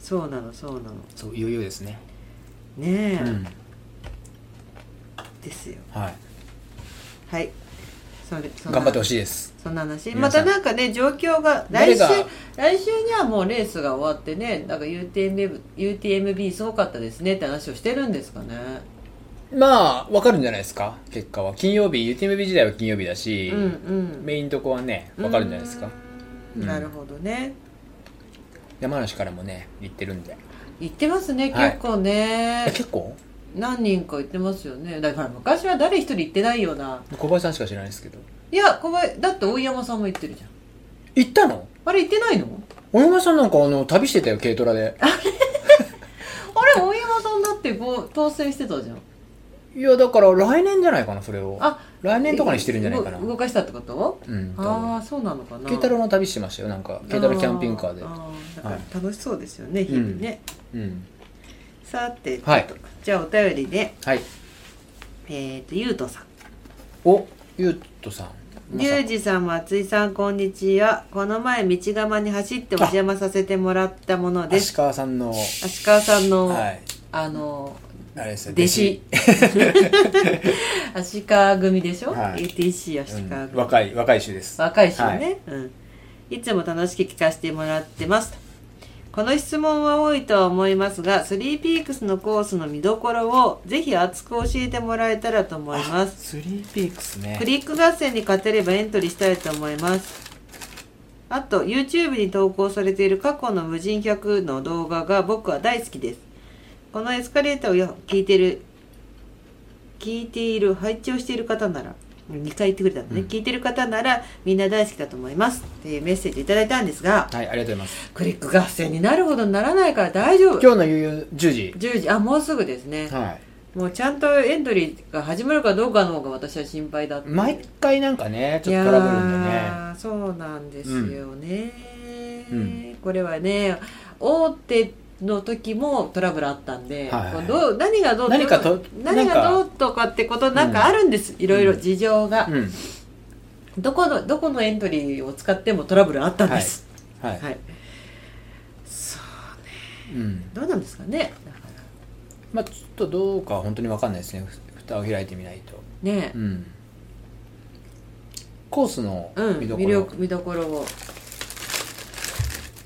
Speaker 1: そうなのそうなの
Speaker 2: そういよいよですね
Speaker 1: ねえ、
Speaker 2: うん
Speaker 1: ですよ
Speaker 2: はい
Speaker 1: はいそれそんな
Speaker 2: 頑張ってほしいです
Speaker 1: そんな話
Speaker 2: 皆
Speaker 1: ま
Speaker 2: さ
Speaker 1: た
Speaker 2: ん
Speaker 1: なんかね状況が
Speaker 2: 誰
Speaker 1: 来週
Speaker 2: が
Speaker 1: 来週にはもうレースが終わってねなんか UTMB, UTMB すごかったですねって話をしてるんですかね
Speaker 2: まあわかるんじゃないですか結果は金曜日 UTMB 時代は金曜日だし、
Speaker 1: うんうん
Speaker 2: メインとこはねわかるんじゃないですか
Speaker 1: うーんなるほどね
Speaker 2: 山梨からもね行ってるんで
Speaker 1: 言ってますね
Speaker 2: はい
Speaker 1: 結構ね、
Speaker 2: え結構
Speaker 1: 何人か言ってますよねだから昔は誰一人言ってないような
Speaker 2: 小林さんしか知らないですけど
Speaker 1: いや小林だって大山さんも言ってるじゃん
Speaker 2: 行ったの
Speaker 1: あれ言ってないの
Speaker 2: 小山さんなんかあの旅してたよ軽トラで
Speaker 1: あれ大山さんだってこう当選してたじゃん
Speaker 2: いやだから来年じゃないかなそれを
Speaker 1: あ
Speaker 2: 来年とかにしてるんじゃないかな
Speaker 1: 動動
Speaker 2: う
Speaker 1: かしたってこと
Speaker 2: ん多
Speaker 1: ああ
Speaker 2: 分
Speaker 1: ーそうなのかな
Speaker 2: 慶太郎の旅してましたよなんか慶太郎キャンピングカーで
Speaker 1: あーだから楽しそうですよね、日々ね
Speaker 2: うん
Speaker 1: さて、
Speaker 2: はい
Speaker 1: じゃあお便りで
Speaker 2: はい
Speaker 1: えっ、とゆうとさん
Speaker 2: おゆうとさんま
Speaker 1: リ
Speaker 2: さ
Speaker 1: ュウジさん、松井さん、こんにちは。この前、道釜に走ってお邪魔させてもらったものです。
Speaker 2: 足川さんの
Speaker 1: 足川さんの、
Speaker 2: はい
Speaker 1: あの、
Speaker 2: あれですよ
Speaker 1: 弟子 足利組でしょ、
Speaker 2: はい
Speaker 1: ATC
Speaker 2: う
Speaker 1: 足利
Speaker 2: ん
Speaker 1: 組、
Speaker 2: 若い若い種です
Speaker 1: 若いしね、いうん、いつも楽しく聞かせてもらってますこの質問は多いとは思いますがスリーピークスのコースの見どころをぜひ熱く教えてもらえたらと思います
Speaker 2: スリーピークスね
Speaker 1: クリック合戦に勝てればエントリーしたいと思いますあと YouTube に投稿されている過去の無人客の動画が僕は大好きですこのエスカレーターをよ聞いてる聞いている配置をしている方なら2回言ってくれたのね、
Speaker 2: うん
Speaker 1: 聞いてる方ならみんな大好きだと思いますっていうメッセージいただいたんですが
Speaker 2: はいありがとうございます
Speaker 1: クリック合戦になるほどならないから大丈夫
Speaker 2: 今日の夕々10時
Speaker 1: 10時あもうすぐですね
Speaker 2: はい
Speaker 1: もうちゃんとエントリーが始まるかどうかの方が私は心配だっていう
Speaker 2: 毎回なんかねちょっとトラブルん
Speaker 1: い
Speaker 2: でね
Speaker 1: やーそうなんですよね、
Speaker 2: うん
Speaker 1: これはね大手の時もトラブルあったんで、
Speaker 2: はいはいはい
Speaker 1: こうどう何がどう
Speaker 2: 何かと
Speaker 1: 何
Speaker 2: なんか
Speaker 1: がどうとかってことなんかあるんです、いろいろ事情が、
Speaker 2: うん
Speaker 1: どこのどこのエントリーを使ってもトラブルあったんです
Speaker 2: は
Speaker 1: はいい、そう
Speaker 2: うん
Speaker 1: どうなんですかねだから
Speaker 2: まあちょっとどうかは本当に分かんないですねふ蓋を開いてみないと
Speaker 1: ね
Speaker 2: う、んコースの
Speaker 1: うん、
Speaker 2: 見どこ
Speaker 1: 魅
Speaker 2: ろ、
Speaker 1: 力見どころを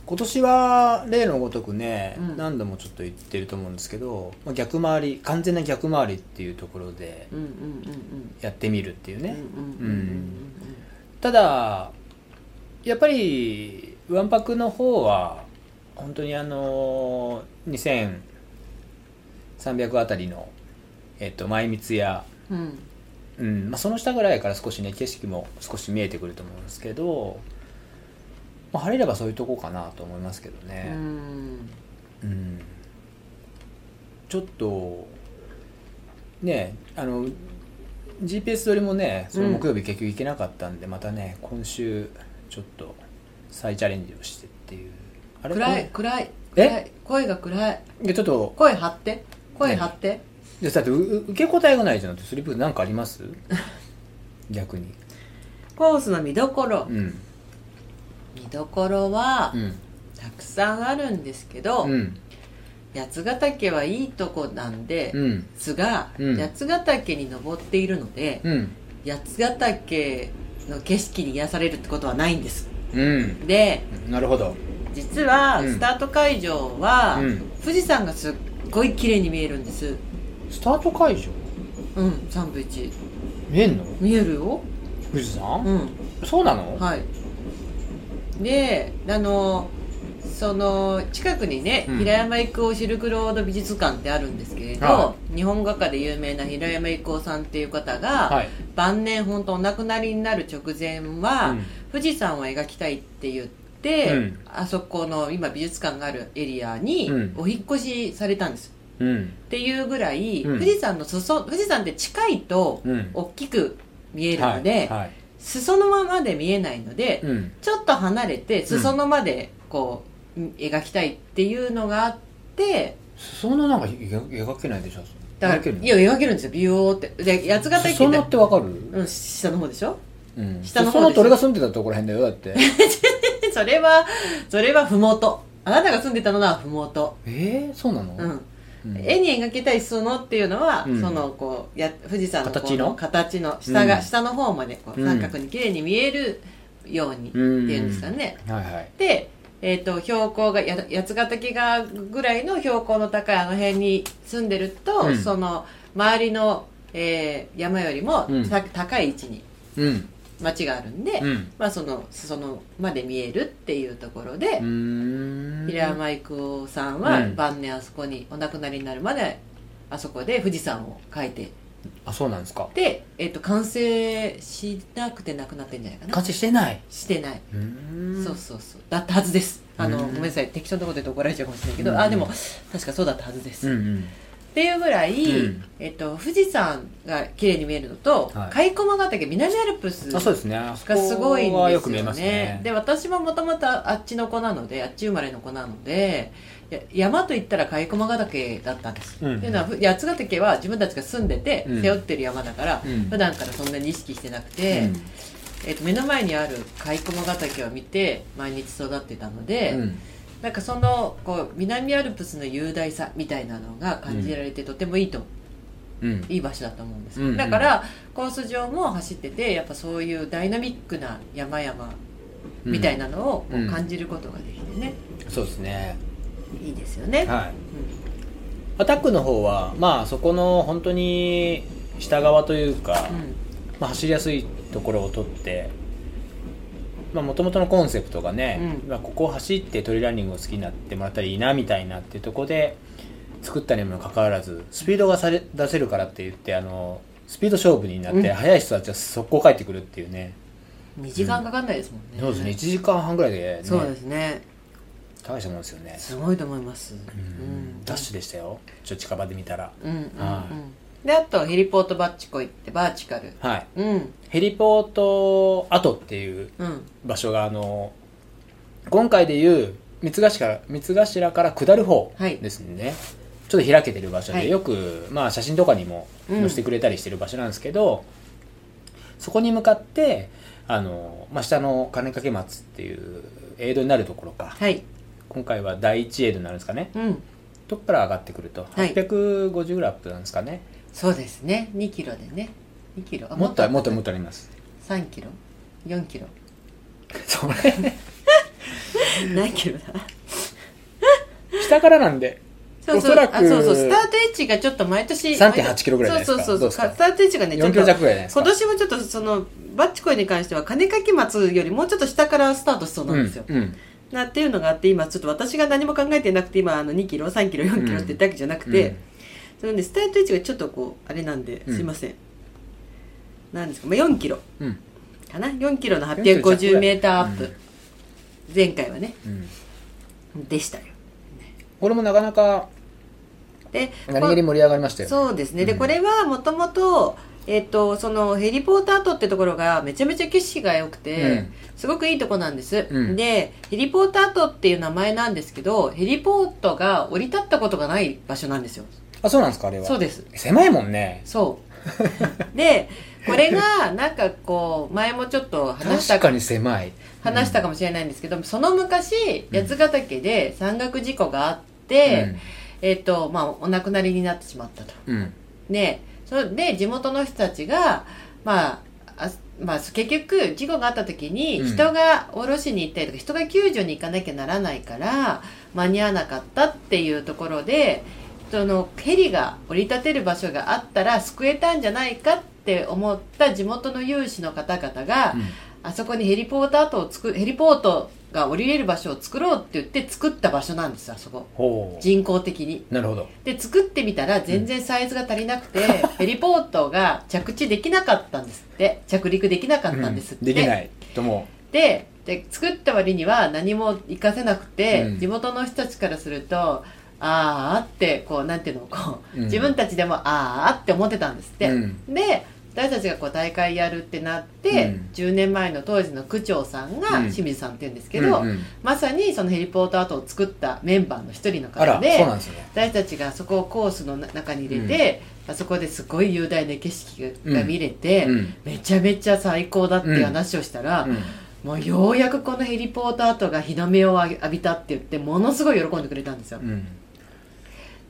Speaker 2: 今年は例のごとくね、
Speaker 1: うん
Speaker 2: 何度もちょっと言ってると思うんですけど、まあ、逆回り完全な逆回りっていうところで
Speaker 1: うんうんうん
Speaker 2: やってみるっていう
Speaker 1: うん
Speaker 2: ね、
Speaker 1: うんうんうんうん
Speaker 2: ただやっぱりわんぱくの方は本当にあの2300あたりの、えっと、前光や
Speaker 1: うんうん
Speaker 2: うんまあ、その下ぐらいから少しね景色も少し見えてくると思うんですけど、まあ、晴れればそういうとこかなと思いますけど
Speaker 1: う
Speaker 2: ね、
Speaker 1: ん
Speaker 2: うんちょっとねあの GPS 撮りもねその
Speaker 1: うん
Speaker 2: 木曜日結局行けなかったんで、またね今週ちょっと再チャレンジをしてっていうあれ
Speaker 1: 暗い
Speaker 2: こ
Speaker 1: 暗い
Speaker 2: え
Speaker 1: 暗い声が暗い
Speaker 2: のいやちょっと
Speaker 1: 声張って声張って
Speaker 2: でさだってう受け答えがないじゃんスリープなんかあります 逆に
Speaker 1: コースの見どころ
Speaker 2: うん
Speaker 1: 見どころは
Speaker 2: うん
Speaker 1: たくさんあるんですけど、
Speaker 2: うん
Speaker 1: 八ヶ岳はいいとこなんで、
Speaker 2: うん
Speaker 1: 津が
Speaker 2: うん
Speaker 1: 八ヶ岳に登っているので、
Speaker 2: うん
Speaker 1: 八ヶ岳の景色に癒されるってことはないんです
Speaker 2: うん
Speaker 1: で
Speaker 2: なるほど
Speaker 1: 実は
Speaker 2: うん
Speaker 1: スタート会場は、
Speaker 2: うん
Speaker 1: 富士山がすっごい綺麗に見えるんです
Speaker 2: スタート会場
Speaker 1: うん3分1
Speaker 2: 見えんの
Speaker 1: 見えるよ
Speaker 2: 富士山、
Speaker 1: うん
Speaker 2: そうなの、
Speaker 1: はいであのその近くにね、
Speaker 2: うん
Speaker 1: 平山郁夫シルクロード美術館ってあるんですけれど、
Speaker 2: は
Speaker 1: 日本画家で有名な平山郁夫さんっていう方が、
Speaker 2: はい
Speaker 1: 晩年本当お亡くなりになる直前は、富士山を描きたいって言って、
Speaker 2: うん
Speaker 1: あそこの今美術館があるエリアに
Speaker 2: うん
Speaker 1: お引っ越しされたんです、
Speaker 2: うんうん
Speaker 1: っていうぐらい、
Speaker 2: うん
Speaker 1: 富士山の裾富士山って近いと
Speaker 2: うん
Speaker 1: 大きく見える
Speaker 2: は
Speaker 1: ので、
Speaker 2: いはい
Speaker 1: 裾野まで見えないので、
Speaker 2: うん
Speaker 1: ちょっと離れて裾野までこう、描きたいっていうのがあって
Speaker 2: 裾野なんか描描けないでしょ
Speaker 1: だから
Speaker 2: 描けるの
Speaker 1: いや描けるんですよビューってで八ヶ岳
Speaker 2: 裾野
Speaker 1: っ
Speaker 2: っててわかる、
Speaker 1: うん、下の方でしょ
Speaker 2: うん、
Speaker 1: 下の方
Speaker 2: 裾野
Speaker 1: で
Speaker 2: って
Speaker 1: しょ
Speaker 2: 俺が住んでたところらへんだよだって
Speaker 1: それはそれは麓あなたが住んでたのは麓
Speaker 2: えー、そうなの、
Speaker 1: うん
Speaker 2: うん
Speaker 1: 絵に描きたい裾野っていうのは、
Speaker 2: うん
Speaker 1: そのこうや富士山のこう
Speaker 2: 形の
Speaker 1: 形の下が、
Speaker 2: うん
Speaker 1: 下の方までこう
Speaker 2: うん
Speaker 1: 三角に綺麗に見えるようにって
Speaker 2: うん
Speaker 1: いうんですかね、
Speaker 2: はいはい
Speaker 1: で、えー、と標高がや八ヶ岳川ぐらいの標高の高いあの辺に住んでると、
Speaker 2: うん
Speaker 1: その周りの、えー山よりも
Speaker 2: うん
Speaker 1: た高い位置に
Speaker 2: うん
Speaker 1: 町があるんで、
Speaker 2: うん
Speaker 1: まあ、その裾野まで見えるっていうところで、
Speaker 2: うーん
Speaker 1: 平山郁夫さんは
Speaker 2: うん
Speaker 1: 晩年あそこにお亡くなりになるまであそこで富士山を描いて
Speaker 2: あそうなんですか
Speaker 1: で、えっと完成しなくて亡くなってんじゃないかな
Speaker 2: 完成してない
Speaker 1: してない、
Speaker 2: うーん
Speaker 1: そうそうそうだったはずですあの、
Speaker 2: うん
Speaker 1: ごめんなさい適当なこと言うと怒られちゃうかもしれないけど、
Speaker 2: うん
Speaker 1: あでも確かそうだったはずです、
Speaker 2: う
Speaker 1: っ
Speaker 2: ん
Speaker 1: ていうぐらい、
Speaker 2: うん
Speaker 1: えっと富士山が綺麗に見えるのと
Speaker 2: は
Speaker 1: 甲斐
Speaker 2: い
Speaker 1: 駒ヶ岳南アルプス
Speaker 2: うんあそうですねあそこ
Speaker 1: がすごいんですよ
Speaker 2: は
Speaker 1: ね
Speaker 2: よく見えますね
Speaker 1: で私ももともとあっちの子なのであっち生まれの子なのでや山といったら甲斐駒ヶ岳だったんです、
Speaker 2: うん
Speaker 1: っていうのはふ八ヶ岳は自分たちが住んでて
Speaker 2: うん
Speaker 1: 背負ってる山だから、
Speaker 2: うん
Speaker 1: 普段からそんなに意識してなくて、えっと目の前にある甲斐駒ヶ岳を見て毎日育ってたので、
Speaker 2: うんうん
Speaker 1: なんかそのこう南アルプスの雄大さみたいなのが感じられてとてもいいと
Speaker 2: うん
Speaker 1: いい場所だと思うんです、
Speaker 2: うんうん
Speaker 1: だからコース上も走っててやっぱそういうダイナミックな山々みたいなのをこ
Speaker 2: うん
Speaker 1: う感じることができてね、
Speaker 2: そうですね
Speaker 1: いいですよね、
Speaker 2: はい
Speaker 1: うん
Speaker 2: アタックの方はまあそこの本当に下側というか、まあ、走りやすいところを取ってもともとのコンセプトがね、
Speaker 1: うん
Speaker 2: まあ、ここを走ってトレーランニングを好きになってもらったらいいなみたいなっていうところで作ったにもかかわらずスピードがされ出せるからって言ってあのスピード勝負になって、
Speaker 1: うん
Speaker 2: 速い人たちは速攻帰ってくるっていうね
Speaker 1: うん、2時間かかんないですもんね、
Speaker 2: そうですね1時間半ぐらいで、ね、
Speaker 1: そうですね
Speaker 2: 大したもんですよね、
Speaker 1: すごいと思います、う
Speaker 2: うん
Speaker 1: ん
Speaker 2: ダッシュでしたよちょっと近場で見たら
Speaker 1: うんうんうん、
Speaker 2: は
Speaker 1: であとヘリポートバッチコ行ってバーチカル
Speaker 2: はい
Speaker 1: うん
Speaker 2: ヘリポート跡っていう
Speaker 1: うん
Speaker 2: 場所があの今回でいう三ヶ頭三頭から下る方
Speaker 1: はい
Speaker 2: ですね、ちょっと開けてる場所で、
Speaker 1: はい
Speaker 2: よく、まあ、写真とかにも
Speaker 1: うん
Speaker 2: 載せてくれたりしてる場所なんですけど、そこに向かってあの、まあ、下の金掛松っていうエイドになるところか
Speaker 1: はい
Speaker 2: 今回は第一エイドになるんですかね
Speaker 1: うん
Speaker 2: とこから上がってくると
Speaker 1: はい
Speaker 2: 850ぐらいアップなんですかね、
Speaker 1: そうですね2キロでね2キロあ
Speaker 2: もっともっともっとあります
Speaker 1: 3キロ4キロ
Speaker 2: そ れ
Speaker 1: 何キロだ
Speaker 2: 下からなんで
Speaker 1: そうそ
Speaker 2: お
Speaker 1: う
Speaker 2: そらく
Speaker 1: あそうそうスタート位置がちょっと毎年
Speaker 2: 3.8キロぐらいじゃないです
Speaker 1: そ
Speaker 2: か
Speaker 1: うそうそう
Speaker 2: どうですか
Speaker 1: スタート位置がねちょ
Speaker 2: 4
Speaker 1: っ
Speaker 2: キロ
Speaker 1: と
Speaker 2: 弱ぐらいじゃないですか
Speaker 1: 今年もちょっとそのバッチコイに関しては金かき松よりもうちょっと下からスタートしそうなんですよ、
Speaker 2: うんうん
Speaker 1: なっていうのがあって今ちょっと私が何も考えてなくて今あの2キロ3キロ4キロって言ったわけじゃなくて、
Speaker 2: うん
Speaker 1: そのねスタート位置がちょっとこうあれなんで
Speaker 2: うん
Speaker 1: すいません、なんですか、まあ、4キロ
Speaker 2: うん
Speaker 1: かな4キロの8 5 0メーターアップ、
Speaker 2: うん
Speaker 1: 前回はね
Speaker 2: うん
Speaker 1: でしたよ
Speaker 2: これもなかなか
Speaker 1: で
Speaker 2: 何気に盛り上がりましたよ、
Speaker 1: そうですね、
Speaker 2: う
Speaker 1: で
Speaker 2: ん
Speaker 1: これはもともとえっと、そのヘリポータートってところがめちゃめちゃ景色が良くて、
Speaker 2: うん
Speaker 1: すごくいいとこなんです、
Speaker 2: うん
Speaker 1: でヘリポータートっていう名前なんですけどヘリポートが降り立ったことがない場所なんですよ
Speaker 2: あそうなんですかあれは
Speaker 1: そうです
Speaker 2: 狭いもんね
Speaker 1: そうでこれがなんかこう前もちょっと話した
Speaker 2: 確かに狭い
Speaker 1: 話したかもしれないんですけど、その昔八ヶ岳で山岳事故があって、えっとまあ、お亡くなりになってしまったと
Speaker 2: うんうん
Speaker 1: でそれで地元の人たちが、まああまあ、結局事故があった時に
Speaker 2: うん
Speaker 1: 人が降ろしに行ったりとか、人が救助に行かなきゃならないから間に合わなかったっていうところでそのヘリが降り立てる場所があったら救えたんじゃないかって思った地元の有志の方々が、
Speaker 2: うん
Speaker 1: あそこにヘリポータートを作ヘリポートが降りれる場所を作ろうって言って作った場所なんですあそこ
Speaker 2: ほう
Speaker 1: 人工的に
Speaker 2: なるほど
Speaker 1: で作ってみたら全然サイズが足りなくて、ヘリポートが着地できなかったんですって着陸できなかったんですって、
Speaker 2: うんできないとも
Speaker 1: でで作った割には何も活かせなくて、
Speaker 2: うん
Speaker 1: 地元の人たちからするとああってこうなんていうのこう、
Speaker 2: うん
Speaker 1: 自分たちでもああって思ってたんですって、
Speaker 2: うん
Speaker 1: で私たちがこう大会やるってなって、
Speaker 2: うん
Speaker 1: 10年前の当時の区長さんが
Speaker 2: うん
Speaker 1: 清水さんって言うんですけど、
Speaker 2: うんうん
Speaker 1: まさにそのヘリポートアートを作ったメンバーの一人の
Speaker 2: あ
Speaker 1: 方
Speaker 2: ら
Speaker 1: で
Speaker 2: そうなんですね
Speaker 1: 私たちがそこをコースの中に入れて、あそこですごい雄大な景色が見れて、
Speaker 2: うん
Speaker 1: めちゃめちゃ最高だっていう話をしたら、
Speaker 2: うん
Speaker 1: もうようやくこのヘリポータートが日の目を浴びたって言ってものすごい喜んでくれたんですよ、っ
Speaker 2: うん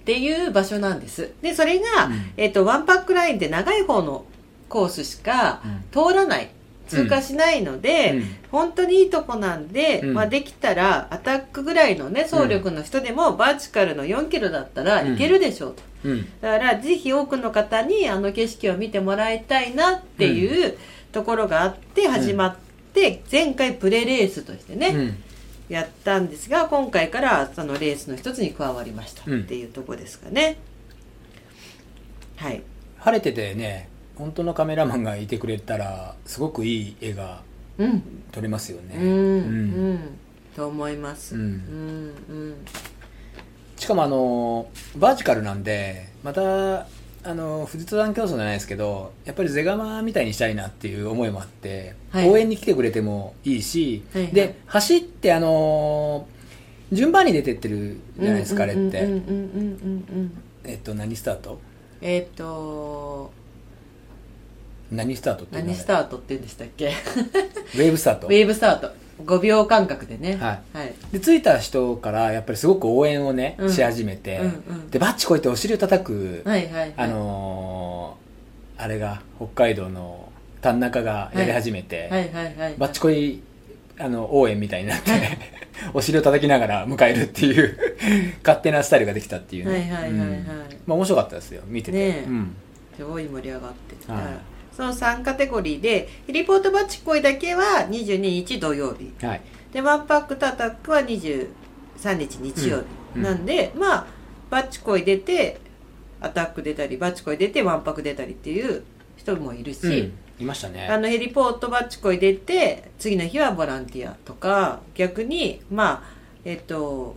Speaker 1: ていう場所なんですでそれが、
Speaker 2: うん
Speaker 1: えっとワンパックラインで長い方のコースしか
Speaker 2: うん
Speaker 1: 通らない通過しないので、
Speaker 2: うん
Speaker 1: 本当にいいとこなんで、
Speaker 2: うん
Speaker 1: まあ、できたらアタックぐらいのね走力の人でもバーチカルの4キロだったらいけるでしょうと、
Speaker 2: うん
Speaker 1: だからぜひ多くの方にあの景色を見てもらいたいなっていうところがあって始まって、前回プレレースとしてね、
Speaker 2: うん
Speaker 1: やったんですが今回からそのレースの一つに加わりました
Speaker 2: うん
Speaker 1: っていうとこですかね、はい
Speaker 2: 晴れててね本当のカメラマンがいてくれたらすごくいい絵が
Speaker 1: うん
Speaker 2: 撮れますよね
Speaker 1: うんうん、
Speaker 2: うん
Speaker 1: と思います、
Speaker 2: う
Speaker 1: うん
Speaker 2: ん
Speaker 1: うん
Speaker 2: しかもあのバーチカルなんでまたあの富士登山競争じゃないですけどやっぱりゼガマみたいにしたいなっていう思いもあって、
Speaker 1: はい
Speaker 2: 応援に来てくれてもいいし、
Speaker 1: はいはい
Speaker 2: で走ってあの順番に出てってるじゃないですか、あれって、
Speaker 1: うんうんうんうんうんうん
Speaker 2: えっと何スタート
Speaker 1: えっ、と
Speaker 2: 何スタートっていうの
Speaker 1: 何スタートって言うんでしたっけ
Speaker 2: ウェーブスタート
Speaker 1: ウェーブスタート5秒間隔でね、
Speaker 2: はい
Speaker 1: はい、
Speaker 2: で着いた人からやっぱりすごく応援をね、
Speaker 1: うん
Speaker 2: し始めて、
Speaker 1: うんうん
Speaker 2: でバッチこうやってお尻を叩く、
Speaker 1: はいはいはい
Speaker 2: あのーあれが北海道の田中がやり始めて、
Speaker 1: はいはいはい
Speaker 2: バッチコイあの応援みたいになって、お尻を叩きながら迎えるっていう勝手なスタイルができたっていうね、
Speaker 1: はいはいはいはい
Speaker 2: うんまあ、面白かったですよ見てて、
Speaker 1: ねえ
Speaker 2: うん
Speaker 1: すごい盛り上がって、
Speaker 2: はい
Speaker 1: その3カテゴリーでヘリポートバッチコイだけは22日土曜日
Speaker 2: はい、
Speaker 1: でワンパックとアタックは23日日曜日、
Speaker 2: うんうん
Speaker 1: なんでまあバッチコイ出てアタック出たりバッチコイ出てワンパック出たりっていう人もいるし、
Speaker 2: うんいました
Speaker 1: あ
Speaker 2: ね
Speaker 1: のヘリポートバッチコイ出て次の日はボランティアとか逆にまあえっと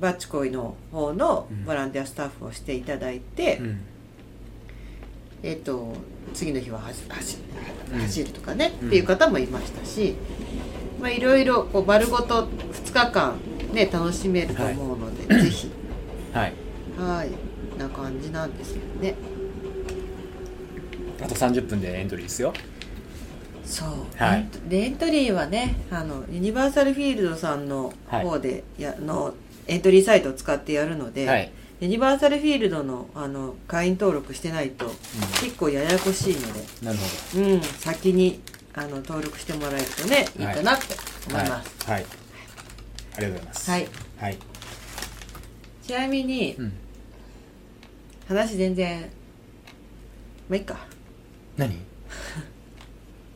Speaker 1: バッチコイの方のボランティアスタッフをしていただいて、
Speaker 2: うん
Speaker 1: えっと次の日は走走
Speaker 2: うん
Speaker 1: 走るとかね、
Speaker 2: うん
Speaker 1: っていう方もいましたし、まあ、いろいろこう丸ごと2日間ね楽しめると思うので、ぜひ
Speaker 2: はい
Speaker 1: はいな感じなんですよね
Speaker 2: あと30分でエントリーですよ
Speaker 1: そう、
Speaker 2: はい
Speaker 1: エントでエントリーはねあのユニバーサルフィールドさんの方でや、のエントリーサイトを使ってやるので、
Speaker 2: はい
Speaker 1: ユニバーサルフィールドのあの会員登録してないと結構ややこしいので、
Speaker 2: なるほ
Speaker 1: うん、先にあの登録してもらえるとねいいかなって
Speaker 2: ど
Speaker 1: 思います、
Speaker 2: はい、はい、ありがとうございます
Speaker 1: はい、
Speaker 2: はい
Speaker 1: ちなみに
Speaker 2: うん、
Speaker 1: 話全然まあいいか
Speaker 2: 何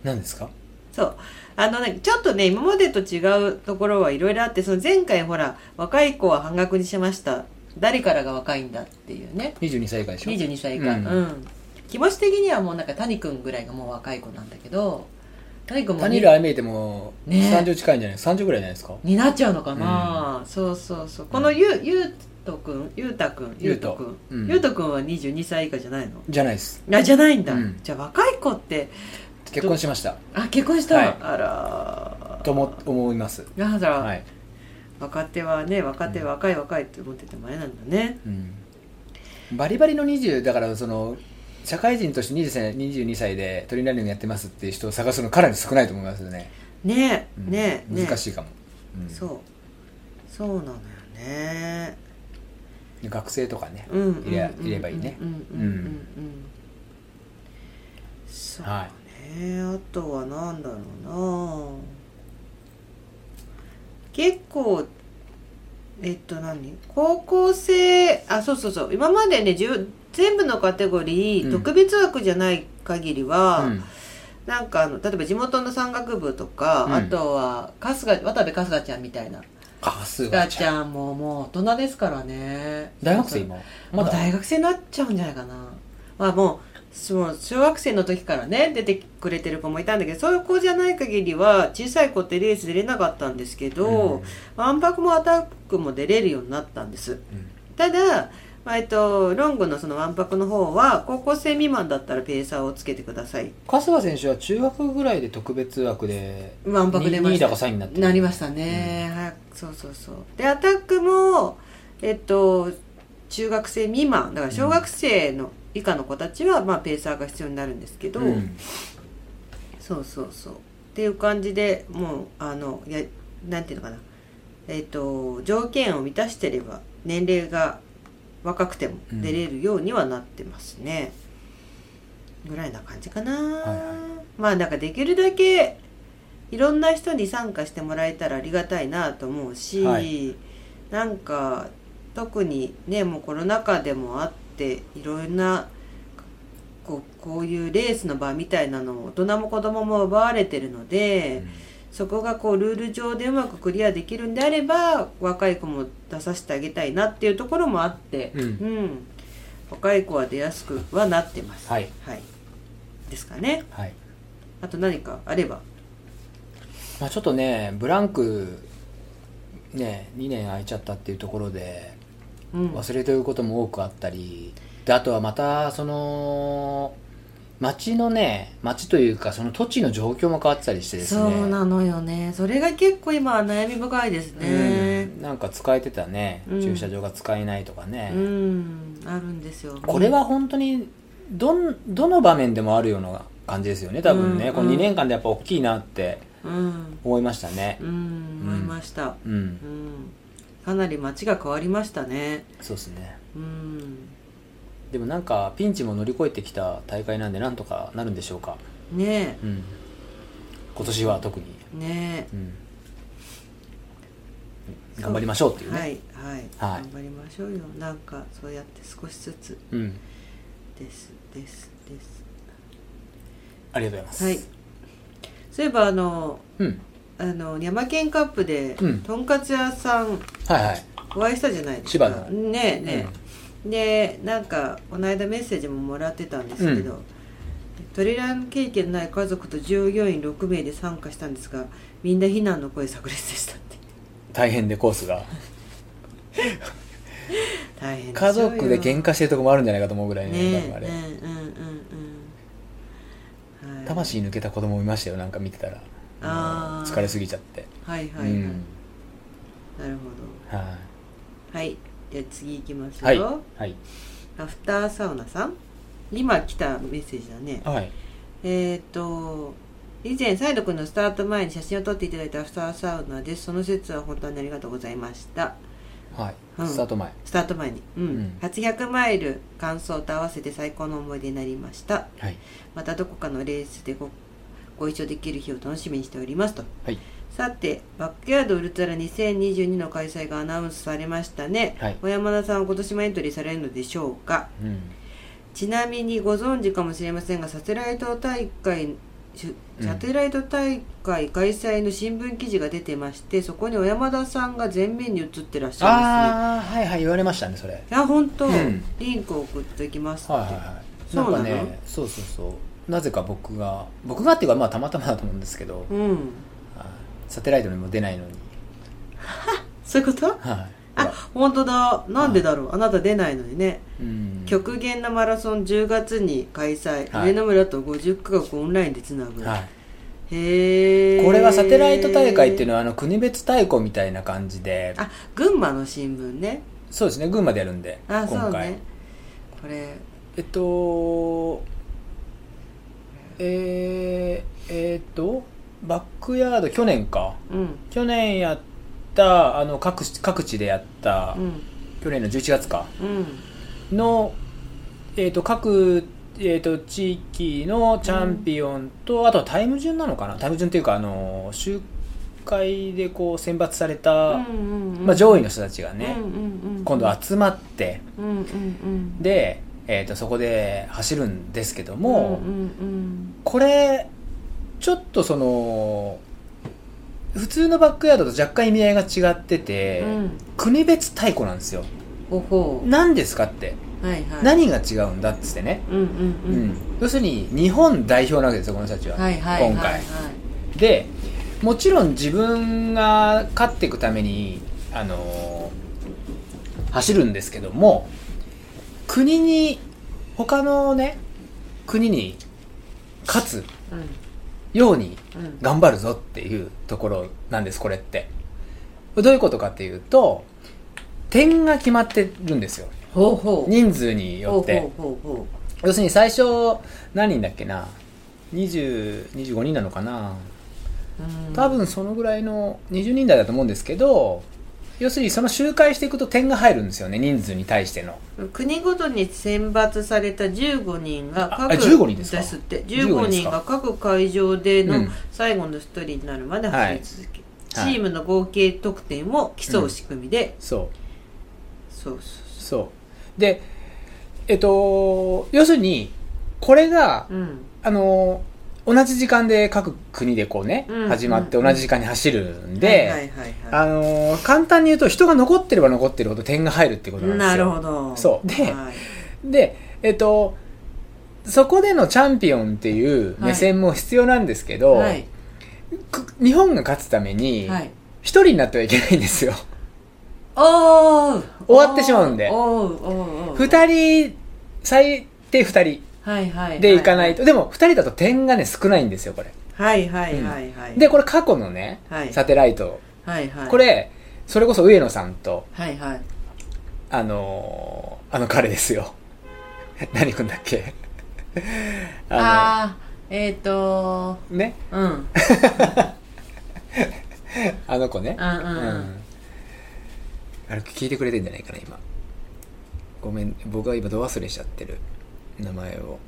Speaker 2: 何ですか
Speaker 1: そうあのねちょっとね今までと違うところはいろいろあってその前回ほら若い子は半額にしました誰からが若いんだっていうね
Speaker 2: 22歳以下でしょ
Speaker 1: 22歳以下う、
Speaker 2: うんん
Speaker 1: 気持ち的にはもうなんか谷君ぐらいがもう若い子なんだけど谷君も
Speaker 2: 谷
Speaker 1: に
Speaker 2: らあいめいても
Speaker 1: ねえ
Speaker 2: 30近いんじゃない、30ぐらいじゃないですか
Speaker 1: になっちゃうのかな、そうそうそうこのゆうゆう斗くんゆうたくんゆうとく
Speaker 2: うん
Speaker 1: んゆうとくんは22歳以下じゃないの
Speaker 2: じゃないです
Speaker 1: あじゃないんだ、
Speaker 2: うん
Speaker 1: じゃあ若い子って
Speaker 2: 結婚しました
Speaker 1: あ結婚した、
Speaker 2: はい
Speaker 1: あら
Speaker 2: とも思います
Speaker 1: あら、
Speaker 2: はい、
Speaker 1: 若手はね若手
Speaker 2: うん
Speaker 1: 若い若いって思っててもあれなんだね
Speaker 2: うん、バリバリの20だからその社会人として20歳22歳でトリナリウムやってますっていう人を探すのかなり少ないと思いますよね、
Speaker 1: ね
Speaker 2: う
Speaker 1: え
Speaker 2: ん
Speaker 1: ねえ、ねえ
Speaker 2: 難しいかも、うん
Speaker 1: そうそうなのよね
Speaker 2: 学生とかね、
Speaker 1: うんうん
Speaker 2: いれ
Speaker 1: うん
Speaker 2: いればいいね
Speaker 1: うんうんうんうんうんそうね、
Speaker 2: は
Speaker 1: あとはなんだろうな結構えっと何高校生あそうそうそう今までねじゅう全部のカテゴリー、
Speaker 2: うん
Speaker 1: 特別枠じゃない限りは、
Speaker 2: うん
Speaker 1: なんかあの例えば地元の山岳部とか、
Speaker 2: うん
Speaker 1: あとは春日渡部春日ちゃんみたいな
Speaker 2: あすごい
Speaker 1: 春日ちゃんももう大人ですからね
Speaker 2: 大学生今
Speaker 1: ま
Speaker 2: ま
Speaker 1: あ、
Speaker 2: だ
Speaker 1: 大学生になっちゃうんじゃないかな。まあもう、その小学生の時からね、出てくれてる子もいたんだけど、そういう子じゃない限りは、小さい子ってレース出れなかったんですけど、ワンパクもアタックも出れるようになったんです。
Speaker 2: うん
Speaker 1: ただ、まあえっと、ロングのそのワンパクの方は、高校生未満だったらペーサーをつけてください。
Speaker 2: 春日選手は中学ぐらいで特別枠で
Speaker 1: ワンパク出ま
Speaker 2: 2位
Speaker 1: し
Speaker 2: だ
Speaker 1: た
Speaker 2: か。3位になってる
Speaker 1: なりましたね。はい、そうそうそう。で、アタックも、えっと、中学生未満、だから小学生の、以下の子たちは、まあ、ペーサーが必要になるんですけど、
Speaker 2: うん
Speaker 1: そうそうそうっていう感じでもうあのやなんていうのかなえっ、と条件を満たしてれば年齢が若くても
Speaker 2: うん
Speaker 1: 出れるようにはなってますね、ぐらいな感じかな、
Speaker 2: いは
Speaker 1: まあなんかできるだけいろんな人に参加してもらえたらありがたいなと思うし、
Speaker 2: はい
Speaker 1: なんか特にねもうコロナ禍でもあっていろんなこうこういうレースの場みたいなのを大人も子供も奪われてるので、そこがこうルール上でうまくクリアできるんであれば若い子も出させてあげたいなっていうところもあって、
Speaker 2: うん
Speaker 1: 若い子は出やすくはなってます。
Speaker 2: はい、
Speaker 1: ですかね。
Speaker 2: はい
Speaker 1: あと何かあれば。
Speaker 2: まあ、ちょっとねブランクね2年空いちゃったっていうところで
Speaker 1: うん、
Speaker 2: 忘れてることも多くあったりであとはまたその町のね町というかその土地の状況も変わってたりしてですね
Speaker 1: そうなのよね。それが結構今は悩み深いですね。
Speaker 2: うんなんか使えてたね、
Speaker 1: うん
Speaker 2: 駐車場が使えないとかね、
Speaker 1: うん、あるんですよ。
Speaker 2: これは本当にどんどの場面でもあるような感じですよね多分ね、
Speaker 1: うん
Speaker 2: この2年間でやっぱ大きいなって
Speaker 1: うん、
Speaker 2: 思いましたね
Speaker 1: うん、思いました。
Speaker 2: うん、
Speaker 1: うん、かなり街が変わりましたね。
Speaker 2: そうですね
Speaker 1: うん、
Speaker 2: でもなんかピンチも乗り越えてきた大会なんでなんとかなるんでしょうか、
Speaker 1: ね
Speaker 2: うん、今年は特に、
Speaker 1: え、ね
Speaker 2: うん、頑張りましょうってい
Speaker 1: え、
Speaker 2: うね、
Speaker 1: はい、はい、
Speaker 2: はい
Speaker 1: 頑張りましょうよ。なんかそうやって少しずつ
Speaker 2: うん、
Speaker 1: ですですで。
Speaker 2: ありがとうございますす
Speaker 1: はい。そういえばあの
Speaker 2: うん、
Speaker 1: あの山県カップで、
Speaker 2: うん
Speaker 1: とんかつ屋さん
Speaker 2: はいはい
Speaker 1: お会いしたじゃないです
Speaker 2: 千葉
Speaker 1: か。
Speaker 2: の
Speaker 1: ねえねえ、でなんかこの間メッセージももらってたんですけど。トレラン経験ない家族と従業員6名で参加したんですがみんな非難の声炸裂でしたって
Speaker 2: 大変でコースが
Speaker 1: 大変
Speaker 2: 家族で
Speaker 1: 喧
Speaker 2: 喧嘩してるとこもあるんじゃないかと思うぐらい
Speaker 1: ねえ
Speaker 2: ね多分あ
Speaker 1: ね
Speaker 2: れ、
Speaker 1: えうんうんうん、はい、
Speaker 2: 魂抜けた子供もいましたよなんか見てたら
Speaker 1: あー
Speaker 2: 疲れすぎちゃって
Speaker 1: はいはいはい、
Speaker 2: うん
Speaker 1: なるほ
Speaker 2: は
Speaker 1: どはいじゃあ次行きます
Speaker 2: い
Speaker 1: よ、
Speaker 2: はいはい
Speaker 1: アフターサウナさん今来たメッセージだね
Speaker 2: はい
Speaker 1: えっ、ー、と以前サイド君のスタート前に写真を撮っていただいたアフターサウナですその説は本当にありがとうございました
Speaker 2: はい、
Speaker 1: うん
Speaker 2: スタート前
Speaker 1: スタート前に、うん
Speaker 2: うん
Speaker 1: 初100マイル完走と合わせて最高の思い出になりました
Speaker 2: はい
Speaker 1: またどこかのレースでごご一緒できる日を楽しみにしておりますと
Speaker 2: はい
Speaker 1: さてバックヤードウルトラ2022の開催がアナウンスされましたね、
Speaker 2: はい
Speaker 1: 小山田さんは今年もエントリーされるのでしょうか
Speaker 2: うん
Speaker 1: ちなみにご存知かもしれませんがサテライト大会し
Speaker 2: うん
Speaker 1: サテライト大会開催の新聞記事が出てましてそこに小山田さんが前面に映ってらっしゃるんですね
Speaker 2: ああはいはい言われましたねそれはい
Speaker 1: いや本当、
Speaker 2: うん
Speaker 1: リンクを送っておきますって、
Speaker 2: はいはい
Speaker 1: そうなの
Speaker 2: んかねそうそうそうなぜか僕が僕がっていうかまあたまたまだと思うんですけど、
Speaker 1: うん
Speaker 2: はいサテライトにも出ないのに
Speaker 1: そういうこと
Speaker 2: はい
Speaker 1: あ本当だなんでだろう、あなた出ないのにね
Speaker 2: うん
Speaker 1: 極限なマラソン10月に開催、
Speaker 2: はい
Speaker 1: 上野村と50カ国オンラインでつなぐ、
Speaker 2: はい
Speaker 1: へえ
Speaker 2: これはサテライト大会っていうのはあの国別対抗みたいな感じで
Speaker 1: あ群馬の新聞ね
Speaker 2: そうですね群馬でやるんで
Speaker 1: あ
Speaker 2: 今
Speaker 1: そう
Speaker 2: 回、
Speaker 1: ねこれ
Speaker 2: えっとえー、えーっとバックヤード去年か
Speaker 1: うん
Speaker 2: 去年やったあの各地各地でやった、
Speaker 1: うん
Speaker 2: 去年の11月か
Speaker 1: うん
Speaker 2: の、えー、と各、えー、と地域のチャンピオンと、あとはタイム順なのかなタイム順っていうかあの集会でこう選抜された、
Speaker 1: うんうん
Speaker 2: まあ、上位の人たちがね、
Speaker 1: うんうんうん
Speaker 2: 今度集まって
Speaker 1: うんうんうん
Speaker 2: で、えー、とそこで走るんですけども、
Speaker 1: うんうん
Speaker 2: これちょっとその普通のバックヤードと若干意味合いが違ってて、
Speaker 1: うんうん
Speaker 2: 国別太鼓なんですよ
Speaker 1: ほほう
Speaker 2: 何ですかって
Speaker 1: はいはい
Speaker 2: 何が違うんだっつってね、
Speaker 1: うんうん
Speaker 2: う
Speaker 1: うんん
Speaker 2: 要するに日本代表なわけですよこの人たちは、
Speaker 1: はいはいはい
Speaker 2: 今
Speaker 1: は
Speaker 2: 回
Speaker 1: い
Speaker 2: でもちろん自分が勝っていくためにあのー走るんですけども国に他のね国に勝つ
Speaker 1: う
Speaker 2: ように
Speaker 1: んうん
Speaker 2: 頑張るぞっていうところなんですこれってどういうことかっていうと点が決まってるんですよ
Speaker 1: ほうほう
Speaker 2: 人数によって
Speaker 1: ほうほうほうほ
Speaker 2: 要するに最初何人だっけな20 25人なのかな
Speaker 1: ううん
Speaker 2: 多分そのぐらいの20人台だと思うんですけど要するにその周回していくと点が入るんですよね人数に対しての
Speaker 1: 国ごとに選抜された15人が
Speaker 2: ああ
Speaker 1: 各
Speaker 2: 15人ですか
Speaker 1: って
Speaker 2: 15
Speaker 1: 15
Speaker 2: 人です
Speaker 1: 人
Speaker 2: か
Speaker 1: が各会場で
Speaker 2: う
Speaker 1: の
Speaker 2: ん
Speaker 1: 最後の1人になるまで走り続け、
Speaker 2: はいはい
Speaker 1: チームの合計得点を競う仕組みで、
Speaker 2: そう
Speaker 1: そうそ
Speaker 2: そうでえっと要するにこれが
Speaker 1: ううん
Speaker 2: あの同じ時間で各国でこうね、
Speaker 1: うん
Speaker 2: 始まって
Speaker 1: うん
Speaker 2: 同じ時間に走るんで、
Speaker 1: はいはいは
Speaker 2: あの簡単に言うと人が残ってれば残ってるほど点が入るってこと
Speaker 1: い
Speaker 2: な
Speaker 1: はい
Speaker 2: んですよ
Speaker 1: なるほど
Speaker 2: そうで
Speaker 1: はい
Speaker 2: で、えっと、そこでのチャンピオンっていう目線も必要なんですけど、
Speaker 1: はい
Speaker 2: く日本が勝つために、
Speaker 1: はい
Speaker 2: 一人になってはいけないんです よ。
Speaker 1: おー
Speaker 2: 終わってしまうんで
Speaker 1: おーおーおー
Speaker 2: 二人、最低二人
Speaker 1: はいはいはい
Speaker 2: でいかないと。でも、二人だと点がね、少ないんですよ、これ。
Speaker 1: はいはいはいはい
Speaker 2: で、これ過去のね、
Speaker 1: はい
Speaker 2: サテライト。
Speaker 1: はいはい
Speaker 2: これ、それこそ上野さんと、
Speaker 1: はいはい
Speaker 2: あのーあの彼ですよ。 何くんだっけあ
Speaker 1: ああーえっ、ー、と
Speaker 2: の、ね、
Speaker 1: ーうん
Speaker 2: あの子ね。
Speaker 1: うんうん
Speaker 2: う
Speaker 1: うん
Speaker 2: んあれ聞いてくれてんじゃないかな今ごめん僕は今ど忘れしちゃってる名前を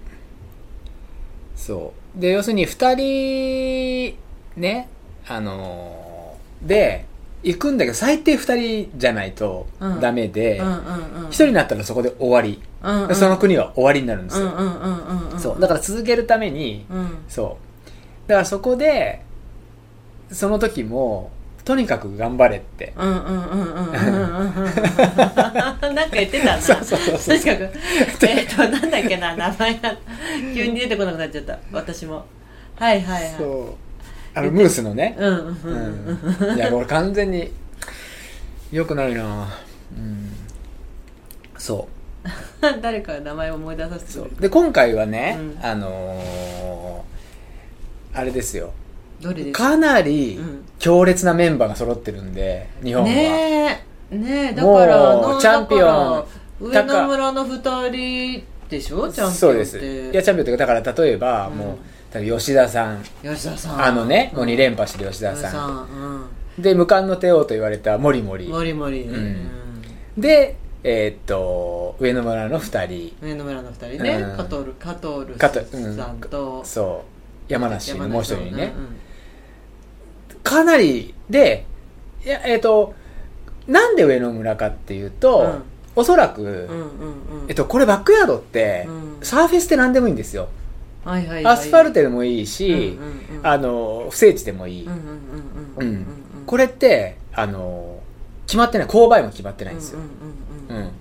Speaker 2: そうで要するに2人ねあのーで行くんだけど最低2人じゃないと
Speaker 1: うん
Speaker 2: ダメで、
Speaker 1: う
Speaker 2: 1
Speaker 1: んうんうん
Speaker 2: 人になったらそこで終わり、
Speaker 1: うんうん
Speaker 2: その国は終わりになるんです
Speaker 1: う
Speaker 2: よ、
Speaker 1: んうんうんうんうん
Speaker 2: そうだから続けるために
Speaker 1: うん
Speaker 2: そうだからそこでその時もとにかく頑張れって
Speaker 1: うんうんうんうんうんうんうんなんか言ってたな
Speaker 2: そうそうそうそう
Speaker 1: 確かにえっとなんだっけな名前が急に出てこなくなっちゃった私もはいはいはい
Speaker 2: そうあのムースのね、
Speaker 1: うんうんう
Speaker 2: うん
Speaker 1: うん
Speaker 2: ん、いや俺完全によくないなうんそ
Speaker 1: 誰か名前を思い出さ
Speaker 2: う
Speaker 1: せてく
Speaker 2: そ
Speaker 1: れる
Speaker 2: うで今回はね、
Speaker 1: うん
Speaker 2: あのーあれですよ
Speaker 1: どれですか
Speaker 2: かなり
Speaker 1: うん
Speaker 2: 強烈なメンバーが揃ってるんで日本は、
Speaker 1: ねえねえだから
Speaker 2: もう
Speaker 1: の
Speaker 2: チャンピオン
Speaker 1: だから上
Speaker 2: 高
Speaker 1: 野村の二人でしょチャンピオンって
Speaker 2: そうですいやチャンピオンというかだから例えば、
Speaker 1: うん
Speaker 2: もう多分吉田さん
Speaker 1: 吉田さん
Speaker 2: あのね、もう2連
Speaker 1: 覇
Speaker 2: 覇してる吉田
Speaker 1: 吉田
Speaker 2: さ
Speaker 1: さ
Speaker 2: ん
Speaker 1: んうん
Speaker 2: で無冠の帝王と言われたモリモリ
Speaker 1: モリモリ
Speaker 2: うん
Speaker 1: うん
Speaker 2: でえーっと上野村の2人
Speaker 1: 上野村の二人ね、
Speaker 2: うん
Speaker 1: カトルカトル
Speaker 2: カトルうん
Speaker 1: さんと、
Speaker 2: そう山梨のもう
Speaker 1: さ
Speaker 2: 一
Speaker 1: ん
Speaker 2: 人ね、
Speaker 1: うん
Speaker 2: かなりでいやえっ、となんで上野村かっていうと、
Speaker 1: うん
Speaker 2: おそらく、
Speaker 1: うんうんうん
Speaker 2: えっと、これバックヤードって、
Speaker 1: うん
Speaker 2: サーフェスって何でもいいんですよ、
Speaker 1: はいはいはい
Speaker 2: アスファルテでもいいし、
Speaker 1: うんうんうん
Speaker 2: あの不整地でもいい、
Speaker 1: うんうんうんうんうんうん
Speaker 2: これってあの決まってない勾配も決まってないんですよ、
Speaker 1: うんうんうんうん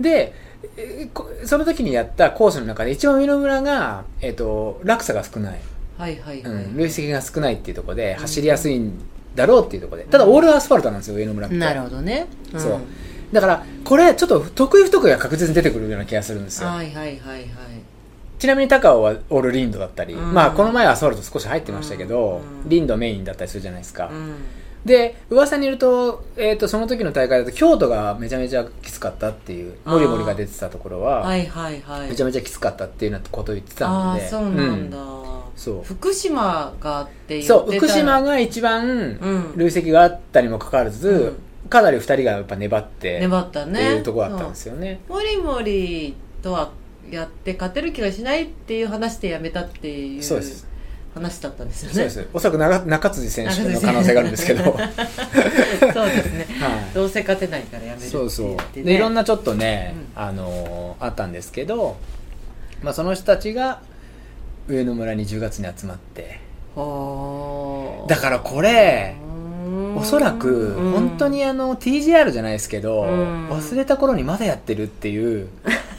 Speaker 2: でえーこその時にやったコースの中で一番上野村が、えっと落差が少ない
Speaker 1: はいはいはい、
Speaker 2: うん、累積が少ないっていうところで走りやすいんだろうっていうところでただ
Speaker 1: うん
Speaker 2: オールアスファルトなんですよ上野村って
Speaker 1: なるほどね、ん
Speaker 2: そうだからこれちょっと得意不得意が確実に出てくるような気がするんですよ
Speaker 1: はいはいはいはい
Speaker 2: ちなみに高尾はオールリンドだったり、
Speaker 1: うん
Speaker 2: まあこの前はソウルと少し入ってましたけど、
Speaker 1: うん
Speaker 2: リンドメインだったりするじゃないですか、
Speaker 1: うん
Speaker 2: で噂によると,、えー、とその時の大会だと京都がめちゃめちゃきつかったっていう
Speaker 1: あー
Speaker 2: モリモリが出てたところは、
Speaker 1: はいはいはい
Speaker 2: めちゃめちゃきつかったっていうようなことを言ってた
Speaker 1: あ
Speaker 2: ん
Speaker 1: あ
Speaker 2: で
Speaker 1: そうなんだ、
Speaker 2: うそう
Speaker 1: 福島がって言ってた
Speaker 2: そう福島が一番
Speaker 1: うん
Speaker 2: 累積があったにもかかわらず、かなり2人がやっぱ粘って
Speaker 1: 粘ったね
Speaker 2: っていうところだったんですよね
Speaker 1: モリモリとはやって勝てる気がしないっていう話でやめたっていう
Speaker 2: そうです
Speaker 1: 話だったんですよ
Speaker 2: そう
Speaker 1: ね
Speaker 2: ですおそらく中中辻選手の可能性があるんですけどは
Speaker 1: そうですね
Speaker 2: い
Speaker 1: どうせ勝てないからやめるって
Speaker 2: そ
Speaker 1: 言
Speaker 2: う
Speaker 1: っ
Speaker 2: そう
Speaker 1: て、ね、
Speaker 2: でいろんなちょっとね、
Speaker 1: う
Speaker 2: あのーあったんですけど、まあ、その人たちが上野村に10月に集まって
Speaker 1: ほー
Speaker 2: だからこれおそらく
Speaker 1: うん
Speaker 2: 本当にあの TGR じゃないですけど
Speaker 1: うん
Speaker 2: 忘れた頃にまだやってるっていう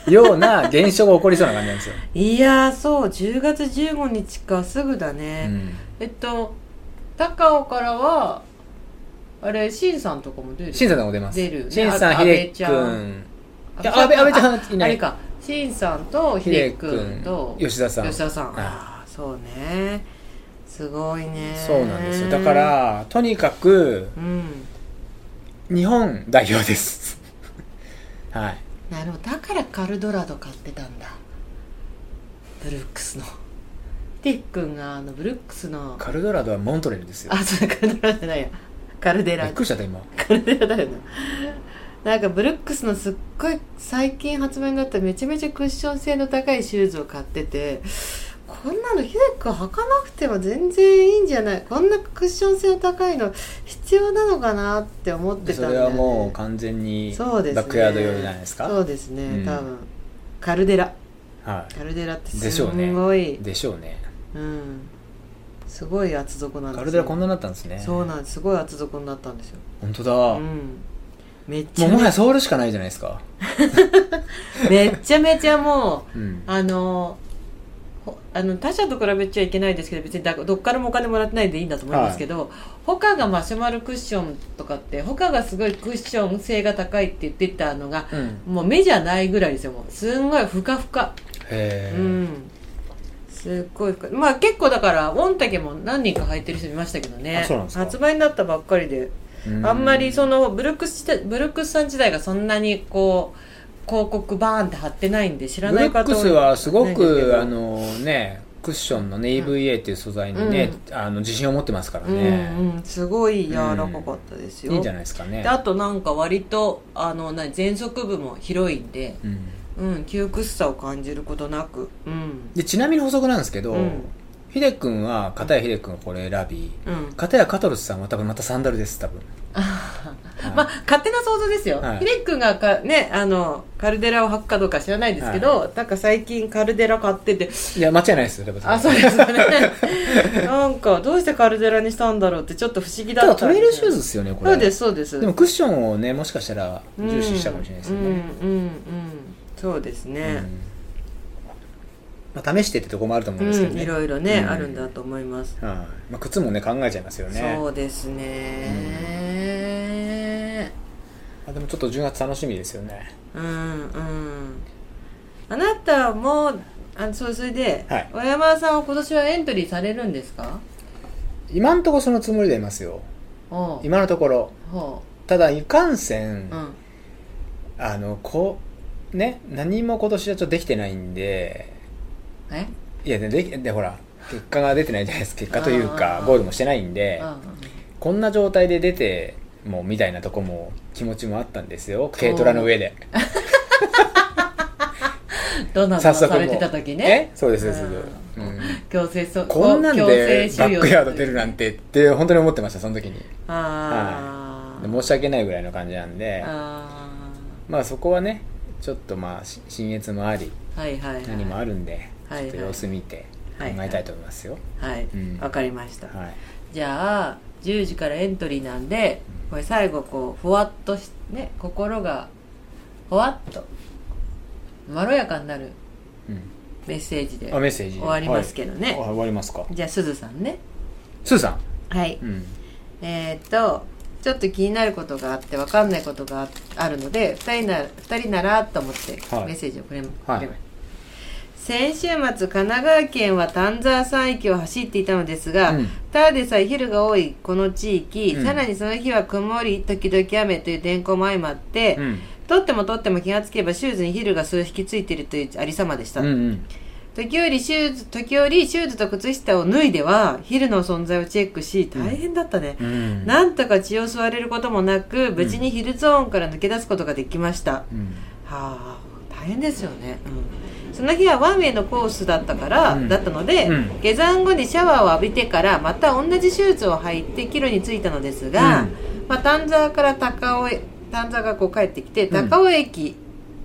Speaker 2: ような現象が起こりそうな感じなん ですよ、
Speaker 1: いやーそう10月15日かすぐだ
Speaker 2: う
Speaker 1: ね、
Speaker 2: ん、
Speaker 1: えっと高尾からはあれしんさんとかも出る
Speaker 2: 新さんのも出ます
Speaker 1: 出るね
Speaker 2: 新さん
Speaker 1: あと
Speaker 2: 秀
Speaker 1: 安倍
Speaker 2: 樹
Speaker 1: ちゃ
Speaker 2: 君
Speaker 1: あ
Speaker 2: いや安倍安倍ちゃんい
Speaker 1: あ
Speaker 2: な
Speaker 1: れ
Speaker 2: い
Speaker 1: かしんさんとひで
Speaker 2: 秀樹
Speaker 1: くんと
Speaker 2: 君吉田さん
Speaker 1: 吉田さん、
Speaker 2: はい
Speaker 1: ああそうねすごいね
Speaker 2: そうなんですよだからとにかく
Speaker 1: うん
Speaker 2: 日本代表です はい
Speaker 1: なるほどだからカルドラド買ってたんだブルックスのティックンがあのブルックスの
Speaker 2: カルドラドはモントレールですよ
Speaker 1: あそうカルドラじゃないやカルデ
Speaker 2: び
Speaker 1: ラ
Speaker 2: っくりしちゃった今
Speaker 1: カルデラだよななんかブルックスのすっごい最近発売になっためちゃめちゃクッション性の高いシューズを買っててこんなのヒデ君履かなくても全然いいんじゃないこんなクッション性の高いの必要なのかなって思ってた
Speaker 2: そ
Speaker 1: んだ
Speaker 2: れ
Speaker 1: よ、ね、
Speaker 2: はもう完全にバ
Speaker 1: そうですね
Speaker 2: ックヤード用じゃないですか
Speaker 1: そうですね、
Speaker 2: うん
Speaker 1: 多分カルデラ
Speaker 2: は
Speaker 1: カルデラって
Speaker 2: でし
Speaker 1: す
Speaker 2: ょうね
Speaker 1: ごい
Speaker 2: いでしょうね
Speaker 1: うん、すごい厚底なんです
Speaker 2: カ
Speaker 1: よ
Speaker 2: ルドラこんなになったんですね
Speaker 1: そうなんですすごい厚底になったんですよ、
Speaker 2: 本当
Speaker 1: う
Speaker 2: だ、
Speaker 1: ん、めっち
Speaker 2: も
Speaker 1: ゃ
Speaker 2: う
Speaker 1: め
Speaker 2: もはやソウルしかないじゃないですか
Speaker 1: めっちゃめちゃもう
Speaker 2: うん
Speaker 1: あのほあの他社と比べちゃいけないんですけど別にだどっからもお金もらってないでいいんだと思いますけど、他がマシュマロクッションとかって他がすごいクッション性が高いって言ってたのが
Speaker 2: うん
Speaker 1: もう目じゃないぐらいですよもうすんごいふかふか
Speaker 2: へえ、
Speaker 1: うんすっごい深いまあ結構だから御嶽も何人か履いてる人いましたけどね
Speaker 2: あそうなんですか
Speaker 1: 発売になったばっかりで、
Speaker 2: う
Speaker 1: あんまりそのブルックス時代ブルックスさん自体がそんなにこう広告バーンって貼ってないんで知ら
Speaker 2: ブ
Speaker 1: な
Speaker 2: ル
Speaker 1: い
Speaker 2: ッ
Speaker 1: 方多
Speaker 2: ク
Speaker 1: い
Speaker 2: スはすご
Speaker 1: ないんですけ
Speaker 2: く
Speaker 1: ど
Speaker 2: あのねクッションのね EVA っていう素材にね、あの自信を持ってますから
Speaker 1: う
Speaker 2: ね、
Speaker 1: んうんすごい柔らかかったですよ、
Speaker 2: いいんじゃないですかね
Speaker 1: であとなんか割とあの何全足部も広いんで、
Speaker 2: うん、
Speaker 1: うん、窮屈さを感じることなくうん
Speaker 2: でちなみに補足なんですけど、
Speaker 1: うん
Speaker 2: ヒデ君は片やヒデ君はこれ選び
Speaker 1: うん
Speaker 2: 片やカトルスさんは多分またサンダルです多分はい
Speaker 1: まあ、勝手な想像ですよ、
Speaker 2: はい
Speaker 1: ヒデ君がか、ね、あのカルデラを履くかどうか知らないですけど、なんか最近カルデラ買ってて
Speaker 2: いや間違いないですよ多分
Speaker 1: あそうですよね なんかどうしてカルデラにしたんだろうってちょっと不思議だ
Speaker 2: た
Speaker 1: った
Speaker 2: だ
Speaker 1: んですよ
Speaker 2: トレイルシューズですよねこれ
Speaker 1: そうですそうです
Speaker 2: でもクッションをねもしかしたら重視したかもしれないですよね、
Speaker 1: うんうんうん、うん、そうですね、
Speaker 2: うんまあ、試してってとこもあると思うんですけど
Speaker 1: うん
Speaker 2: ね、
Speaker 1: いろいろね、
Speaker 2: うん
Speaker 1: あるんだと思います、
Speaker 2: はいまあ、靴もね考えちゃいますよね
Speaker 1: そうですね、
Speaker 2: あでもちょっと10月楽しみですよね
Speaker 1: うんうんあなたもあそうそれで、
Speaker 2: はい
Speaker 1: 小山さんは今年はエントリーされるんですか
Speaker 2: 今のところそのつもりでいますよ
Speaker 1: おう
Speaker 2: 今のところ
Speaker 1: ほ
Speaker 2: ただいかんせん、
Speaker 1: う、うん、
Speaker 2: あのこうね何も今年はちょっとできてないんで
Speaker 1: え
Speaker 2: いやでできでほら結果が出てないじゃないですか結果という
Speaker 1: あ
Speaker 2: か
Speaker 1: ー
Speaker 2: ゴールもしてないんで
Speaker 1: あ
Speaker 2: こんな状態で出てもうみたいなとこも気持ちもあったんですよ軽トラの上で
Speaker 1: ドナルドが
Speaker 2: 早
Speaker 1: さ
Speaker 2: 速もう
Speaker 1: れてた時ね
Speaker 2: えそうですそうです、
Speaker 1: う
Speaker 2: うんん、
Speaker 1: 強制そ
Speaker 2: こんなん
Speaker 1: 強制
Speaker 2: で
Speaker 1: 収
Speaker 2: バ
Speaker 1: 容
Speaker 2: ックヤード出るなんてって本当に思ってましたその時に
Speaker 1: あー、
Speaker 2: 申し訳ないぐらいの感じなんで
Speaker 1: あ
Speaker 2: まあそこはねちょっとまあし新越もあり
Speaker 1: ーはいはいはい
Speaker 2: 何もあるんで、
Speaker 1: はい
Speaker 2: ちょっと様子見て考
Speaker 1: はい
Speaker 2: えたいと思いますよ、
Speaker 1: はい
Speaker 2: うん
Speaker 1: わ、かりました、
Speaker 2: はい
Speaker 1: じゃあ10時からエントリーなんでこれ最後こうふわっとしね心がふわっとまろやかになる
Speaker 2: うん
Speaker 1: メッセージで
Speaker 2: あメッセージ
Speaker 1: 終わりますけどね
Speaker 2: はいあ終わりますか
Speaker 1: じゃあすずさんね
Speaker 2: スーさ
Speaker 1: はい
Speaker 2: ん、うん
Speaker 1: えーっとちょっと気になることがあって分かんないことがああるので2人な二人ならと思って
Speaker 2: はい
Speaker 1: メッセージをくれ,、く
Speaker 2: はい
Speaker 1: れました先週末神奈川県は丹沢山駅を走っていたのですが、
Speaker 2: うん
Speaker 1: ただでさえ昼が多いこの地域、
Speaker 2: うん
Speaker 1: さらにその日は曇り時々雨という天候も相まって、
Speaker 2: うん
Speaker 1: 取っても取っても気がつけばシューズにヒルが数匹ついているというありさまでした、
Speaker 2: うんうん
Speaker 1: 時折シューズ時折シューズと靴下を脱いではヒルの存在をチェックし大変だったね、
Speaker 2: うん
Speaker 1: なんとか血を吸われることもなく無事にヒルゾーンから抜け出すことができました、は
Speaker 2: うん
Speaker 1: あ大変ですよね、うん、その日はワンウェイのコースだったから、
Speaker 2: うん
Speaker 1: だったので、
Speaker 2: うん
Speaker 1: 下山後にシャワーを浴びてからまた同じシューズを履いて帰路に着いたのですが、
Speaker 2: うん
Speaker 1: まあ、丹沢から高尾へ丹沢がこう帰ってきて
Speaker 2: ん
Speaker 1: 高尾駅、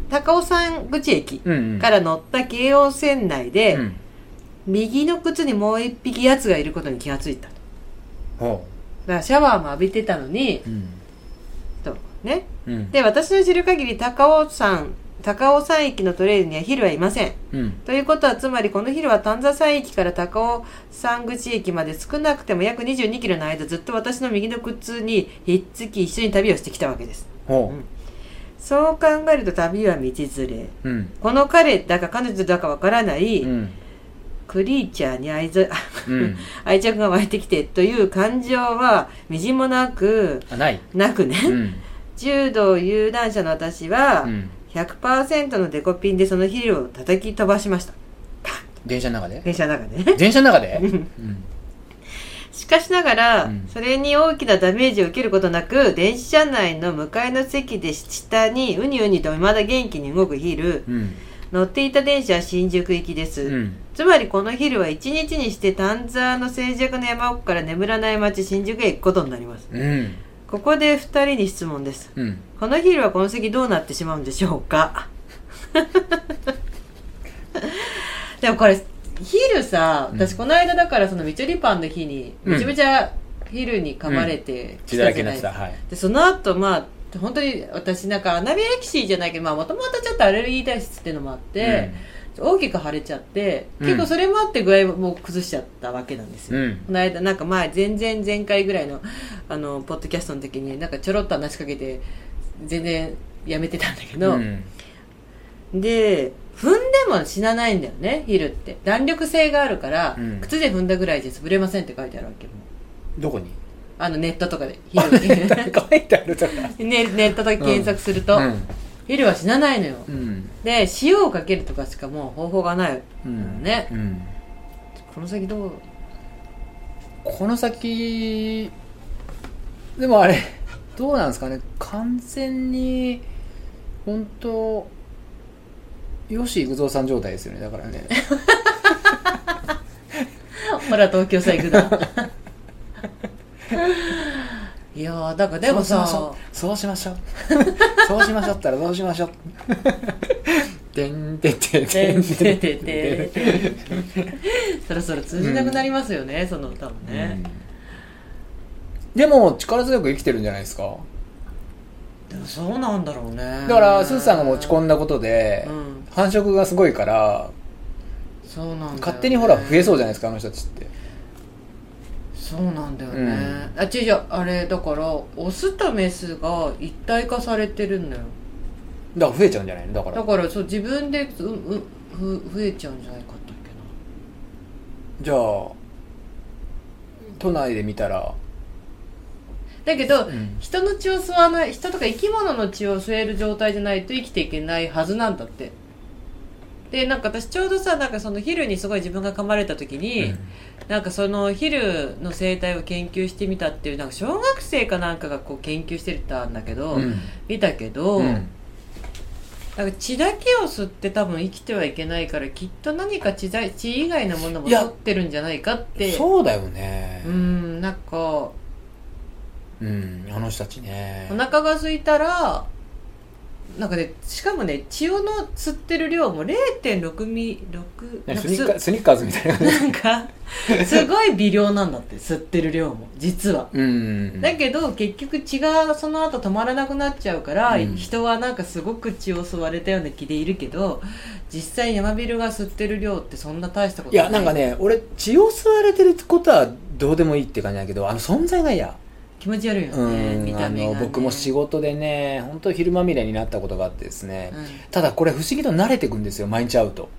Speaker 1: 高尾山口駅
Speaker 2: うん
Speaker 1: から乗った京王線内で、
Speaker 2: うん
Speaker 1: 右の靴にもう一匹やつがいることに気がついたと
Speaker 2: ほ
Speaker 1: だからシャワーも浴びてたのに
Speaker 2: ううん
Speaker 1: とね
Speaker 2: うん
Speaker 1: で私の知る限り高尾山高尾山駅のトレイルにはヒルはいません
Speaker 2: うん
Speaker 1: ということはつまりこのヒルは丹沢山駅から高尾山口駅まで少なくても約2 2キロの間ずっと私の右の靴にひっつき一緒に旅をしてきたわけです
Speaker 2: ほ
Speaker 1: そう考えると旅は道連れ
Speaker 2: ううん
Speaker 1: この彼だか彼女だかわからない、
Speaker 2: うん
Speaker 1: クリーチャーに愛ぞ
Speaker 2: うん
Speaker 1: 愛着が湧いてきてという感情はみじんもなく
Speaker 2: あない
Speaker 1: なくね、
Speaker 2: うん
Speaker 1: 柔道有段者の私は、
Speaker 2: うん
Speaker 1: 100%のデコピンでそのヒルを叩き飛ばしました
Speaker 2: 電車の中で
Speaker 1: 電車の中でね
Speaker 2: 電車の中でうん
Speaker 1: しかしながら、
Speaker 2: うん
Speaker 1: それに大きなダメージを受けることなく電車内の向かいの席で下にうにうにと未だ元気に動くヒル
Speaker 2: うん
Speaker 1: 乗っていた電車は新宿行きです、
Speaker 2: うん
Speaker 1: つまりこのヒルは1日にして丹沢の静寂の山奥から眠らない町新宿へ行くことになります
Speaker 2: うん
Speaker 1: ここで2人に質問です
Speaker 2: うん
Speaker 1: このヒールはこの先どうなってしまうんでしょうか でもこれヒールさ
Speaker 2: うん
Speaker 1: 私この間だからそのみちょりパンの日に
Speaker 2: うん
Speaker 1: めちゃめちゃヒールに噛まれて
Speaker 2: 血
Speaker 1: き
Speaker 2: だら
Speaker 1: た
Speaker 2: け
Speaker 1: じゃ
Speaker 2: にな
Speaker 1: な
Speaker 2: っ
Speaker 1: いですか
Speaker 2: てたはい
Speaker 1: でその後まあ本当に私なんかアナビレキシーじゃないけどまあもともとちょっとアレルギー体質っていうのもあって、大きく腫れちゃって
Speaker 2: うん
Speaker 1: 結構それもあって具合も崩しちゃったわけなんですよ、
Speaker 2: うん
Speaker 1: この間なんか前全然前回ぐらいのあのポッドキャストの時になんかちょろっと話しかけて全然やめてたんだけ
Speaker 2: う
Speaker 1: ど、
Speaker 2: ん
Speaker 1: で踏んでも死なないんだよねヒルって弾力性があるから、
Speaker 2: うん
Speaker 1: 靴で踏んだぐらいじゃ潰れませんって書いてあるわけも
Speaker 2: どこに
Speaker 1: あのネットとかでヒルにね
Speaker 2: 書いてあるとか
Speaker 1: ネットとか検索すると、ヒルは死なないのよ
Speaker 2: うん
Speaker 1: で塩をかけるとかしかもう方法がない、
Speaker 2: うん
Speaker 1: ね
Speaker 2: うん
Speaker 1: この先どう
Speaker 2: この先でもあれどうなんですかね完全に本当吉幾三さん状態ですよねだからね
Speaker 1: ほら東京さ行く ないやーだからでもさ
Speaker 2: そうしましょうそうしましょうそうしましょうったらどうしましょうてんてて
Speaker 1: て
Speaker 2: てて
Speaker 1: ん
Speaker 2: ん
Speaker 1: て
Speaker 2: て
Speaker 1: んて
Speaker 2: て
Speaker 1: んてん
Speaker 2: て
Speaker 1: てんそろそろ通じなくなりますよね、その歌もね、
Speaker 2: うんでも力強く生きてるんじゃないですか
Speaker 1: でもそうなんだろうね
Speaker 2: だからスーさんが持ち込んだことで、
Speaker 1: うん
Speaker 2: 繁殖がすごいから
Speaker 1: そうなんだよ、ね、
Speaker 2: 勝手にほら増えそうじゃないですかあの人たちって
Speaker 1: そうなんだよね、あ違う違うあれだからオスとメスが一体化されてるんだよ
Speaker 2: だから増えちゃうんじゃないのだから
Speaker 1: だからそう自分でううふ増えちゃうんじゃないかったっけな
Speaker 2: じゃあ都内で見たら
Speaker 1: だけど、
Speaker 2: ん
Speaker 1: 人の血を吸わない人とか生き物の血を吸える状態じゃないと生きていけないはずなんだってでなんか私ちょうどさなんかそのヒルにすごい自分が噛まれた時に、
Speaker 2: うん
Speaker 1: なんかそのヒルの生態を研究してみたっていうなんか小学生かなんかがこう研究してたんだけど、
Speaker 2: うん
Speaker 1: 見たけど、
Speaker 2: うん
Speaker 1: なんか血だけを吸って多分生きてはいけないからきっと何か血だ血以外のものも
Speaker 2: いや
Speaker 1: 取ってるんじゃないかって
Speaker 2: そうだよね
Speaker 1: うんなんか
Speaker 2: うん、あの人たちね
Speaker 1: お腹が空いたらなんかねしかもね血をの吸ってる量も0.6ミ6な
Speaker 2: ね
Speaker 1: んか
Speaker 2: スニッカー
Speaker 1: す
Speaker 2: スニッカーズみたいな
Speaker 1: なんかすごい微量なんだって吸ってる量も実は。
Speaker 2: うん
Speaker 1: だけど結局血がその後止まらなくなっちゃうから、
Speaker 2: うん
Speaker 1: 人はなんかすごく血を吸われたような気でいるけど実際山ビルが吸ってる量ってそんな大したこ
Speaker 2: い
Speaker 1: と
Speaker 2: やなんかね俺血を吸われてることはどうでもいいって感じだけどあの存在が嫌
Speaker 1: 気持ち悪いよね、見
Speaker 2: うん、
Speaker 1: た
Speaker 2: あ
Speaker 1: 目が、
Speaker 2: の
Speaker 1: ね、
Speaker 2: 僕も仕事でね本当昼間みれになったことがあってですね、
Speaker 1: うん
Speaker 2: ただこれ不思議と慣れてくんですよ毎日会うと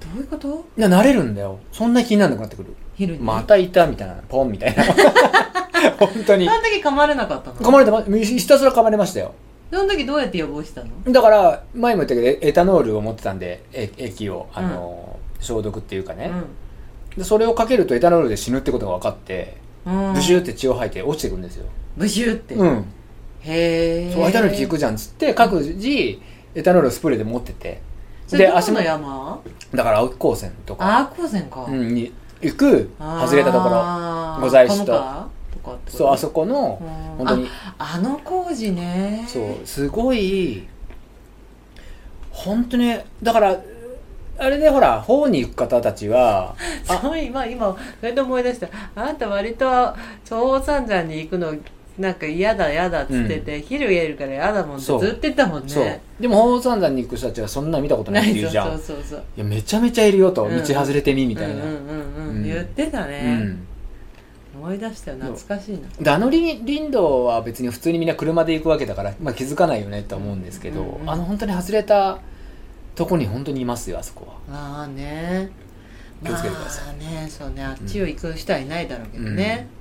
Speaker 1: どういうこと
Speaker 2: いや慣れるんだよそんな気にならなくなってくる
Speaker 1: 昼に、
Speaker 2: またいたみたいなポンみたいな 本当に
Speaker 1: あの時噛まれなかったの
Speaker 2: 噛まれてまひたすら噛まれましたよ
Speaker 1: その時どうやって予防したの
Speaker 2: だから前も言ったけどエタノールを持ってたんでえ液をあの、消毒っていうかね、でそれをかけるとエタノールで死ぬってことが分かって
Speaker 1: うん、うん
Speaker 2: ブシューって血を吐いて落ちてくるんですよ、
Speaker 1: ブシューって、
Speaker 2: うん
Speaker 1: へえ
Speaker 2: そうエタノール効くじゃんっつって各自エタノールをスプレーで持ってて
Speaker 1: それどこ
Speaker 2: も
Speaker 1: の山
Speaker 2: だから青木高専と
Speaker 1: あ
Speaker 2: か
Speaker 1: あ高専か、
Speaker 2: うんに行く
Speaker 1: あー
Speaker 2: 外れたところご在所と
Speaker 1: 鴨川とかってこと
Speaker 2: そうあそこの
Speaker 1: うん
Speaker 2: 本当に
Speaker 1: ああの工事ね
Speaker 2: そうすごい本当ねだからあれでほら法に行く方たちは
Speaker 1: そう今今それで思い出したあなた割と長三山に行くのなんか嫌だ嫌だっつってて、昼言えるから嫌だもんってず
Speaker 2: そ
Speaker 1: っ
Speaker 2: う
Speaker 1: と言ってたもんね
Speaker 2: そうでも宝山山に行く人たちはそんな見たことないって言うじゃん
Speaker 1: そうそうそうそう
Speaker 2: いやめちゃめちゃいるよと
Speaker 1: うん
Speaker 2: 道外れてみみたいな
Speaker 1: う
Speaker 2: うん
Speaker 1: うんうん、う、
Speaker 2: うんん
Speaker 1: 言ってたね、
Speaker 2: ん
Speaker 1: 思い出したよ懐かしいな
Speaker 2: であの林林道は別に普通にみんな車で行くわけだから、まあ、気づかないよねとは思うんですけど、
Speaker 1: うんうん
Speaker 2: あの本当に外れたとこに本当にいますよあそこは
Speaker 1: まあね
Speaker 2: 気をつけてくださ
Speaker 1: まあねそうねあっちを行く人はいないだろうけどね、へ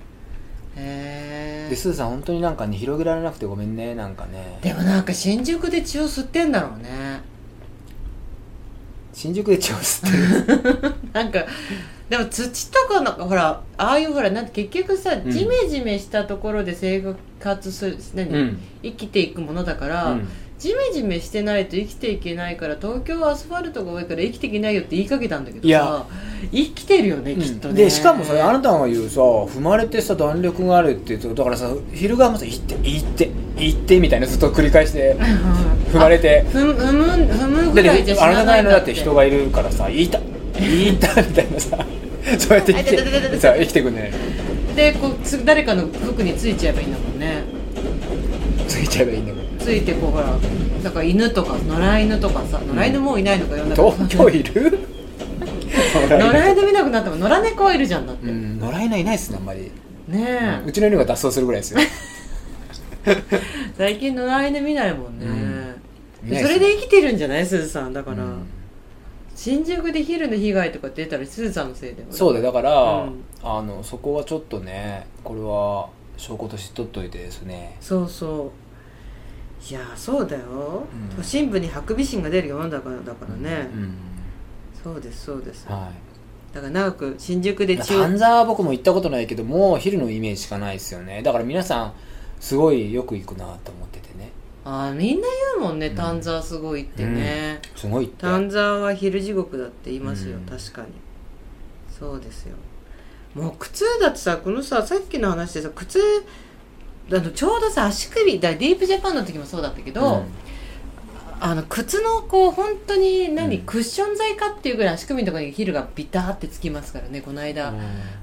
Speaker 2: で
Speaker 1: え
Speaker 2: すーさん本当になんかね広げられなくてごめんねなんかね
Speaker 1: でもなんか新宿で血を吸ってんだろう ね
Speaker 2: 新宿で血を吸ってる
Speaker 1: なんかでも土とかなんかほらああいうほらなんて結局さ
Speaker 2: ん
Speaker 1: ジメジメしたところで生活する、何
Speaker 2: うん
Speaker 1: 生きていくものだから、
Speaker 2: うん
Speaker 1: ジメジメしてないと生きていけないから東京はアスファルトが多いから生きていけないよって言いかけたんだけどさ
Speaker 2: いや
Speaker 1: 生きてるよねきっとね、
Speaker 2: でしかもさ あなたが言うさ踏まれてさ弾力があるって言うとだからさ昼側もさ「行って行って行って」みたいなずっと繰り返して踏まれて
Speaker 1: ふむふむふむ
Speaker 2: だ
Speaker 1: ぐ
Speaker 2: っ
Speaker 1: らいじ
Speaker 2: て
Speaker 1: ゃ知
Speaker 2: あな
Speaker 1: ら
Speaker 2: た
Speaker 1: な
Speaker 2: ない
Speaker 1: ん
Speaker 2: の
Speaker 1: だ
Speaker 2: だ
Speaker 1: っ
Speaker 2: ってて人がいるからさ「いたいた」みたいなさ そうやって生き
Speaker 1: あ痛い痛い痛い痛
Speaker 2: て
Speaker 1: い
Speaker 2: さ生きてくんね
Speaker 1: でこうつ誰かの服についちゃえばいいんだもんね
Speaker 2: ついちゃえばいいんだけど
Speaker 1: ついてこうほらだから犬とか野良犬とかさ野良犬もういないのか世の中
Speaker 2: 東京いる
Speaker 1: 野良犬見なくなっても野良猫はいるじゃんだって、
Speaker 2: う
Speaker 1: ね
Speaker 2: ん野良犬いないっすねあんまり
Speaker 1: え、
Speaker 2: うちの犬が脱走するぐらい ですよ
Speaker 1: 最近野良犬見ないもんね、
Speaker 2: うんいないっすね
Speaker 1: それで生きてるんじゃないすずさんだから、
Speaker 2: うん
Speaker 1: 新宿で昼の被害とか出たらすずさんのせいで
Speaker 2: そうでだから、
Speaker 1: うん
Speaker 2: あのそこはちょっとねこれは証拠として取っといてですね
Speaker 1: そうそういやそうだよ、
Speaker 2: うん
Speaker 1: 都心部にハクビシンが出るようなだからだからね、
Speaker 2: うん
Speaker 1: そうですそうですだか
Speaker 2: はい
Speaker 1: ら長く新宿で血を
Speaker 2: 半沢は僕も行ったことないけどもう昼のイメージしかないですよねだから皆さんすごいよく行くなと思っててね
Speaker 1: ああみんな言うもんね
Speaker 2: うん
Speaker 1: 丹沢すごいってね、
Speaker 2: すごいって
Speaker 1: 丹沢は昼地獄だって言いますよ、
Speaker 2: うん
Speaker 1: 確かにそうですよもう靴だってさこのささっきの話でさ靴あのちょうどさ足首だディープジャパンの時もそうだったけど、
Speaker 2: うん
Speaker 1: あの靴のこう本当に何、
Speaker 2: うん
Speaker 1: クッション材かっていうぐらい足首のところにヒルがビターってつきますからねこの間、
Speaker 2: うん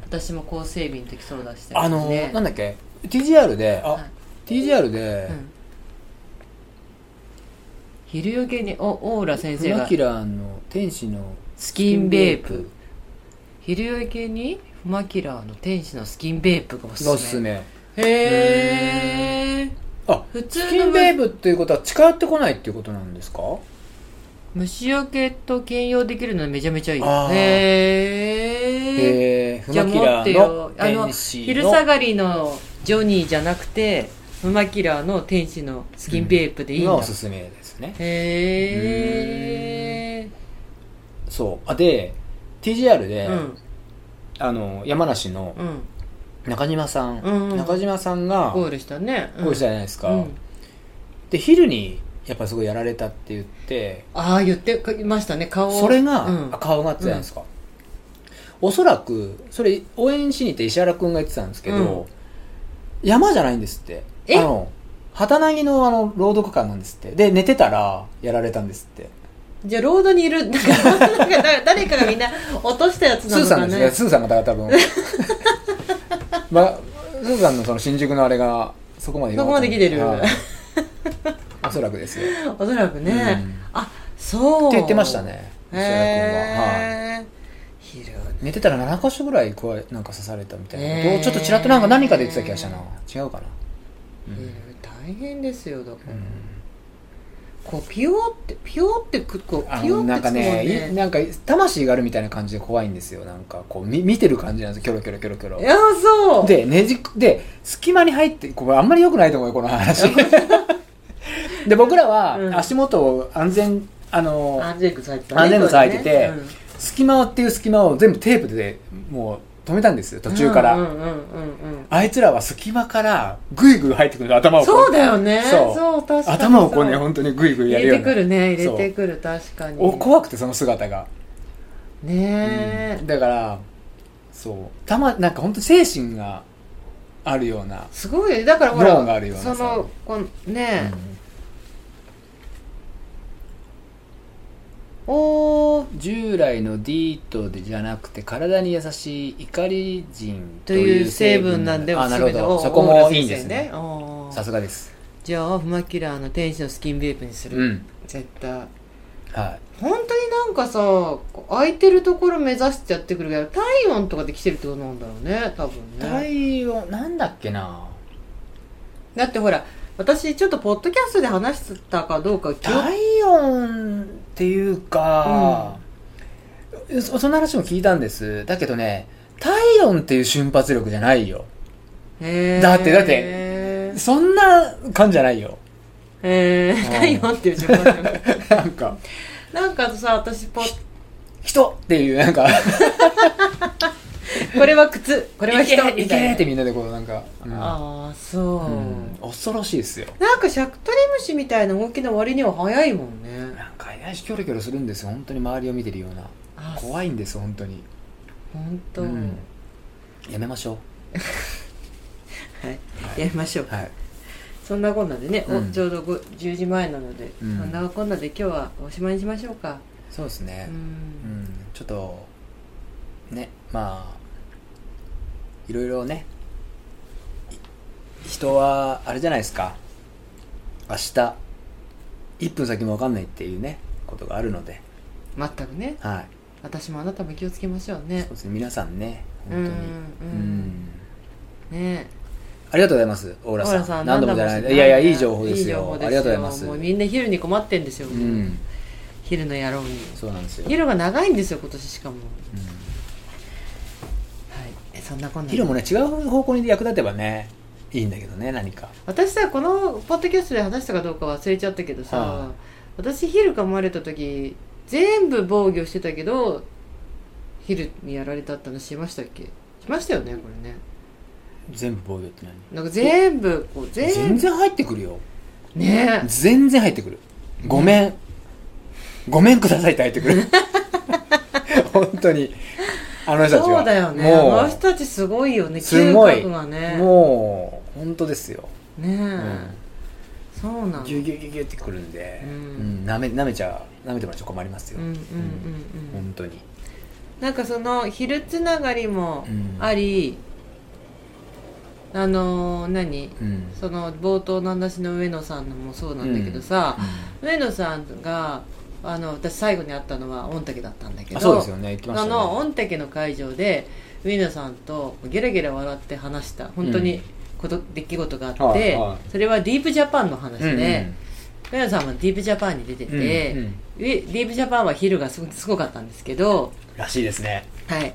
Speaker 1: 私も高整備の時そうだした
Speaker 2: あの、
Speaker 1: ね
Speaker 2: なんだっけ TGR であ、
Speaker 1: はい
Speaker 2: TGR で
Speaker 1: うん、昼よけにおオーラ先
Speaker 2: フ
Speaker 1: 生
Speaker 2: ラ
Speaker 1: が
Speaker 2: キラーの天使の
Speaker 1: スキンベープ昼よけにフマキラーの天使のスキンベープがおすすめ
Speaker 2: がおすすめ
Speaker 1: へえ
Speaker 2: あ
Speaker 1: 普通
Speaker 2: スキ
Speaker 1: の
Speaker 2: ン
Speaker 1: む
Speaker 2: ベープっていうことは近寄ってこないっていうことなんですか
Speaker 1: 虫よけと兼用できるのめちゃめちゃいい
Speaker 2: あー
Speaker 1: へえ
Speaker 2: えー、フ
Speaker 1: じゃあ
Speaker 2: マ
Speaker 1: 持
Speaker 2: キラ
Speaker 1: って
Speaker 2: ーの
Speaker 1: よあの
Speaker 2: 天使
Speaker 1: 昼
Speaker 2: の
Speaker 1: 下がりのジョニーじゃなくてフマキラーの天使のスキンベープでいいんだ、
Speaker 2: が
Speaker 1: へ
Speaker 2: おすすめですね
Speaker 1: え
Speaker 2: そうあで TGR で、
Speaker 1: うん
Speaker 2: あの山梨の
Speaker 1: うん
Speaker 2: 中島さん、
Speaker 1: うんうん
Speaker 2: 中島さんが
Speaker 1: ゴールしたね
Speaker 2: こうしたじゃないですか、
Speaker 1: うん
Speaker 2: で昼にやっぱりすごいやられたって言って
Speaker 1: ああ言ってましたね顔
Speaker 2: それが、
Speaker 1: うん
Speaker 2: あ顔がってたじゃないですか、おそらくそれ応援しに行って石原君が言ってたんですけど、山じゃないんですって
Speaker 1: え
Speaker 2: あの旗なぎのあの朗読館なんですってで寝てたらやられたんですって
Speaker 1: じゃあロードにいる なんかなんかだ誰かがみんな落としたやつ
Speaker 2: ス
Speaker 1: な
Speaker 2: ー
Speaker 1: の
Speaker 2: さ
Speaker 1: か
Speaker 2: んです
Speaker 1: ね
Speaker 2: ねスーさんがだから多分 まスーさんのその新宿のあれがそこまで今
Speaker 1: そこまで来てる
Speaker 2: はい おそらくですよっ
Speaker 1: おそらくね、
Speaker 2: うん
Speaker 1: あそう
Speaker 2: て言ってましたね石原君は、はい
Speaker 1: へえ昼
Speaker 2: 寝てたら7箇所ぐらい加えなんか刺されたみたいなことを
Speaker 1: えー
Speaker 2: ちょっとちらっとなんか何かで言ってた気がしたな違うかなうん
Speaker 1: いや大変ですよだから、
Speaker 2: うん
Speaker 1: こうピヨってピヨってくこう
Speaker 2: あ
Speaker 1: ピヨ
Speaker 2: の
Speaker 1: ってつくもん
Speaker 2: なんかねい
Speaker 1: ね
Speaker 2: なんか魂があるみたいな感じで怖いんですよなんかこうみ見てる感じなんですよキョロキョロキョロキョロ
Speaker 1: いやそう
Speaker 2: でねじで隙間に入ってこれあんまり良くないと思うよこの話 で僕ら
Speaker 1: うん
Speaker 2: は足元を安全あの
Speaker 1: 安全靴入ってたね
Speaker 2: 安全靴入ってて
Speaker 1: これね
Speaker 2: 隙間をっていう隙間を全部テープでもう止めたんですよ
Speaker 1: うん
Speaker 2: 途中から、
Speaker 1: うんうんうん
Speaker 2: あいつらは隙間からぐいぐい入ってくるの頭
Speaker 1: う
Speaker 2: を
Speaker 1: ん
Speaker 2: こ
Speaker 1: そうだよね
Speaker 2: そう
Speaker 1: そう確かにそう
Speaker 2: 頭をこうね本当にぐいぐいや
Speaker 1: 入
Speaker 2: るよ
Speaker 1: れ
Speaker 2: う
Speaker 1: て
Speaker 2: な
Speaker 1: くるね入れ
Speaker 2: そう
Speaker 1: てくる確かに
Speaker 2: お怖くてその姿が
Speaker 1: ねえ
Speaker 2: だからそうたまなんか本当精神があるような、
Speaker 1: すごいねだからほら
Speaker 2: 脳があるような
Speaker 1: そ
Speaker 2: さ
Speaker 1: のこのねおー
Speaker 2: 従来の D とでじゃなくて体に優しい怒り人
Speaker 1: という成分なんで
Speaker 2: あな
Speaker 1: す
Speaker 2: る
Speaker 1: け
Speaker 2: ほど
Speaker 1: ど
Speaker 2: そこもいいんですねさ
Speaker 1: さ
Speaker 2: すがです
Speaker 1: じゃあフマキラーの天使のスキンベープにする、
Speaker 2: うん
Speaker 1: 絶対
Speaker 2: は
Speaker 1: 本当になんかさこう空いてるところ目指してやってくるけど体温とかできてるってことなんだろうね多分ね
Speaker 2: い体温なんだっけな
Speaker 1: だってほら私ちょっとポッドキャストで話したかどうか記憶
Speaker 2: 体温っていうか、そそんな話も聞いたんですだけどね体温っていう瞬発力じゃないよ
Speaker 1: へー
Speaker 2: だってだってそんな感じじゃないよ
Speaker 1: へ
Speaker 2: う
Speaker 1: ー
Speaker 2: ん
Speaker 1: 体温っていう順番じゃない
Speaker 2: なんか
Speaker 1: なんかさ私ポッ
Speaker 2: 人っていうなんか
Speaker 1: これは靴これは人
Speaker 2: いけい
Speaker 1: みたい
Speaker 2: け
Speaker 1: な
Speaker 2: ってみんなでこうなんか、うん
Speaker 1: ああそう、
Speaker 2: うん恐ろしいですよ
Speaker 1: なんかシャクトリムシみたいな動きの割には早いもんね
Speaker 2: なんか怪しキョロキョロするんですよ本当に周りを見てるような
Speaker 1: あ
Speaker 2: 怖いんです本当に
Speaker 1: 本当、
Speaker 2: うんやめましょ
Speaker 1: はいやりましょう
Speaker 2: うはい
Speaker 1: そんなこんなでね、お
Speaker 2: うん
Speaker 1: ちょうどご10時前なので、
Speaker 2: うん
Speaker 1: そんなこんなで今日はおしまいにしましょうか、
Speaker 2: そうですね、
Speaker 1: うん
Speaker 2: うん、ちょっとねまあいろいろねい人はあれじゃないですか明日1分先も分かんないっていうねことがあるので、
Speaker 1: 全くね
Speaker 2: はい
Speaker 1: 私もあなたも気をつけましょう
Speaker 2: そ
Speaker 1: ね
Speaker 2: うですね、皆さんね
Speaker 1: う
Speaker 2: 本
Speaker 1: ん
Speaker 2: 当
Speaker 1: う
Speaker 2: にうん
Speaker 1: んね
Speaker 2: ありがとうございますオー
Speaker 1: え
Speaker 2: ラ
Speaker 1: ほ
Speaker 2: さん
Speaker 1: らさん
Speaker 2: 何度もじゃないいやいやいい情報ですよありがとうございます
Speaker 1: もうみんな昼に困ってんですよ、
Speaker 2: うん
Speaker 1: 昼の野郎に
Speaker 2: そうなんですよ、
Speaker 1: 昼が長いんですよ今年しかも
Speaker 2: うん
Speaker 1: はいえそんなこんなで
Speaker 2: ヒロもね違う方向に役立てばねいいんだけどね何か
Speaker 1: 私さこのポッドキャストで話したかどうか忘れちゃったけどさ、
Speaker 2: はい
Speaker 1: 私ヒル噛まれた時全部防御してたけどヒルにやられたって話しましたっけしましたよねこれね
Speaker 2: 全部防御って何
Speaker 1: なんか全部こう全
Speaker 2: 全
Speaker 1: 部
Speaker 2: 然入ってくるよ
Speaker 1: ね
Speaker 2: 全然入ってくるごめんごめんくださいって入ってく る本当にあの人たちは
Speaker 1: そうだよねあ
Speaker 2: もう
Speaker 1: の人たちすごいよね
Speaker 2: すごい
Speaker 1: 嗅覚がね
Speaker 2: もう本当ですよ、
Speaker 1: ねえ、
Speaker 2: うん
Speaker 1: そうなの
Speaker 2: ギュギュギュギュってくるんで、
Speaker 1: う
Speaker 2: うんん舐め舐めちゃ舐めてもらっちゃ困りますよ、
Speaker 1: うんうんうんうん
Speaker 2: 本当に
Speaker 1: なんかその昼つながりも
Speaker 2: うん
Speaker 1: あり、あのー何
Speaker 2: うん
Speaker 1: その冒頭の話の上野さんのもそうなんだけどさ、上野さんがあの私最後に会ったのは御嶽だったんだけど
Speaker 2: あそうですよね言ってまし
Speaker 1: あ
Speaker 2: たね
Speaker 1: の御嶽の会場で上野さんとゲラゲラ笑って話した本当にこと、出来事があって、
Speaker 2: はいは
Speaker 1: それはディープジャパンの話
Speaker 2: うん
Speaker 1: で、上野さんはディープジャパンに出て
Speaker 2: うん
Speaker 1: て、
Speaker 2: うん
Speaker 1: ディープジャパンは昼がすごすごかったんですけど
Speaker 2: らしいですね
Speaker 1: はい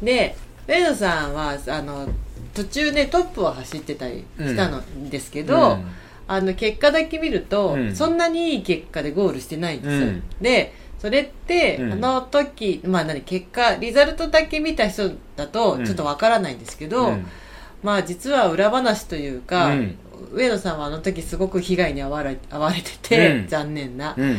Speaker 1: で上野さんはあの途中でトップを走ってたりしたのですけど、
Speaker 2: うん
Speaker 1: あの結果だけ見ると、
Speaker 2: うん
Speaker 1: そんなにいい結果でゴールしてないんですよ、
Speaker 2: うん
Speaker 1: でそれって、
Speaker 2: うん
Speaker 1: あの時まあ何結果リザルトだけ見た人だと
Speaker 2: うん
Speaker 1: ちょっとわからないんですけど、
Speaker 2: うん
Speaker 1: まあ実は裏話というか、
Speaker 2: うん
Speaker 1: 上野さんはあの時すごく被害に遭われ遭われてて、
Speaker 2: うん
Speaker 1: 残念な、
Speaker 2: うん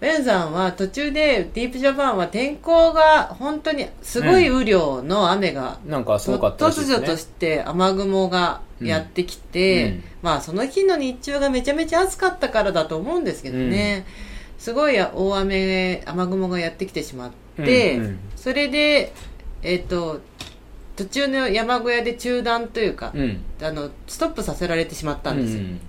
Speaker 1: 上野さんは途中でディープジャパンは天候が本当にすごい雨量の雨が、
Speaker 2: なんかすごかったらし
Speaker 1: 突
Speaker 2: いです
Speaker 1: 如
Speaker 2: ね
Speaker 1: として雨雲がやってきて、
Speaker 2: うんうん
Speaker 1: まあその日の日中がめちゃめちゃ暑かったからだと思うんですけどね、すごい大雨雨雲がやってきてしまって、
Speaker 2: うんうん
Speaker 1: それでえっ、と途中の山小屋で中断というか、
Speaker 2: うん
Speaker 1: あのストップさせられてしまったんですよ、
Speaker 2: うん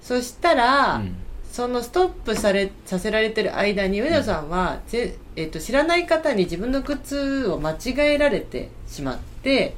Speaker 1: そしたら、
Speaker 2: うん
Speaker 1: そのストップされさせられてる間に上野さんは、ぜえっと知らない方に自分の靴を間違えられてしまって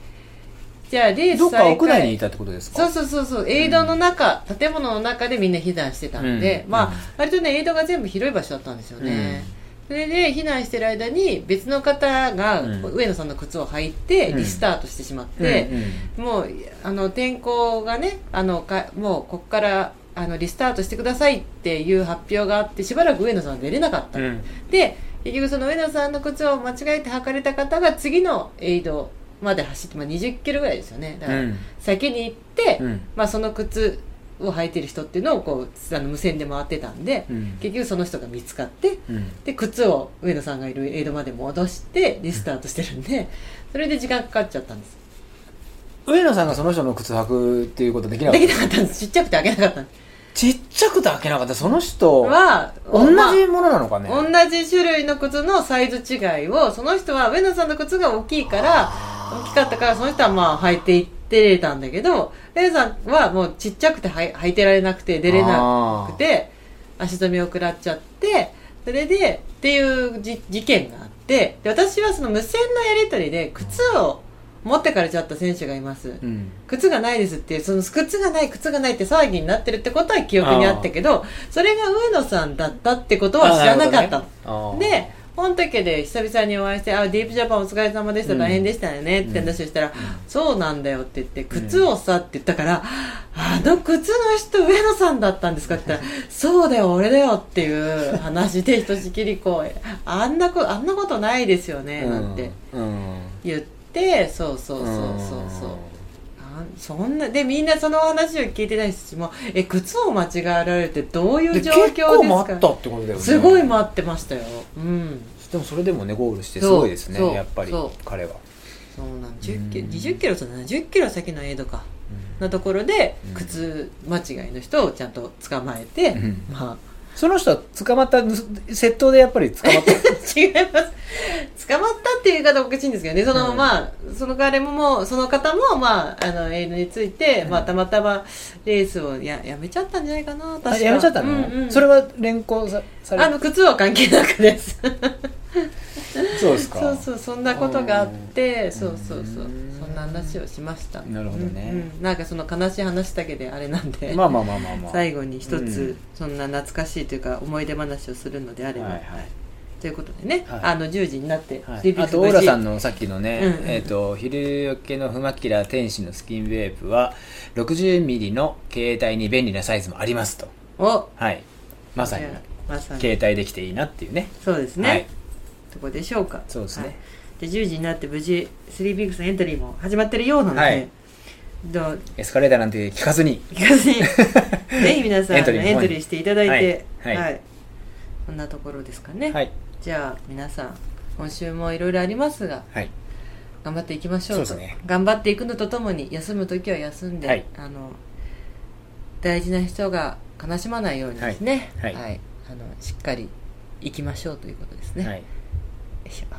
Speaker 1: じゃあレー
Speaker 2: ど
Speaker 1: ス
Speaker 2: っか
Speaker 1: 再
Speaker 2: 屋内
Speaker 1: 開
Speaker 2: にいたってことです
Speaker 1: そう
Speaker 2: か
Speaker 1: そうそうそうエイドの中、建物の中でみんな避難してたんで、
Speaker 2: うん
Speaker 1: まあ
Speaker 2: うん
Speaker 1: 割とねエイドが全部広い場所だったんですよね、それで避難してる間に別の方が
Speaker 2: うん
Speaker 1: 上野さんの靴を履いて
Speaker 2: うん
Speaker 1: リスタートしてしまっ
Speaker 2: うん
Speaker 1: て、もうあの天候がねあのかもうここからあのリスタートしてくださいっていう発表があってしばらく上野さんは出れなかった、
Speaker 2: うんうん
Speaker 1: で結局その上野さんの靴を間違えて履かれた方が次のエイドまで走って、まあ、20キロぐらいですよねだ
Speaker 2: う
Speaker 1: から
Speaker 2: ん
Speaker 1: 先に行って、
Speaker 2: うん
Speaker 1: まあ、その靴を履いてる人っていうのをこうあの無線で回ってたんで、
Speaker 2: うん
Speaker 1: 結局その人が見つかって
Speaker 2: うん
Speaker 1: で靴を上野さんがいるエイドまで戻してリスタートしてるんで、それで時間かかっちゃったんです
Speaker 2: 上野さんがその人の靴履くっていうことできなかっ
Speaker 1: で
Speaker 2: た
Speaker 1: きなかったんですちっちゃくて開けなかったんです
Speaker 2: ちっちゃくて開けなかったその人
Speaker 1: は
Speaker 2: 同
Speaker 1: まあ
Speaker 2: じものなのかね
Speaker 1: 同じ種類の靴のサイズ違いをその人は上野さんの靴が大きいから大きかったからその人はまあ履いていってたんだけど上野さんはもうちっちゃくて履い履いてられなくて出れなくて足止めを食らっちゃってそれでっていうじ事件があってで私はその無線のやり取りで靴を持ってかれちゃった選手がいます、
Speaker 2: うん
Speaker 1: 靴がないですっていうその靴がない靴がないって騒ぎになってるってことは記憶にあったけどそれが上野さんだったってことは知らなかった
Speaker 2: あーなるほどね
Speaker 1: で本家で久々にお会いして「あディープジャパンお疲れ様でした、
Speaker 2: うん
Speaker 1: 大変でしたよね」って話をしたら「そうなんだよ」って言って「靴をさ」って言ったから「あの靴の人上野さんだったんですか?」って言った ら「そうだよ俺だよ」っていう話でひとしきりこう「あんなこあんなことないですよね」
Speaker 2: うん
Speaker 1: なんて
Speaker 2: うん
Speaker 1: 言ってそうそうそうそうそう。あそんなでみんなその話を聞いてない人たちもえ靴を間違えられてどうい
Speaker 2: で
Speaker 1: う状
Speaker 2: 結
Speaker 1: 況ですか
Speaker 2: 構待ったってことだよね
Speaker 1: すごい待ってましたようん
Speaker 2: でもそれでもねゴールして
Speaker 1: そ
Speaker 2: す
Speaker 1: う
Speaker 2: ごいですね
Speaker 1: そう
Speaker 2: やっぱり
Speaker 1: そう
Speaker 2: 彼は
Speaker 1: そうなん10キロ
Speaker 2: うん
Speaker 1: 20キロと70キロ先のエイドかのところで
Speaker 2: うん
Speaker 1: 靴間違いの人をちゃんと捕まえて、
Speaker 2: うん
Speaker 1: まあ
Speaker 2: その人は捕まった窃盗でやっぱり捕ま った
Speaker 1: 違います捕まったっていう言い方おかしいんですけどねその、
Speaker 2: うん
Speaker 1: まあその彼ももうその方もまああのエイドについて、まあ、たまたまレースをややめちゃったんじゃないかな確か
Speaker 2: あやめちゃったの、
Speaker 1: うんうん
Speaker 2: それは連行さされ
Speaker 1: あの靴は関係なくです
Speaker 2: そうですか
Speaker 1: そうそうそんなことがあってそうそうそう
Speaker 2: うん
Speaker 1: そんな話をしました
Speaker 2: なるほどね
Speaker 1: うんうんなんかその悲しい話だけであれなんで、
Speaker 2: まあまあまあまあまあ
Speaker 1: 最後に一つ、
Speaker 2: う
Speaker 1: そんな懐かしいというか思い出話をするのであれば、
Speaker 2: はいはい
Speaker 1: ということでね、
Speaker 2: はい
Speaker 1: あの10時になってレ
Speaker 2: はい、
Speaker 1: ビュー
Speaker 2: あ
Speaker 1: す
Speaker 2: と
Speaker 1: る
Speaker 2: オーラさん
Speaker 1: の
Speaker 2: のさっきのね、
Speaker 1: うんうん
Speaker 2: えっ、と昼よけのフマキラ天使のスキンウェーブは 60mm の携帯に便利なサイズもありますと
Speaker 1: お
Speaker 2: はいまさに
Speaker 1: じゃあまさに
Speaker 2: 携帯できていいなっていうね
Speaker 1: そうですね、
Speaker 2: はい
Speaker 1: とこでしょうか
Speaker 2: そうですね
Speaker 1: はいで10時になって無事スリービッグスのエントリーも始まってるようなので、
Speaker 2: はい
Speaker 1: どう
Speaker 2: エスカレーターなんて聞かずに
Speaker 1: 聞かずにぜ ひ皆さん
Speaker 2: エ
Speaker 1: エ
Speaker 2: ン
Speaker 1: ント
Speaker 2: トリ
Speaker 1: リ
Speaker 2: ー
Speaker 1: ー
Speaker 2: の方に
Speaker 1: していただいて
Speaker 2: はいはい
Speaker 1: こんなところですかね、
Speaker 2: はい
Speaker 1: じゃあ皆さん今週もいろいろありますが
Speaker 2: はい
Speaker 1: 頑張っていきましょうと
Speaker 2: そうですね
Speaker 1: 頑張っていくのとともに休む時は休んで、
Speaker 2: はい
Speaker 1: あの大事な人が悲しまないようにですね
Speaker 2: はいはい
Speaker 1: あのしっかり行きましょうということですね、、
Speaker 2: はいい
Speaker 1: いしょ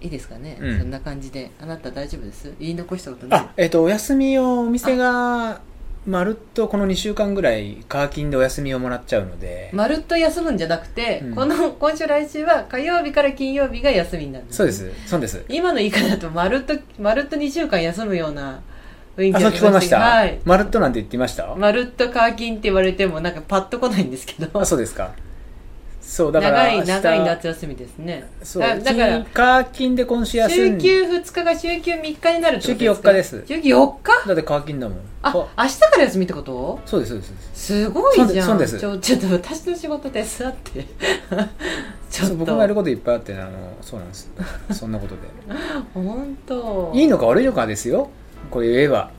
Speaker 1: いいですかね、
Speaker 2: うん
Speaker 1: そんな感じであなた大丈夫です言い残したことない
Speaker 2: あえっ、とお休みをお店がまるっとこの2週間ぐらいカーキンでお休みをもらっちゃうので、
Speaker 1: まるっと休むんじゃなくて、
Speaker 2: うん
Speaker 1: この今週来週は火曜日から金曜日が休みになる
Speaker 2: そうですそうです
Speaker 1: 今の言い方だとまるっとまるっと2週間休むような雰囲気にな
Speaker 2: あそう
Speaker 1: り
Speaker 2: 聞こえました、
Speaker 1: はい
Speaker 2: まるっとなんて言ってました、
Speaker 1: まるっと課金って言われてもなんかパッと来ないんですけど
Speaker 2: あそうですかそうだから
Speaker 1: 長
Speaker 2: 明
Speaker 1: い
Speaker 2: 日
Speaker 1: 長い夏休みですね
Speaker 2: そう
Speaker 1: だだから
Speaker 2: 課金で今週休
Speaker 1: 週
Speaker 2: んで
Speaker 1: 休2日が週休3日になるってことです
Speaker 2: 週休
Speaker 1: か
Speaker 2: 4日です
Speaker 1: 週休4日
Speaker 2: だって課金だもん
Speaker 1: あ
Speaker 2: そ
Speaker 1: 明日から休みってこと
Speaker 2: そうですそうですそうです
Speaker 1: すごいじゃん
Speaker 2: そうです
Speaker 1: ちょちょっと私の仕事手伝って ちょっ
Speaker 2: そ
Speaker 1: と
Speaker 2: う僕もやることいっぱいあってねあのそうなんですそんなことで
Speaker 1: 本当
Speaker 2: いいのか悪いのかですよこれ言えば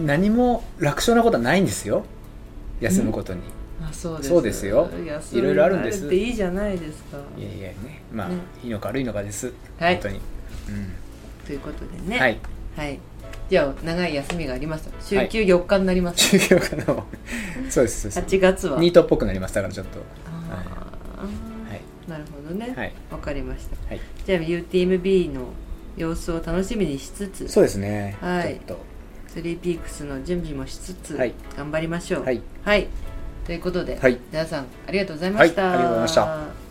Speaker 2: 何も楽勝なことはないんですよ休むことに、
Speaker 1: あそうです
Speaker 2: そうですよ
Speaker 1: 休
Speaker 2: いろいろあるんです
Speaker 1: みがっていいじゃないですか
Speaker 2: いやいやねまあ、
Speaker 1: ね
Speaker 2: いいのか悪いのかです、
Speaker 1: はい
Speaker 2: 本当に、
Speaker 1: ということで
Speaker 2: う
Speaker 1: ね
Speaker 2: ん、はい
Speaker 1: はいじゃあ長い休みがありました
Speaker 2: は
Speaker 1: 週
Speaker 2: い
Speaker 1: 休4日になります、
Speaker 2: 中業かのそうですそうです
Speaker 1: 8月は
Speaker 2: ニートっぽくなりましたからちょっと
Speaker 1: あー
Speaker 2: はい
Speaker 1: なるほどねわ、
Speaker 2: はい
Speaker 1: かりました
Speaker 2: はい
Speaker 1: じゃあ UTMB の様子を楽しみにしつつ
Speaker 2: そうですね、
Speaker 1: はい
Speaker 2: ちょっ
Speaker 1: スリーピークスの準備もしつつ、
Speaker 2: はい
Speaker 1: 頑張りましょう
Speaker 2: とはい
Speaker 1: はい
Speaker 4: ということで、
Speaker 1: はい
Speaker 4: 皆さんありがとうございました、
Speaker 1: はいありがとうございました